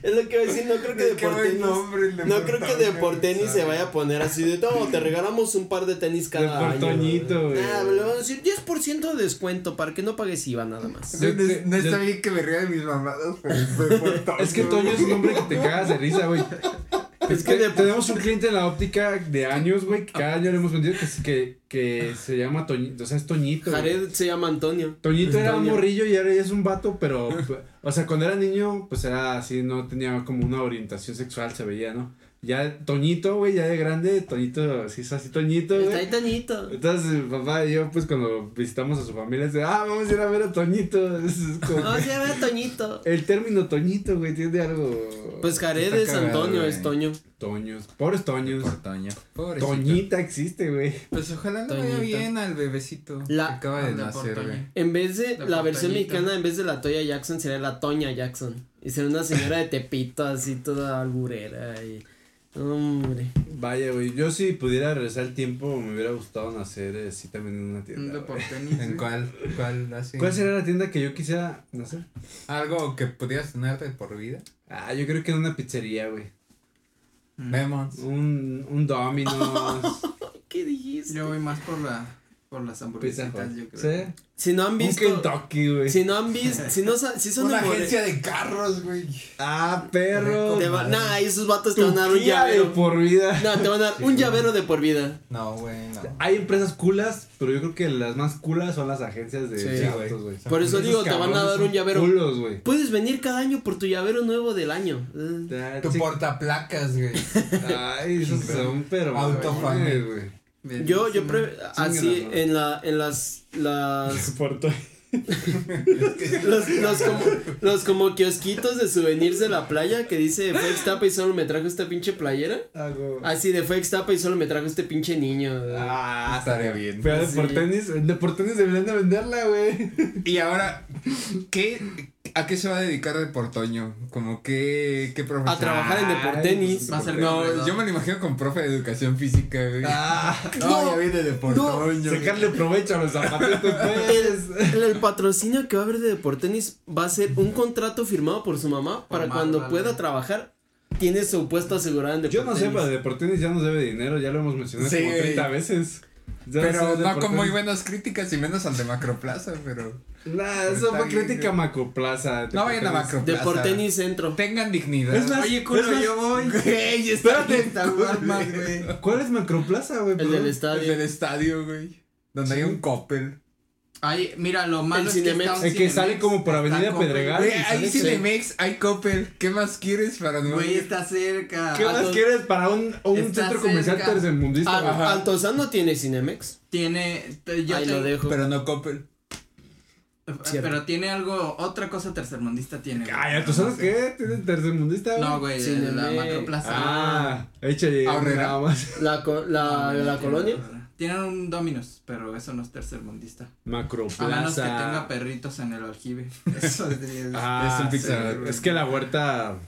Speaker 1: Es lo que iba a decir, no creo que
Speaker 2: Qué buen
Speaker 1: Deportenis...
Speaker 2: nombre, el
Speaker 1: No creo que
Speaker 2: deportable,
Speaker 1: Deportenis se
Speaker 2: ¿sabes?
Speaker 1: vaya a poner así de todo. Te regalamos un par de tenis cada año.
Speaker 3: Deportoñito, güey.
Speaker 1: Ah, le van a decir 10% de descuento para que no pagues IVA nada más.
Speaker 2: Güey,
Speaker 3: Yo te-
Speaker 2: No, no está
Speaker 3: yo-
Speaker 2: bien que me ría de mis mamadas, pero fue por todo.
Speaker 3: Es que Toño es un hombre que te cagas de risa, güey.
Speaker 1: Es
Speaker 3: Que
Speaker 1: que de-
Speaker 3: tenemos un cliente en la óptica de años, güey, que cada año le hemos vendido que, que, que se llama Toñito, o sea, es Toñito. güey.
Speaker 1: Jared se llama Antonio.
Speaker 3: Toñito era un
Speaker 1: Toño.
Speaker 3: morrillo y ahora ya es un vato, pero, o sea, cuando era niño, pues era así, no tenía como una orientación sexual, se veía, ¿no? Ya Toñito, güey, ya de grande, Toñito, sí es así Toñito,
Speaker 1: Está ahí
Speaker 3: güey.
Speaker 1: Toñito.
Speaker 3: Entonces, mi papá y yo, pues, cuando visitamos a su familia, es de, ah, vamos a ir a ver a Toñito. Es como-
Speaker 1: No, se llama Toñito.
Speaker 3: el término Toñito, güey, tiene algo...
Speaker 1: Pues Jared
Speaker 2: Está
Speaker 1: es
Speaker 2: cagado,
Speaker 1: Antonio,
Speaker 2: güey.
Speaker 1: es Toño.
Speaker 3: Toños, pobres Toños.
Speaker 2: Por Toño. Pobrecito.
Speaker 3: Toñita existe, güey.
Speaker 2: Pues ojalá le
Speaker 1: Toñito.
Speaker 2: vaya bien al bebecito
Speaker 1: La-
Speaker 2: que acaba de
Speaker 4: Anda por
Speaker 2: nacer,
Speaker 4: Toño.
Speaker 2: güey.
Speaker 1: En vez de
Speaker 4: La
Speaker 1: la versión
Speaker 4: Toñita.
Speaker 1: mexicana, en vez de la Toya Jackson, sería la Toña Jackson. Y sería una señora de Tepito, así toda alburera. Y... Hombre.
Speaker 3: Vaya, güey, yo si pudiera regresar el tiempo, me hubiera gustado nacer eh, sí también en una
Speaker 4: Un
Speaker 3: tienda. güey.
Speaker 4: deportenis.
Speaker 2: ¿En
Speaker 4: güey.
Speaker 2: cuál? ¿Cuál así?
Speaker 3: ¿Cuál sería la tienda que yo quisiera nacer?
Speaker 2: Algo que pudieras tener de por vida.
Speaker 3: Ah, yo creo que en una pizzería, güey.
Speaker 4: Mm.
Speaker 2: Vemos.
Speaker 3: Un, un Domino's,
Speaker 1: ¿Qué dijiste?
Speaker 4: Yo voy más por la por las
Speaker 3: Pizza
Speaker 4: hamburguesitas,
Speaker 3: Hut.
Speaker 4: yo creo.
Speaker 3: ¿Sí?
Speaker 1: Si no han
Speaker 3: Un
Speaker 1: visto.
Speaker 3: Kentucky, güey.
Speaker 1: Si no han visto. Si no sa- si son
Speaker 2: Una
Speaker 1: de More-
Speaker 2: agencia de carros, güey.
Speaker 3: Ah, perro.
Speaker 1: te va- Nah, esos vatos te
Speaker 3: Tu
Speaker 1: van a dar un
Speaker 3: Kia de
Speaker 1: llavero.
Speaker 3: por vida.
Speaker 1: No, te van a dar un llavero de por vida.
Speaker 2: No, güey, no.
Speaker 3: Hay empresas culas, pero yo creo que las más culas son las agencias de
Speaker 1: Sí,
Speaker 3: autos,
Speaker 2: güey.
Speaker 3: güey.
Speaker 1: Por eso
Speaker 3: Esos
Speaker 1: digo, te van a
Speaker 3: cabrones
Speaker 1: dar
Speaker 3: son
Speaker 1: un llavero.
Speaker 3: Culos, güey.
Speaker 1: Puedes venir cada año por tu llavero nuevo del año. Eh.
Speaker 3: Ah,
Speaker 2: Tu portaplacas, güey.
Speaker 3: Ay, esos son pero
Speaker 2: Autofanes,
Speaker 3: güey.
Speaker 4: Bien,
Speaker 1: Yo,
Speaker 4: sí,
Speaker 1: yo pre-
Speaker 4: man.
Speaker 1: así
Speaker 3: Chingada, ¿no?
Speaker 1: en la, en las, las,
Speaker 3: Porto.
Speaker 1: los, los como, los como kiosquitos de souvenirs de la playa que dice fue a Ixtapa y solo me trajo esta pinche playera. Así de fue a Ixtapa y solo me trajo este pinche niño.
Speaker 3: Ah,
Speaker 2: Estaría bien.
Speaker 3: Pero de
Speaker 1: Sí.
Speaker 3: por tenis, de por tenis deberían de venderla, güey.
Speaker 2: Y ahora, ¿qué, ¿a qué se va a dedicar de Portoño? Como qué, qué profesión.
Speaker 1: A trabajar en deportenis.
Speaker 4: Va a ser
Speaker 2: No,
Speaker 4: corredor.
Speaker 2: yo me lo imagino con profe de educación física, güey.
Speaker 3: Ah,
Speaker 2: no,
Speaker 1: no,
Speaker 2: ya viene de Portoño.
Speaker 3: sacarle provecho a los zapatos, pues.
Speaker 1: El, el patrocinio que va a haber de Deportenis va a ser un contrato firmado por su mamá para
Speaker 4: Mamá,
Speaker 1: cuando
Speaker 4: vale.
Speaker 1: pueda trabajar. Tiene su puesto asegurado en
Speaker 3: Yo no
Speaker 1: Deportenis.
Speaker 3: sé, pero de por tenis ya nos debe dinero, ya lo hemos mencionado
Speaker 2: Sí,
Speaker 3: como
Speaker 2: güey.
Speaker 3: 30 veces. Ya
Speaker 2: Pero
Speaker 3: sé,
Speaker 2: no con muy
Speaker 3: de por tenis.
Speaker 2: buenas críticas y menos al de Macroplaza, pero.
Speaker 3: Nah, eso
Speaker 2: Está
Speaker 3: fue
Speaker 2: bien,
Speaker 3: crítica
Speaker 2: güey.
Speaker 3: Macoplaza.
Speaker 2: No vayan a
Speaker 3: Macro.
Speaker 2: Macroplaza.
Speaker 1: Deportenis Centro.
Speaker 2: Tengan dignidad.
Speaker 3: Es más-
Speaker 4: Oye, culo,
Speaker 3: es más-
Speaker 4: yo voy.
Speaker 2: Güey,
Speaker 3: espérate.
Speaker 4: Está más, güey.
Speaker 3: ¿Cuál es Macroplaza, güey?
Speaker 1: El
Speaker 3: perdón?
Speaker 1: del estadio.
Speaker 2: El del estadio, güey. Donde hay un Coppel.
Speaker 4: Ahí, mira, lo malo es que
Speaker 1: Cinemex.
Speaker 4: está un
Speaker 3: El que
Speaker 4: Cinemex,
Speaker 3: sale como por
Speaker 4: está
Speaker 3: Avenida
Speaker 4: como-
Speaker 3: Pedregal.
Speaker 2: Güey,
Speaker 3: y
Speaker 2: hay
Speaker 3: sale-
Speaker 2: Cinemex, hay Coppel. ¿Qué más quieres para no?
Speaker 4: Güey, está cerca.
Speaker 3: ¿Qué más
Speaker 4: Altos-
Speaker 3: quieres para un, un
Speaker 4: Está
Speaker 3: centro comercial
Speaker 4: cerca.
Speaker 3: tercermundista?
Speaker 1: Al-
Speaker 3: Ajá.
Speaker 1: Altozano no tiene Cinemex.
Speaker 4: Tiene, te- yo
Speaker 1: Ahí
Speaker 4: te-
Speaker 1: lo dejo.
Speaker 2: Pero no Coppel.
Speaker 1: Cierto.
Speaker 4: pero tiene algo, otra cosa tercermundista tiene. güey.
Speaker 3: Ay, ¿tú
Speaker 2: Ah,
Speaker 3: sabes qué? ¿Tienes tercermundista?
Speaker 4: No, güey,
Speaker 1: Cinemex.
Speaker 4: la macroplaza.
Speaker 3: Ah, échale
Speaker 2: Ahorrera.
Speaker 3: nada más.
Speaker 1: La, co- la,
Speaker 4: No, no,
Speaker 1: Ah, la
Speaker 4: no,
Speaker 1: colonia.
Speaker 4: no. Tienen un Dominos, pero eso no es tercermundista. A menos que tenga
Speaker 3: Macroplaza.
Speaker 4: perritos en el aljibe. Eso es de-
Speaker 3: Ah,
Speaker 2: Es un
Speaker 3: sí,
Speaker 2: pizza-
Speaker 3: güey. es que la huerta.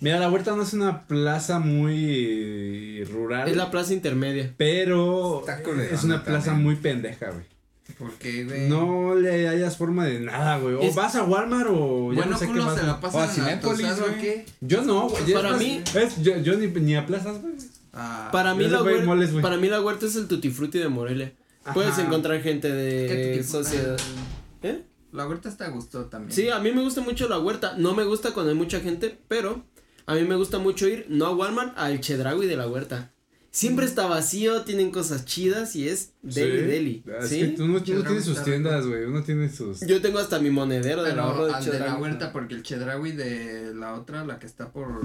Speaker 3: Mira, la huerta no es una plaza muy rural.
Speaker 1: Es la plaza intermedia.
Speaker 3: Pero
Speaker 2: Está culero,
Speaker 3: es una
Speaker 2: neta,
Speaker 3: plaza
Speaker 2: güey.
Speaker 3: muy pendeja, güey.
Speaker 4: ¿Por qué, güey?
Speaker 3: No le hayas forma de nada, güey. O
Speaker 1: Es-
Speaker 3: vas a Walmart o ya
Speaker 4: Bueno,
Speaker 3: no sé qué Oh,
Speaker 4: culo,
Speaker 3: vas
Speaker 4: se
Speaker 3: a-
Speaker 4: la
Speaker 2: O a
Speaker 4: pasan a
Speaker 2: Cinépolis,
Speaker 4: Altozano,
Speaker 2: güey.
Speaker 4: ¿qué?
Speaker 3: Yo no, güey.
Speaker 1: Para
Speaker 3: Es-
Speaker 1: mí-
Speaker 3: es- yo, yo ni, ni a plazas, güey.
Speaker 4: Ah,
Speaker 1: Para mí,
Speaker 3: Ya
Speaker 1: la
Speaker 3: se puede ir
Speaker 1: huer-
Speaker 3: moles, güey.
Speaker 1: para mí la huerta es el Tutti Frutti de Morelia.
Speaker 3: Ajá.
Speaker 1: Puedes encontrar gente
Speaker 4: ¿qué-
Speaker 1: de
Speaker 4: qué-
Speaker 1: sociedad.
Speaker 4: ah.
Speaker 1: ¿Eh?
Speaker 4: La huerta está a gusto también.
Speaker 1: Sí, a mí me gusta mucho la huerta. No me gusta cuando hay mucha gente, pero a mí me gusta mucho ir, no a Walmart, al Chedragui de la huerta. Siempre está vacío, tienen cosas chidas y es deli,
Speaker 3: Sí. Ah,
Speaker 1: deli.
Speaker 3: Es
Speaker 1: ¿sí?
Speaker 3: que tú no,
Speaker 4: Chedraui
Speaker 3: tienes sus
Speaker 4: está
Speaker 3: tiendas, güey. Uno tiene sus.
Speaker 1: Yo tengo hasta mi monedero del ahorro
Speaker 4: Pero
Speaker 1: de
Speaker 4: al de la
Speaker 1: Chedraui.
Speaker 4: huerta, porque el chedraui de la otra, la que está por.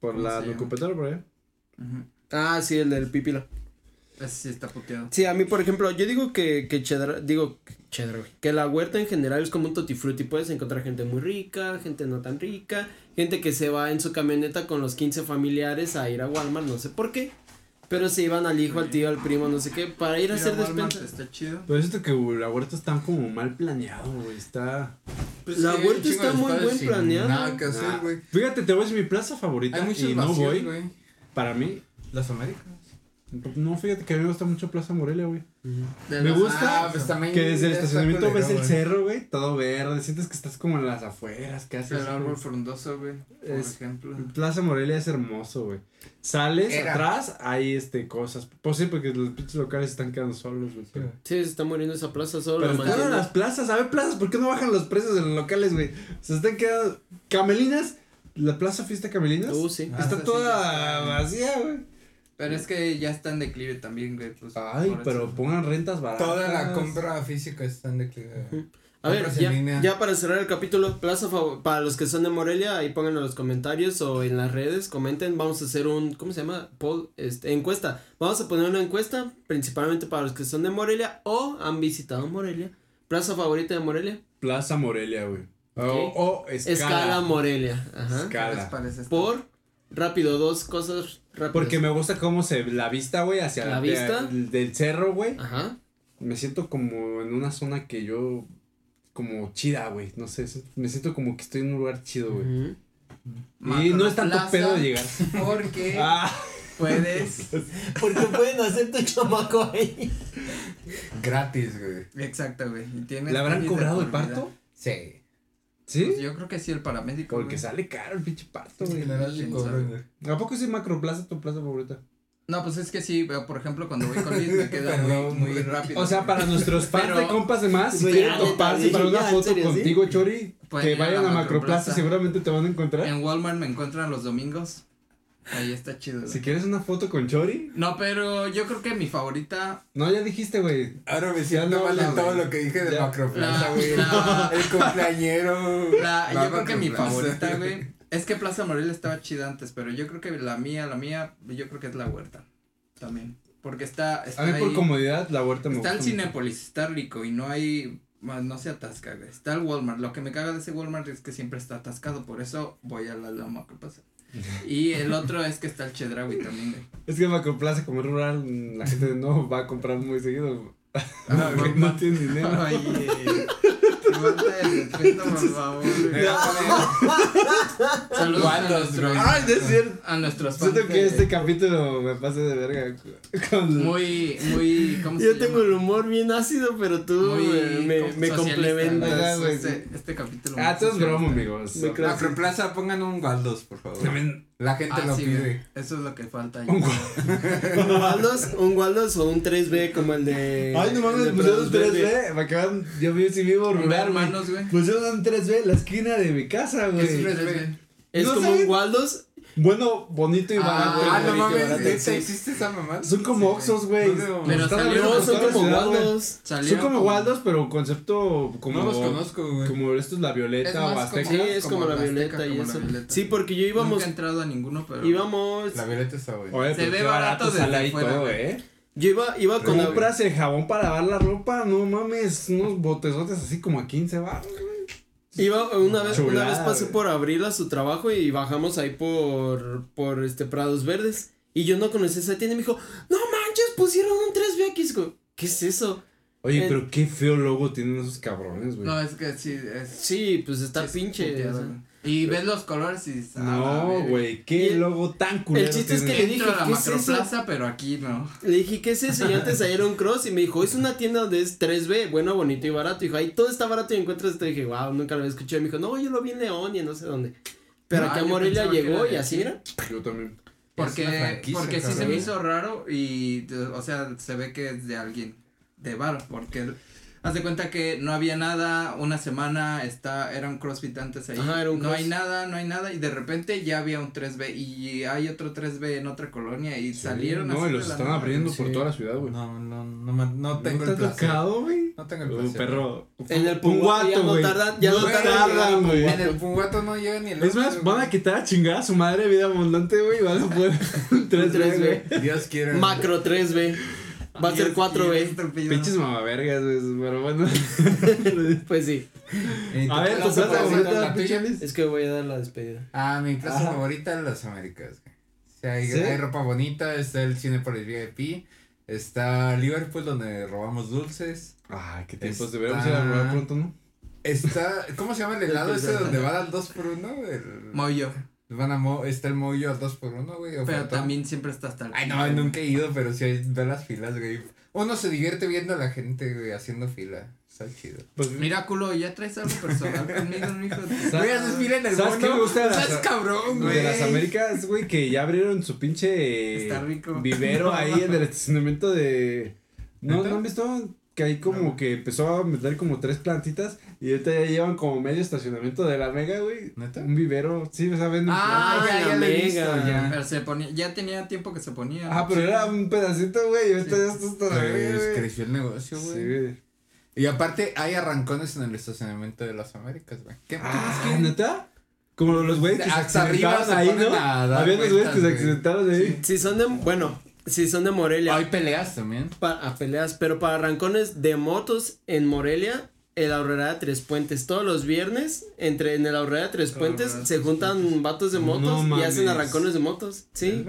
Speaker 3: por
Speaker 4: ¿cómo
Speaker 3: la
Speaker 4: se llama?
Speaker 3: locupetora, por allá.
Speaker 4: Ujú,
Speaker 1: Ah, sí, el del pipila.
Speaker 4: Ese sí está puteado.
Speaker 1: Sí, a mí, por ejemplo, yo digo que, que Chedra- digo, que Chedra, güey, que la huerta en general es como un tutti frutti, puedes encontrar gente muy rica, gente no tan rica, gente que se va en su camioneta con los 15 familiares a ir a Walmart, no sé por qué, pero se iban al hijo, al tío, al primo, no sé qué, para ir a
Speaker 4: Mira,
Speaker 1: hacer
Speaker 4: Walmart
Speaker 1: despensa.
Speaker 4: Está chido.
Speaker 3: Pero siento que güey, la huerta está como mal planeado, güey. Está.
Speaker 1: Pues La
Speaker 2: sí, hay
Speaker 1: huerta
Speaker 2: un chingo
Speaker 1: está
Speaker 2: de
Speaker 1: muy
Speaker 2: espacios
Speaker 1: buen
Speaker 2: sin
Speaker 1: planeado.
Speaker 2: Nada que hacer,
Speaker 3: Ah,
Speaker 2: güey.
Speaker 3: Fíjate, te voy a decir mi plaza favorita.
Speaker 2: Hay muchos
Speaker 3: y no
Speaker 2: vacíos,
Speaker 3: voy.
Speaker 2: güey.
Speaker 3: Para mí.
Speaker 2: Las Américas.
Speaker 3: No, fíjate que a mí me gusta mucho Plaza Morelia, güey.
Speaker 4: De
Speaker 3: Me
Speaker 4: los-
Speaker 3: gusta
Speaker 4: Ah,
Speaker 2: pues también.
Speaker 3: Que desde el
Speaker 2: está
Speaker 3: estacionamiento
Speaker 2: culero,
Speaker 3: ves el
Speaker 2: güey.
Speaker 3: cerro, güey, todo verde, sientes que estás como en las afueras, que haces.
Speaker 4: el árbol frondoso, güey. Por
Speaker 3: Es-
Speaker 4: ejemplo.
Speaker 3: Plaza Morelia es hermoso, güey. Sales
Speaker 2: Era.
Speaker 3: atrás, hay este cosas. Pues sí, porque los pinches locales están quedando solos, güey. pero-
Speaker 1: Sí, se está muriendo esa plaza, solo
Speaker 3: Pero
Speaker 1: la
Speaker 3: están en
Speaker 1: mantienen.
Speaker 3: las plazas, a ver plazas, ¿por qué no bajan los precios de los locales, güey? Se están quedando. Camelinas, la plaza fiesta Camelinas.
Speaker 1: Uh, sí.
Speaker 4: Ah, esa
Speaker 3: Está
Speaker 4: sí
Speaker 3: toda
Speaker 4: ya
Speaker 3: vacía, güey.
Speaker 4: Pero es que ya está en declive también, güey. Pues,
Speaker 3: Ay,
Speaker 4: por
Speaker 3: pero
Speaker 4: eso.
Speaker 3: pongan rentas baratas.
Speaker 2: Toda la compra física está en declive.
Speaker 1: A ver,
Speaker 2: Compras en
Speaker 1: ya,
Speaker 2: línea.
Speaker 1: ya para cerrar el capítulo, plaza fav- para los que son de Morelia, ahí pongan en los comentarios o en las redes, comenten, vamos a hacer un, ¿cómo se llama? Poll, este, encuesta. Vamos a poner una encuesta, principalmente para los que son de Morelia o han visitado Morelia. Plaza favorita de Morelia,
Speaker 3: Plaza Morelia, güey.
Speaker 1: Ok.
Speaker 3: O, o
Speaker 1: Escala,
Speaker 3: escala.
Speaker 1: Morelia. Ajá.
Speaker 4: ¿Qué
Speaker 3: Escala.
Speaker 4: les parece esto?
Speaker 1: Por rápido, dos cosas rápidas.
Speaker 3: Porque me gusta cómo se la vista, güey, hacia
Speaker 1: ¿La
Speaker 3: de-
Speaker 1: vista?
Speaker 3: del cerro, güey.
Speaker 1: Ajá.
Speaker 3: Me siento como en una zona que yo como chida, güey. No sé, si- me siento como que estoy en un lugar chido, güey.
Speaker 1: Ujú.
Speaker 3: Y no es tanto
Speaker 4: Macroplaza,
Speaker 3: pedo de llegar.
Speaker 4: Porque
Speaker 3: Ah,
Speaker 4: puedes.
Speaker 1: Porque pueden hacer tu chamaco ahí.
Speaker 2: Gratis, güey.
Speaker 4: Exacto, güey. y tienes
Speaker 3: ¿Le habrán
Speaker 4: calles de
Speaker 3: cobrado el
Speaker 4: por vida.
Speaker 3: parto?
Speaker 2: Sí.
Speaker 4: Pues
Speaker 3: ¿Sí?
Speaker 4: yo creo que sí, el paramédico.
Speaker 3: Porque
Speaker 4: güey.
Speaker 3: sale caro el pinche parto,
Speaker 2: En
Speaker 3: güey.
Speaker 2: general sí
Speaker 4: quién
Speaker 2: cobran,
Speaker 4: sabe.
Speaker 2: güey.
Speaker 3: ¿A poco es macroplaza tu plaza favorita?
Speaker 4: No, pues es que sí, pero, por ejemplo, cuando voy con Liz me queda muy-
Speaker 2: Perdón,
Speaker 4: muy,
Speaker 2: güey.
Speaker 4: rápido.
Speaker 3: O sea, para nuestros fans
Speaker 4: Pero-
Speaker 3: de compas de más, si
Speaker 1: Güey,
Speaker 3: quieren
Speaker 1: ya, neta,
Speaker 3: toparse
Speaker 1: sí,
Speaker 3: para una
Speaker 1: ya, en
Speaker 3: foto
Speaker 1: serio, ¿sí?
Speaker 3: contigo, Chori,
Speaker 4: Pues
Speaker 3: que
Speaker 4: ya
Speaker 3: vayan
Speaker 4: la
Speaker 3: a macroplaza,
Speaker 4: Macroplaza.
Speaker 3: seguramente te van a encontrar.
Speaker 4: En Walmart me encuentran los domingos. Ahí está chido. güey.
Speaker 3: Si quieres una foto con Chori.
Speaker 4: No, pero yo creo que mi favorita.
Speaker 3: No, ya dijiste, güey.
Speaker 2: Ahora me
Speaker 3: Ya
Speaker 2: siento
Speaker 3: no,
Speaker 2: mal de
Speaker 3: no,
Speaker 2: todo
Speaker 3: güey.
Speaker 2: lo que dije de
Speaker 3: Ya.
Speaker 2: Macroplaza,
Speaker 4: La-
Speaker 2: güey.
Speaker 4: la-
Speaker 2: El cumpleañero.
Speaker 4: la-
Speaker 2: la
Speaker 4: yo creo que mi
Speaker 2: Macroplaza.
Speaker 4: favorita, güey. Es que Plaza Morelia estaba chida antes, pero yo creo que la mía, la mía, yo creo que es la huerta. También. Porque está. está
Speaker 3: A mí por
Speaker 4: ahí.
Speaker 3: comodidad la huerta me
Speaker 4: Está el
Speaker 3: gusta mucho.
Speaker 4: Cinépolis, está rico y no hay. más, No se atasca, güey. Está el Walmart. Lo que me caga de ese Walmart es que siempre está atascado. Por eso voy a la loma que pasa. Y el otro es que está el Chedraui también, güey.
Speaker 3: Es que Macroplaza, como es rural, mm, la gente no va a comprar muy seguido.
Speaker 4: Ah,
Speaker 3: No, güey, no tiene dinero.
Speaker 4: Oye. Falta de eh, respeto, por favor. güey. Saludos a
Speaker 2: ¿Cuántos,
Speaker 4: nuestros,
Speaker 2: güey?
Speaker 3: no es cierto.
Speaker 4: a nuestros fans.
Speaker 3: Siento que
Speaker 4: de-
Speaker 3: este capítulo me pase de verga con
Speaker 4: Muy, muy. ¿Cómo
Speaker 1: Yo
Speaker 4: se
Speaker 1: tengo
Speaker 4: llama?
Speaker 1: el humor bien ácido, pero tú güey, me,
Speaker 4: como
Speaker 1: me
Speaker 4: socialista,
Speaker 1: complementas.
Speaker 4: ¿verdad,
Speaker 3: güey?
Speaker 4: Este, este capítulo.
Speaker 3: Ah, todo es
Speaker 4: muy
Speaker 3: broma,
Speaker 4: socialista.
Speaker 3: amigos.
Speaker 1: Muy claro.
Speaker 2: Macroplaza, pongan un Waldos, por favor.
Speaker 3: También-
Speaker 2: La gente
Speaker 4: Ah,
Speaker 2: lo
Speaker 4: sí, güey.
Speaker 2: pide.
Speaker 4: Eso es lo que falta.
Speaker 3: Un
Speaker 4: yo.
Speaker 1: Un Waldos, un Waldos o un 3B como el de.
Speaker 3: Ay, no mames, pues
Speaker 1: el de
Speaker 3: pusieron un
Speaker 1: Bradbury.
Speaker 3: 3B. Me acaban, yo vi si vivo
Speaker 4: Un
Speaker 3: rural, güey. Pues
Speaker 4: hermanos, güey.
Speaker 3: Pusieron un 3B en la esquina de mi casa,
Speaker 2: Es
Speaker 3: güey.
Speaker 2: un- 3B.
Speaker 1: Es
Speaker 3: ¿No
Speaker 1: como
Speaker 3: saben?
Speaker 1: un Waldos
Speaker 3: Bueno, bonito y
Speaker 2: Ah,
Speaker 3: barato.
Speaker 2: ah, no
Speaker 3: güey,
Speaker 1: bonito y
Speaker 2: mames,
Speaker 1: barato,
Speaker 2: ¿neta
Speaker 1: sí.
Speaker 2: existe esa mamá?
Speaker 3: Son como Oxos, güey.
Speaker 2: No, no,
Speaker 4: Pero
Speaker 3: Están
Speaker 4: salió-
Speaker 3: abiertos
Speaker 1: No,
Speaker 3: por
Speaker 1: son
Speaker 3: toda la
Speaker 1: como
Speaker 3: ciudad, güey.
Speaker 1: Waldos.
Speaker 4: Salieron
Speaker 3: Son como Waldos, pero concepto como.
Speaker 2: No los conozco, güey.
Speaker 3: Como esto es la Violeta
Speaker 4: Es
Speaker 3: o
Speaker 4: más
Speaker 3: Azteca.
Speaker 1: Sí, es como, la
Speaker 4: Como la
Speaker 1: violeta
Speaker 4: Azteca,
Speaker 1: y
Speaker 4: como la
Speaker 1: eso.
Speaker 4: Violeta.
Speaker 1: Sí, porque yo íbamos,
Speaker 4: Nunca he entrado a ninguno, pero.
Speaker 1: íbamos,
Speaker 2: La violeta está buena.
Speaker 3: Oye,
Speaker 4: Se
Speaker 3: pero
Speaker 4: ve
Speaker 3: qué
Speaker 4: barato desde
Speaker 3: sale ahí
Speaker 4: fuera,
Speaker 3: todo,
Speaker 4: güey.
Speaker 3: ¿eh?
Speaker 1: yo iba, iba con la-
Speaker 3: Compras el jabón para lavar la ropa, no mames, unos botezotes así como a 15 va.
Speaker 1: Iba una vez,
Speaker 3: Chulada,
Speaker 1: una vez pasé
Speaker 3: güey.
Speaker 1: por abrirla a su trabajo y bajamos ahí por, por este Prados Verdes. Y yo no conocía esa tienda y me dijo, no manches, pusieron un 3BX, güey. ¿Qué es eso?
Speaker 3: Oye,
Speaker 1: Eh.
Speaker 3: pero qué feo logo tienen esos cabrones, güey.
Speaker 4: No, es que sí. Es,
Speaker 1: Sí, pues está
Speaker 4: sí es
Speaker 1: pinche.
Speaker 4: puteado,
Speaker 1: o sea.
Speaker 4: güey. Y ves los colores y. dices, "Ah, la
Speaker 3: No,
Speaker 4: verga".
Speaker 3: güey, qué
Speaker 1: Y el-
Speaker 3: logo tan culero.
Speaker 1: el chiste es que
Speaker 3: tienen.
Speaker 1: le
Speaker 4: Entro
Speaker 1: dije,
Speaker 4: a la
Speaker 1: "¿Qué es eso?"
Speaker 4: macroplaza, pero aquí no.
Speaker 1: Le dije, ¿qué es eso? Y antes ahí era un cross y me dijo, es una tienda donde es 3B, bueno, bonito y barato. Dijo, ahí todo está barato y encuentras esto. Y dije, wow, nunca lo había escuchado. Y me dijo, no, yo lo vi en León y en no sé dónde. Pero
Speaker 4: Ah,
Speaker 1: aquí a
Speaker 4: yo
Speaker 1: Morelia
Speaker 4: pensaba que
Speaker 1: llegó
Speaker 4: era
Speaker 1: y
Speaker 4: de
Speaker 1: así
Speaker 4: aquí.
Speaker 1: era.
Speaker 3: Yo también.
Speaker 2: Es una
Speaker 4: Porque,
Speaker 2: franquicia,
Speaker 4: porque sí se
Speaker 2: cabrón.
Speaker 4: me hizo raro y, de- o sea, se ve que es de alguien, de bar, porque haz de cuenta que no había nada, una semana está, era un CrossFit antes ahí,
Speaker 1: Ajá, era un
Speaker 4: no
Speaker 1: cross.
Speaker 4: hay nada, no hay nada, y de repente ya había un 3B y hay otro 3B en otra colonia y salieron
Speaker 3: No, y los
Speaker 4: de la
Speaker 3: están
Speaker 4: nada.
Speaker 3: abriendo por
Speaker 1: Sí.
Speaker 3: toda la ciudad, güey.
Speaker 2: No, no, no, ma- no tengo
Speaker 3: ¿No
Speaker 2: el
Speaker 3: te ha
Speaker 2: placer.
Speaker 3: tocado, güey?
Speaker 2: No tengo el
Speaker 3: Un
Speaker 2: placer.
Speaker 3: perro.
Speaker 1: En el
Speaker 3: un
Speaker 1: Punguato, ya
Speaker 3: guato,
Speaker 1: no
Speaker 3: güey.
Speaker 1: tardan- ya no
Speaker 2: Güey,
Speaker 1: tardan, güey.
Speaker 2: En el punguato no llega ni el
Speaker 3: Es más,
Speaker 2: otro,
Speaker 3: van a
Speaker 2: güey.
Speaker 3: quitar a chingar a su madre vida abundante, güey, y van a poder un 3 güey.
Speaker 1: 3B.
Speaker 2: Dios quiera.
Speaker 1: Macro 3B. Va a ser
Speaker 4: Dios,
Speaker 2: eh.
Speaker 4: qué
Speaker 1: 4B.
Speaker 4: estúpido.
Speaker 3: Pinches mamavergas, güey, pero bueno.
Speaker 1: Pues sí.
Speaker 2: Eh,
Speaker 3: A
Speaker 2: ¿tu
Speaker 3: ver, tu
Speaker 2: plaza
Speaker 3: plaza
Speaker 2: favorita,
Speaker 3: favorita,
Speaker 2: la tuya?
Speaker 3: pinche
Speaker 1: Es que voy a dar la despedida.
Speaker 2: Ah, mi plaza
Speaker 3: Ajá.
Speaker 2: favorita es las Américas, güey. O sea, hay,
Speaker 3: ¿Sí?
Speaker 2: hay ropa bonita, está el cine por el VIP, está Liverpool donde robamos dulces,
Speaker 3: Ah, qué
Speaker 2: tiempos,
Speaker 3: tiempos.
Speaker 2: deberíamos
Speaker 3: Deberíamos
Speaker 2: ir
Speaker 3: ir
Speaker 2: a robar
Speaker 3: a
Speaker 2: pronto,
Speaker 3: pronto, ¿no?
Speaker 2: está, ¿cómo se llama el helado ese donde van al 2 por 1 El,
Speaker 4: Moyo,
Speaker 2: van a mo- está el mollo al 2 por 1 güey. o
Speaker 4: pero
Speaker 2: faltó.
Speaker 4: también siempre está hasta el
Speaker 2: Ay,
Speaker 4: pico.
Speaker 2: no, nunca he ido, pero sí hay- ve las filas, güey. Uno se divierte viendo a la gente, güey, haciendo fila. Está chido.
Speaker 3: Pues
Speaker 4: Mira, culo, ya traes algo personal conmigo, hijo de...
Speaker 2: Güey, haces fila en el
Speaker 3: ¿Sabes qué me
Speaker 2: mundo.
Speaker 3: gusta de las-
Speaker 2: Estás cabrón, güey.
Speaker 3: De las Américas, güey, que ya abrieron su pinche
Speaker 4: Está rico.
Speaker 3: vivero ahí en el estacionamiento de. ¿No,
Speaker 2: ¿Neta?
Speaker 3: ¿No han visto? Que ahí como que empezó a meter como tres plantitas y ahorita ya llevan como medio estacionamiento de la mega, güey.
Speaker 2: ¿Neta?
Speaker 3: Un vivero, sí, ¿saben?
Speaker 2: Ah, ya,
Speaker 1: la
Speaker 2: ya lo he
Speaker 1: mega.
Speaker 2: visto, ya.
Speaker 4: Pero se ponía, ya tenía tiempo que se ponía.
Speaker 3: Ah, pero era un pedacito, güey, y ahorita
Speaker 4: Sí.
Speaker 3: ya está hasta la verga,
Speaker 2: Pues
Speaker 3: güey.
Speaker 2: creció el negocio, güey.
Speaker 3: Sí, güey.
Speaker 2: Y aparte hay arrancones en el estacionamiento de las Américas, güey. ¿Qué más
Speaker 3: Ah, ¿neta? Como los güeyes que se
Speaker 2: Hasta arriba
Speaker 3: accidentaron
Speaker 2: se
Speaker 3: ahí,
Speaker 2: ponen
Speaker 3: ¿no?
Speaker 2: a dar
Speaker 3: Había los güeyes
Speaker 2: vueltas,
Speaker 3: que se
Speaker 2: güey.
Speaker 3: accidentaron ahí.
Speaker 1: Si son de. Bueno, si son de Morelia.
Speaker 2: Hay peleas también.
Speaker 1: pa- a peleas, pero para rancones de motos en Morelia, el Aurrera de Tres Puentes. Todos los viernes, entre en el Aurrera de Tres Puentes,
Speaker 4: Aurrera de
Speaker 1: se juntan vatos de
Speaker 3: No
Speaker 1: motos y
Speaker 3: mames.
Speaker 1: hacen arrancones de motos. Sí.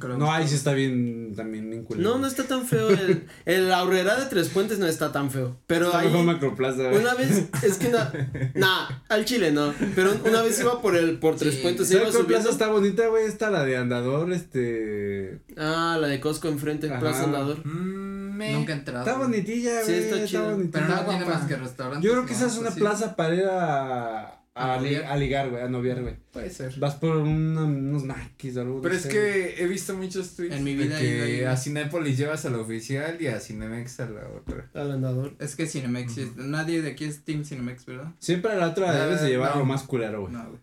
Speaker 4: Creo
Speaker 3: No,
Speaker 4: que-
Speaker 3: ahí sí está bien, también bien culero.
Speaker 1: No, no está tan feo. El, el Aurrera de Tres Puentes no está tan feo. Pero
Speaker 3: Está
Speaker 1: ahí.
Speaker 3: mejor Macroplaza, güey.
Speaker 1: Una vez, es que na- nah, al chile no. Pero una vez iba por el por tres
Speaker 4: Sí.
Speaker 1: puentes, iba
Speaker 3: ¿Sabes cuál
Speaker 1: subiendo.
Speaker 3: plaza está bonita, güey? Está la de Andador, este...
Speaker 1: Ah, la de Costco enfrente,
Speaker 3: Ajá.
Speaker 1: Plaza Andador.
Speaker 2: Mm,
Speaker 4: Nunca he entrado.
Speaker 3: Está bonitilla, güey.
Speaker 1: Sí, está chida.
Speaker 3: bonitita.
Speaker 4: Ah, Pero no
Speaker 2: Está
Speaker 4: tiene
Speaker 2: guapa.
Speaker 4: más que restaurantes.
Speaker 3: Yo creo que
Speaker 4: ¿no?
Speaker 3: esa es una
Speaker 4: Pues sí.
Speaker 3: plaza para ir a... A,
Speaker 4: ¿A
Speaker 3: li-
Speaker 4: noviar?
Speaker 3: a ligar, güey, a noviar, güey.
Speaker 2: Puede ser.
Speaker 3: Vas por una- unos maquis o algo.
Speaker 2: Pero
Speaker 3: no
Speaker 2: es
Speaker 3: sé, güey.
Speaker 2: que he visto muchos tweets
Speaker 4: En mi vida
Speaker 2: de
Speaker 4: he ido ahí,
Speaker 2: que
Speaker 4: güey.
Speaker 2: a Cinépolis llevas a la oficial y a Cinemex a la otra.
Speaker 1: Al Andador.
Speaker 4: Es que Cinemex, sí es- nadie de aquí es Team Cinemex, ¿verdad?
Speaker 3: Siempre a la otra
Speaker 2: Ah,
Speaker 3: debes de llevar
Speaker 2: no.
Speaker 3: lo más culero, güey.
Speaker 4: No, güey.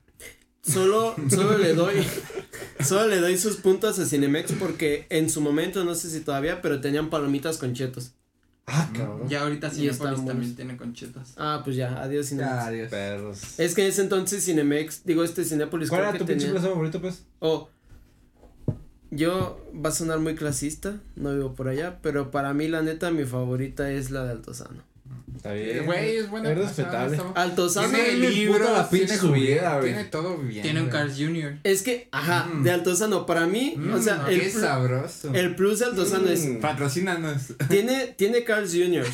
Speaker 1: Solo, solo le doy. Solo le doy sus puntos a Cinemex porque en su momento, no sé si todavía, pero tenían palomitas con chetos.
Speaker 3: Ah, cabrón.
Speaker 4: Ya ahorita
Speaker 1: Y están
Speaker 4: Cinepolis
Speaker 1: buenos.
Speaker 4: también tiene conchetas.
Speaker 1: Ah, pues ya, adiós Cinemex.
Speaker 2: Ya, adiós.
Speaker 3: Perros.
Speaker 1: Es que en ese entonces Cinemex, digo este Cinépolis
Speaker 3: ¿Cuál
Speaker 1: creo
Speaker 3: era
Speaker 1: que
Speaker 3: tu pinche
Speaker 1: tenía-
Speaker 3: plaza favorita, pues?
Speaker 1: Oh. Yo va a sonar muy clasista, no vivo por allá, pero para mí la neta mi favorita es la de Altozano.
Speaker 3: Está
Speaker 2: Eh,
Speaker 3: bien.
Speaker 2: Güey, es buena.
Speaker 3: Es
Speaker 2: plaza,
Speaker 3: respetable.
Speaker 2: está bu-
Speaker 1: Altozano
Speaker 3: Tiene
Speaker 2: Tiene
Speaker 3: el puto
Speaker 2: libros,
Speaker 3: la pinche
Speaker 2: tiene
Speaker 3: subida,
Speaker 2: juguetes,
Speaker 3: güey.
Speaker 2: Tiene todo bien.
Speaker 4: Tiene un
Speaker 2: güey.
Speaker 4: Cars Junior.
Speaker 1: Es que, ajá,
Speaker 2: Mm.
Speaker 1: de Altozano, para mí, o sea,
Speaker 2: Mm,
Speaker 1: el,
Speaker 2: qué
Speaker 1: plu-
Speaker 2: sabroso.
Speaker 1: el plus de Altozano es,
Speaker 3: Mm.
Speaker 2: Patrocínanos.
Speaker 1: tiene, tiene Carl's Jr.,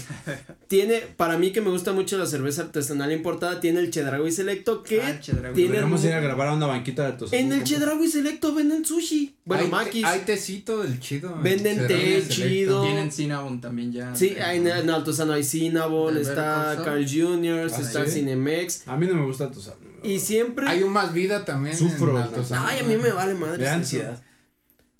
Speaker 1: tiene, para mí que me gusta mucho la cerveza artesanal importada, tiene el Chedraui Selecto que,
Speaker 4: Ah, Chedraui.
Speaker 1: tiene
Speaker 3: Deberíamos
Speaker 1: muy-
Speaker 3: ir a grabar a una banquita de tos.
Speaker 1: en el Chedraui Selecto venden sushi, bueno,
Speaker 2: Hay-
Speaker 1: maquis,
Speaker 2: Hay tecito del chido. güey.
Speaker 1: Venden
Speaker 2: Se
Speaker 1: té
Speaker 2: reúne selecto.
Speaker 1: chido.
Speaker 4: Tienen Cinnabon también ya.
Speaker 1: sí,
Speaker 4: Eh,
Speaker 1: hay en, en Altozano hay Cinnabon,
Speaker 4: ¿De
Speaker 1: está
Speaker 4: Veracruz?
Speaker 1: Carl Jr.,
Speaker 3: Ah,
Speaker 1: está
Speaker 3: ¿sí?
Speaker 1: Cinemex,
Speaker 3: A mí no me gusta tos.
Speaker 1: y siempre,
Speaker 2: Hay un más vida también.
Speaker 3: Sufro,
Speaker 2: en
Speaker 3: güey.
Speaker 2: Altozano.
Speaker 1: ay, a mí me vale madre.
Speaker 3: De
Speaker 1: eso.
Speaker 3: ansiedad.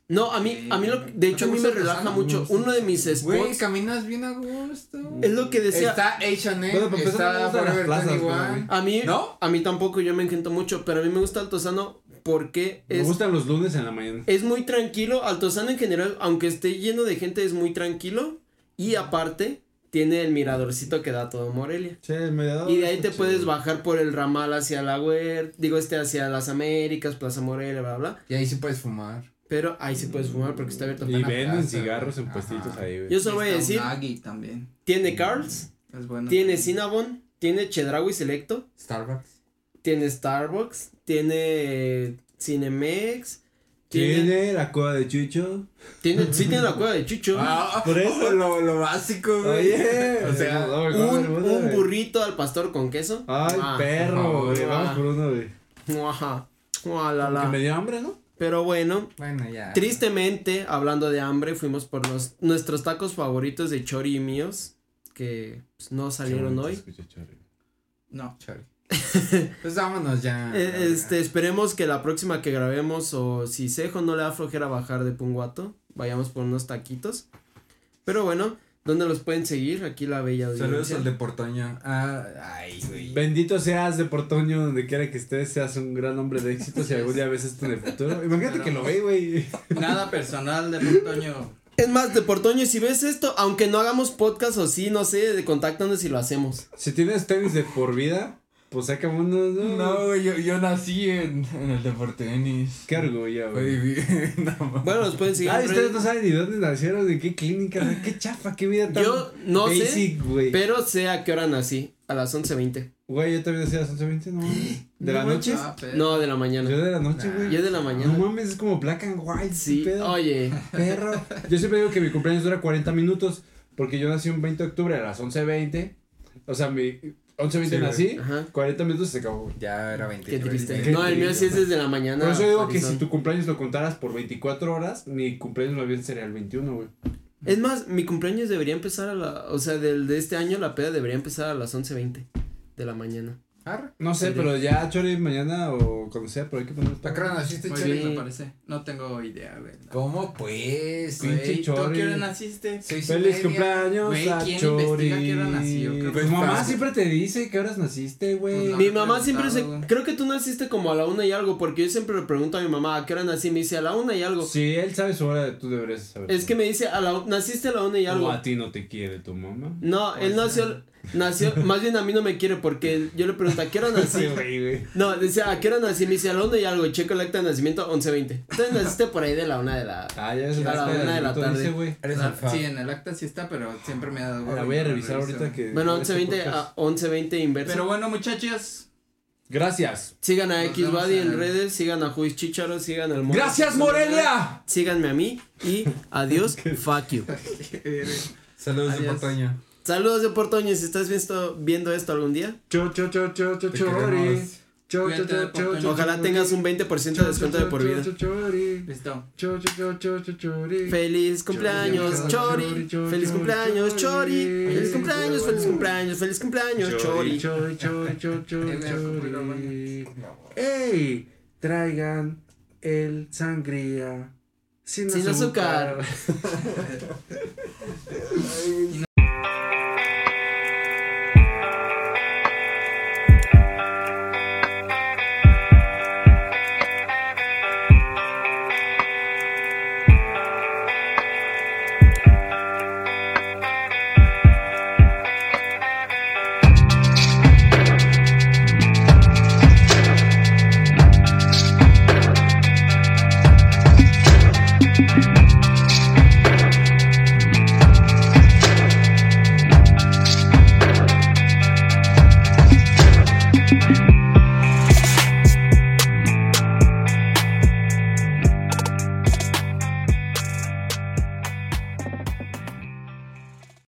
Speaker 1: No, a mí, a mí, lo, de
Speaker 2: ¿No
Speaker 1: hecho, a
Speaker 2: te
Speaker 1: mí
Speaker 2: gusta
Speaker 1: me relaja
Speaker 2: Altozano?
Speaker 1: mucho, uno de mis
Speaker 2: Güey,
Speaker 1: spots,
Speaker 2: caminas bien a gusto.
Speaker 1: es lo que decía,
Speaker 2: Está H&M,
Speaker 3: Bueno, para empezar, no me
Speaker 2: está
Speaker 3: gustan las
Speaker 2: Forever
Speaker 3: plazas,
Speaker 2: 21.
Speaker 3: güey.
Speaker 1: A mí,
Speaker 2: ¿No?
Speaker 1: a mí tampoco, yo me engento mucho, pero a mí me gusta Altozano porque
Speaker 3: Me
Speaker 1: es,
Speaker 3: gustan los lunes en la mañana.
Speaker 1: es muy tranquilo. Altozano en general, aunque esté lleno de gente, es muy tranquilo. Y aparte, tiene el miradorcito que da todo Morelia.
Speaker 3: Sí, el mediador
Speaker 1: Y de ahí
Speaker 3: está
Speaker 1: te puedes
Speaker 3: Ah, chido.
Speaker 1: bajar por el ramal hacia la huer, digo este hacia las Américas, Plaza Morelia, bla, bla. bla,
Speaker 2: Y ahí sí puedes fumar.
Speaker 1: Pero ahí sí puedes fumar porque está abierto.
Speaker 3: Y
Speaker 2: la
Speaker 3: venden
Speaker 2: plaza,
Speaker 3: cigarros en
Speaker 2: ajá.
Speaker 3: puestitos ahí, güey.
Speaker 1: Yo solo voy a
Speaker 4: Está
Speaker 1: decir,
Speaker 4: Unagi también.
Speaker 1: tiene Carl's,
Speaker 4: Es bueno.
Speaker 1: tiene
Speaker 4: también.
Speaker 1: Cinnabon, tiene Chedraui Selecto,
Speaker 2: Starbucks.
Speaker 1: tiene Starbucks, tiene Cinemex, tiene,
Speaker 3: Tiene la cueva de Chucho.
Speaker 1: tiene, sí tiene la cueva de Chucho.
Speaker 2: Ah,
Speaker 3: Por eso.
Speaker 2: Lo, lo básico, güey.
Speaker 3: Oye.
Speaker 2: O sea,
Speaker 3: no, no,
Speaker 1: un,
Speaker 3: no, no,
Speaker 1: un
Speaker 3: güey.
Speaker 1: burrito al pastor con queso.
Speaker 3: Ay,
Speaker 1: Ah,
Speaker 3: perro, güey.
Speaker 1: ah.
Speaker 3: Vamos por uno, güey.
Speaker 1: muaja, mua, la, la.
Speaker 3: Que me dio hambre, ¿no?
Speaker 1: Pero bueno,
Speaker 2: Bueno, ya.
Speaker 1: Tristemente, hablando de hambre, fuimos por los, nuestros tacos favoritos de Chori y míos, que pues, no salieron
Speaker 3: Qué bonito
Speaker 1: hoy.
Speaker 3: se escucha, Charlie.
Speaker 4: No.
Speaker 2: Chale. Pues vámonos ya.
Speaker 1: Eh, Este, esperemos que la próxima que grabemos, o si Sejo no le da flojera bajar de Punguato, vayamos por unos taquitos. Pero bueno, ¿dónde los pueden seguir? Aquí la bella
Speaker 2: Saludos
Speaker 1: audiencia.
Speaker 2: al de Portoño. Ah, ay, güey.
Speaker 3: Bendito seas de Portoño, donde quiera que estés, seas un gran hombre de éxito si algún día ves esto en el futuro. Imagínate que lo ve, güey.
Speaker 4: Nada personal de Montoño.
Speaker 1: Es más, de Portoño, si ves esto, aunque no hagamos podcast o sí, no sé, de- contáctanos si lo hacemos.
Speaker 3: Si tienes tenis de por vida, pues saca unos, ¿no?
Speaker 2: No, güey, yo, yo nací en, en el Deportenis.
Speaker 3: Qué orgullo,
Speaker 2: Güey,
Speaker 3: güey.
Speaker 2: vi- no, mames.
Speaker 1: Bueno, los pueden seguir. en
Speaker 3: Ay, Ah, ustedes
Speaker 1: redes-
Speaker 3: no saben ni dónde nacieron, ni qué clínica, güey. qué chafa, qué vida tan
Speaker 1: Yo no sé,
Speaker 3: basic, güey.
Speaker 1: Pero sé a qué hora nací, a las 11.20.
Speaker 3: Güey, yo también hacía las 11.20, no mames. ¿De
Speaker 1: No
Speaker 3: la noche?
Speaker 4: Ah, pero-
Speaker 1: No, de la mañana.
Speaker 3: Yo de la noche,
Speaker 2: Nah.
Speaker 3: güey.
Speaker 1: Yo de la
Speaker 3: No
Speaker 1: mañana.
Speaker 3: mames, es como black and white, sí,
Speaker 1: Sí,
Speaker 3: pedo.
Speaker 1: oye.
Speaker 3: Perro. Yo siempre digo que mi cumpleaños dura 40 minutos porque yo nací un 20 de octubre a las 11.20. O sea, mi 11.20
Speaker 2: Sí, güey.
Speaker 3: nací,
Speaker 1: Ajá.
Speaker 3: 40 minutos se acabó.
Speaker 2: Ya era
Speaker 1: Qué
Speaker 2: 23.
Speaker 1: triste.
Speaker 3: qué
Speaker 1: No, el mío sí es
Speaker 3: triste.
Speaker 1: desde la mañana.
Speaker 3: Por eso digo que
Speaker 1: Ah, Parizón.
Speaker 3: si tu cumpleaños lo contaras por 24 horas, mi cumpleaños más bien sería el 21, güey.
Speaker 1: Es más, mi cumpleaños debería empezar a la. O sea, del de este año la peda debería empezar a las 11.20 de la mañana.
Speaker 2: Arre.
Speaker 3: No sé,
Speaker 1: Sí.
Speaker 3: pero ya, Chori, mañana o cuando sea, pero hay que poner.
Speaker 2: ¿A qué hora naciste,
Speaker 4: Muy
Speaker 1: Sí.
Speaker 2: Chori?
Speaker 4: bien, me parece. No tengo idea, güey.
Speaker 2: ¿Cómo pues?
Speaker 3: Pinche
Speaker 4: Güey, ¿Tú a
Speaker 3: Chori.
Speaker 4: qué hora naciste?
Speaker 2: Seis y
Speaker 3: Feliz
Speaker 2: media.
Speaker 3: cumpleaños
Speaker 4: Güey,
Speaker 3: a
Speaker 4: ¿quién
Speaker 3: Chori.
Speaker 4: investiga qué hora nací? Yo creo que
Speaker 3: Pues
Speaker 2: es
Speaker 3: mamá
Speaker 2: fácil.
Speaker 3: siempre te dice qué horas naciste, güey.
Speaker 4: Pues No
Speaker 1: mi
Speaker 4: me he
Speaker 1: mamá siempre se.
Speaker 4: preguntado, güey.
Speaker 1: Creo que tú naciste como a la una y algo, porque yo siempre le pregunto a mi mamá a qué hora nací. Me dice a la una y algo.
Speaker 3: Si él sabe su hora, tú deberías saber.
Speaker 1: Es que me dice a la naciste a la una y
Speaker 3: O
Speaker 1: algo.
Speaker 3: a ti no te quiere tu mamá.
Speaker 1: No, él
Speaker 4: Pues,
Speaker 1: nació. Nació, más bien a mí no me quiere porque yo le pregunto a qué hora nací.
Speaker 3: güey, güey.
Speaker 1: No, decía, ¿a qué hora nací? Me dice, a la una y algo, y checo el acta de nacimiento, 11.20. Entonces naciste por ahí de la una de la...
Speaker 3: Ah, ya es
Speaker 1: A la
Speaker 3: este
Speaker 1: una de la
Speaker 3: minuto,
Speaker 1: tarde.
Speaker 3: dice, güey.
Speaker 2: Eres
Speaker 4: Ah,
Speaker 2: alfa.
Speaker 4: Sí, en el acta sí está, pero siempre me ha dado.
Speaker 3: Ah, La voy a revisar ahorita que.
Speaker 1: Bueno,
Speaker 3: este
Speaker 1: 11.20
Speaker 3: podcast.
Speaker 1: a 11.20 inverso.
Speaker 4: Pero bueno, muchachos.
Speaker 3: Gracias.
Speaker 1: sigan a
Speaker 4: nos vemos
Speaker 1: Xbody en
Speaker 4: en-
Speaker 1: redes, sigan a Juiz Chicharo, sigan al... Mono.
Speaker 3: ¡Gracias, Morelia!
Speaker 1: Síganme a mí y adiós, fuck you.
Speaker 2: Saludos de
Speaker 4: Adiós.
Speaker 2: Portoño.
Speaker 1: Saludos de Portoño, si estás visto- viendo esto algún día,
Speaker 3: Cho, cho, cho, cho, cho,
Speaker 2: Te
Speaker 3: chori.
Speaker 2: queremos.
Speaker 3: Cho, cho,
Speaker 4: Cuídate,
Speaker 3: cho, cho,
Speaker 4: Portoño.
Speaker 3: cho.
Speaker 1: ojalá tengas un 20% de descuento de por vida.
Speaker 3: Cho, cho, chori.
Speaker 4: Listo.
Speaker 3: Cho, cho, cho, cho, cho, chori.
Speaker 1: Feliz cumpleaños, Chori. Feliz cumpleaños, Chori. Feliz cumpleaños, feliz cumpleaños, feliz cumpleaños, Chori.
Speaker 3: Chori, chori, chori, chori, chori. ¡Ey! Traigan el sangría. Sin,
Speaker 1: Sin azúcar.
Speaker 3: azúcar.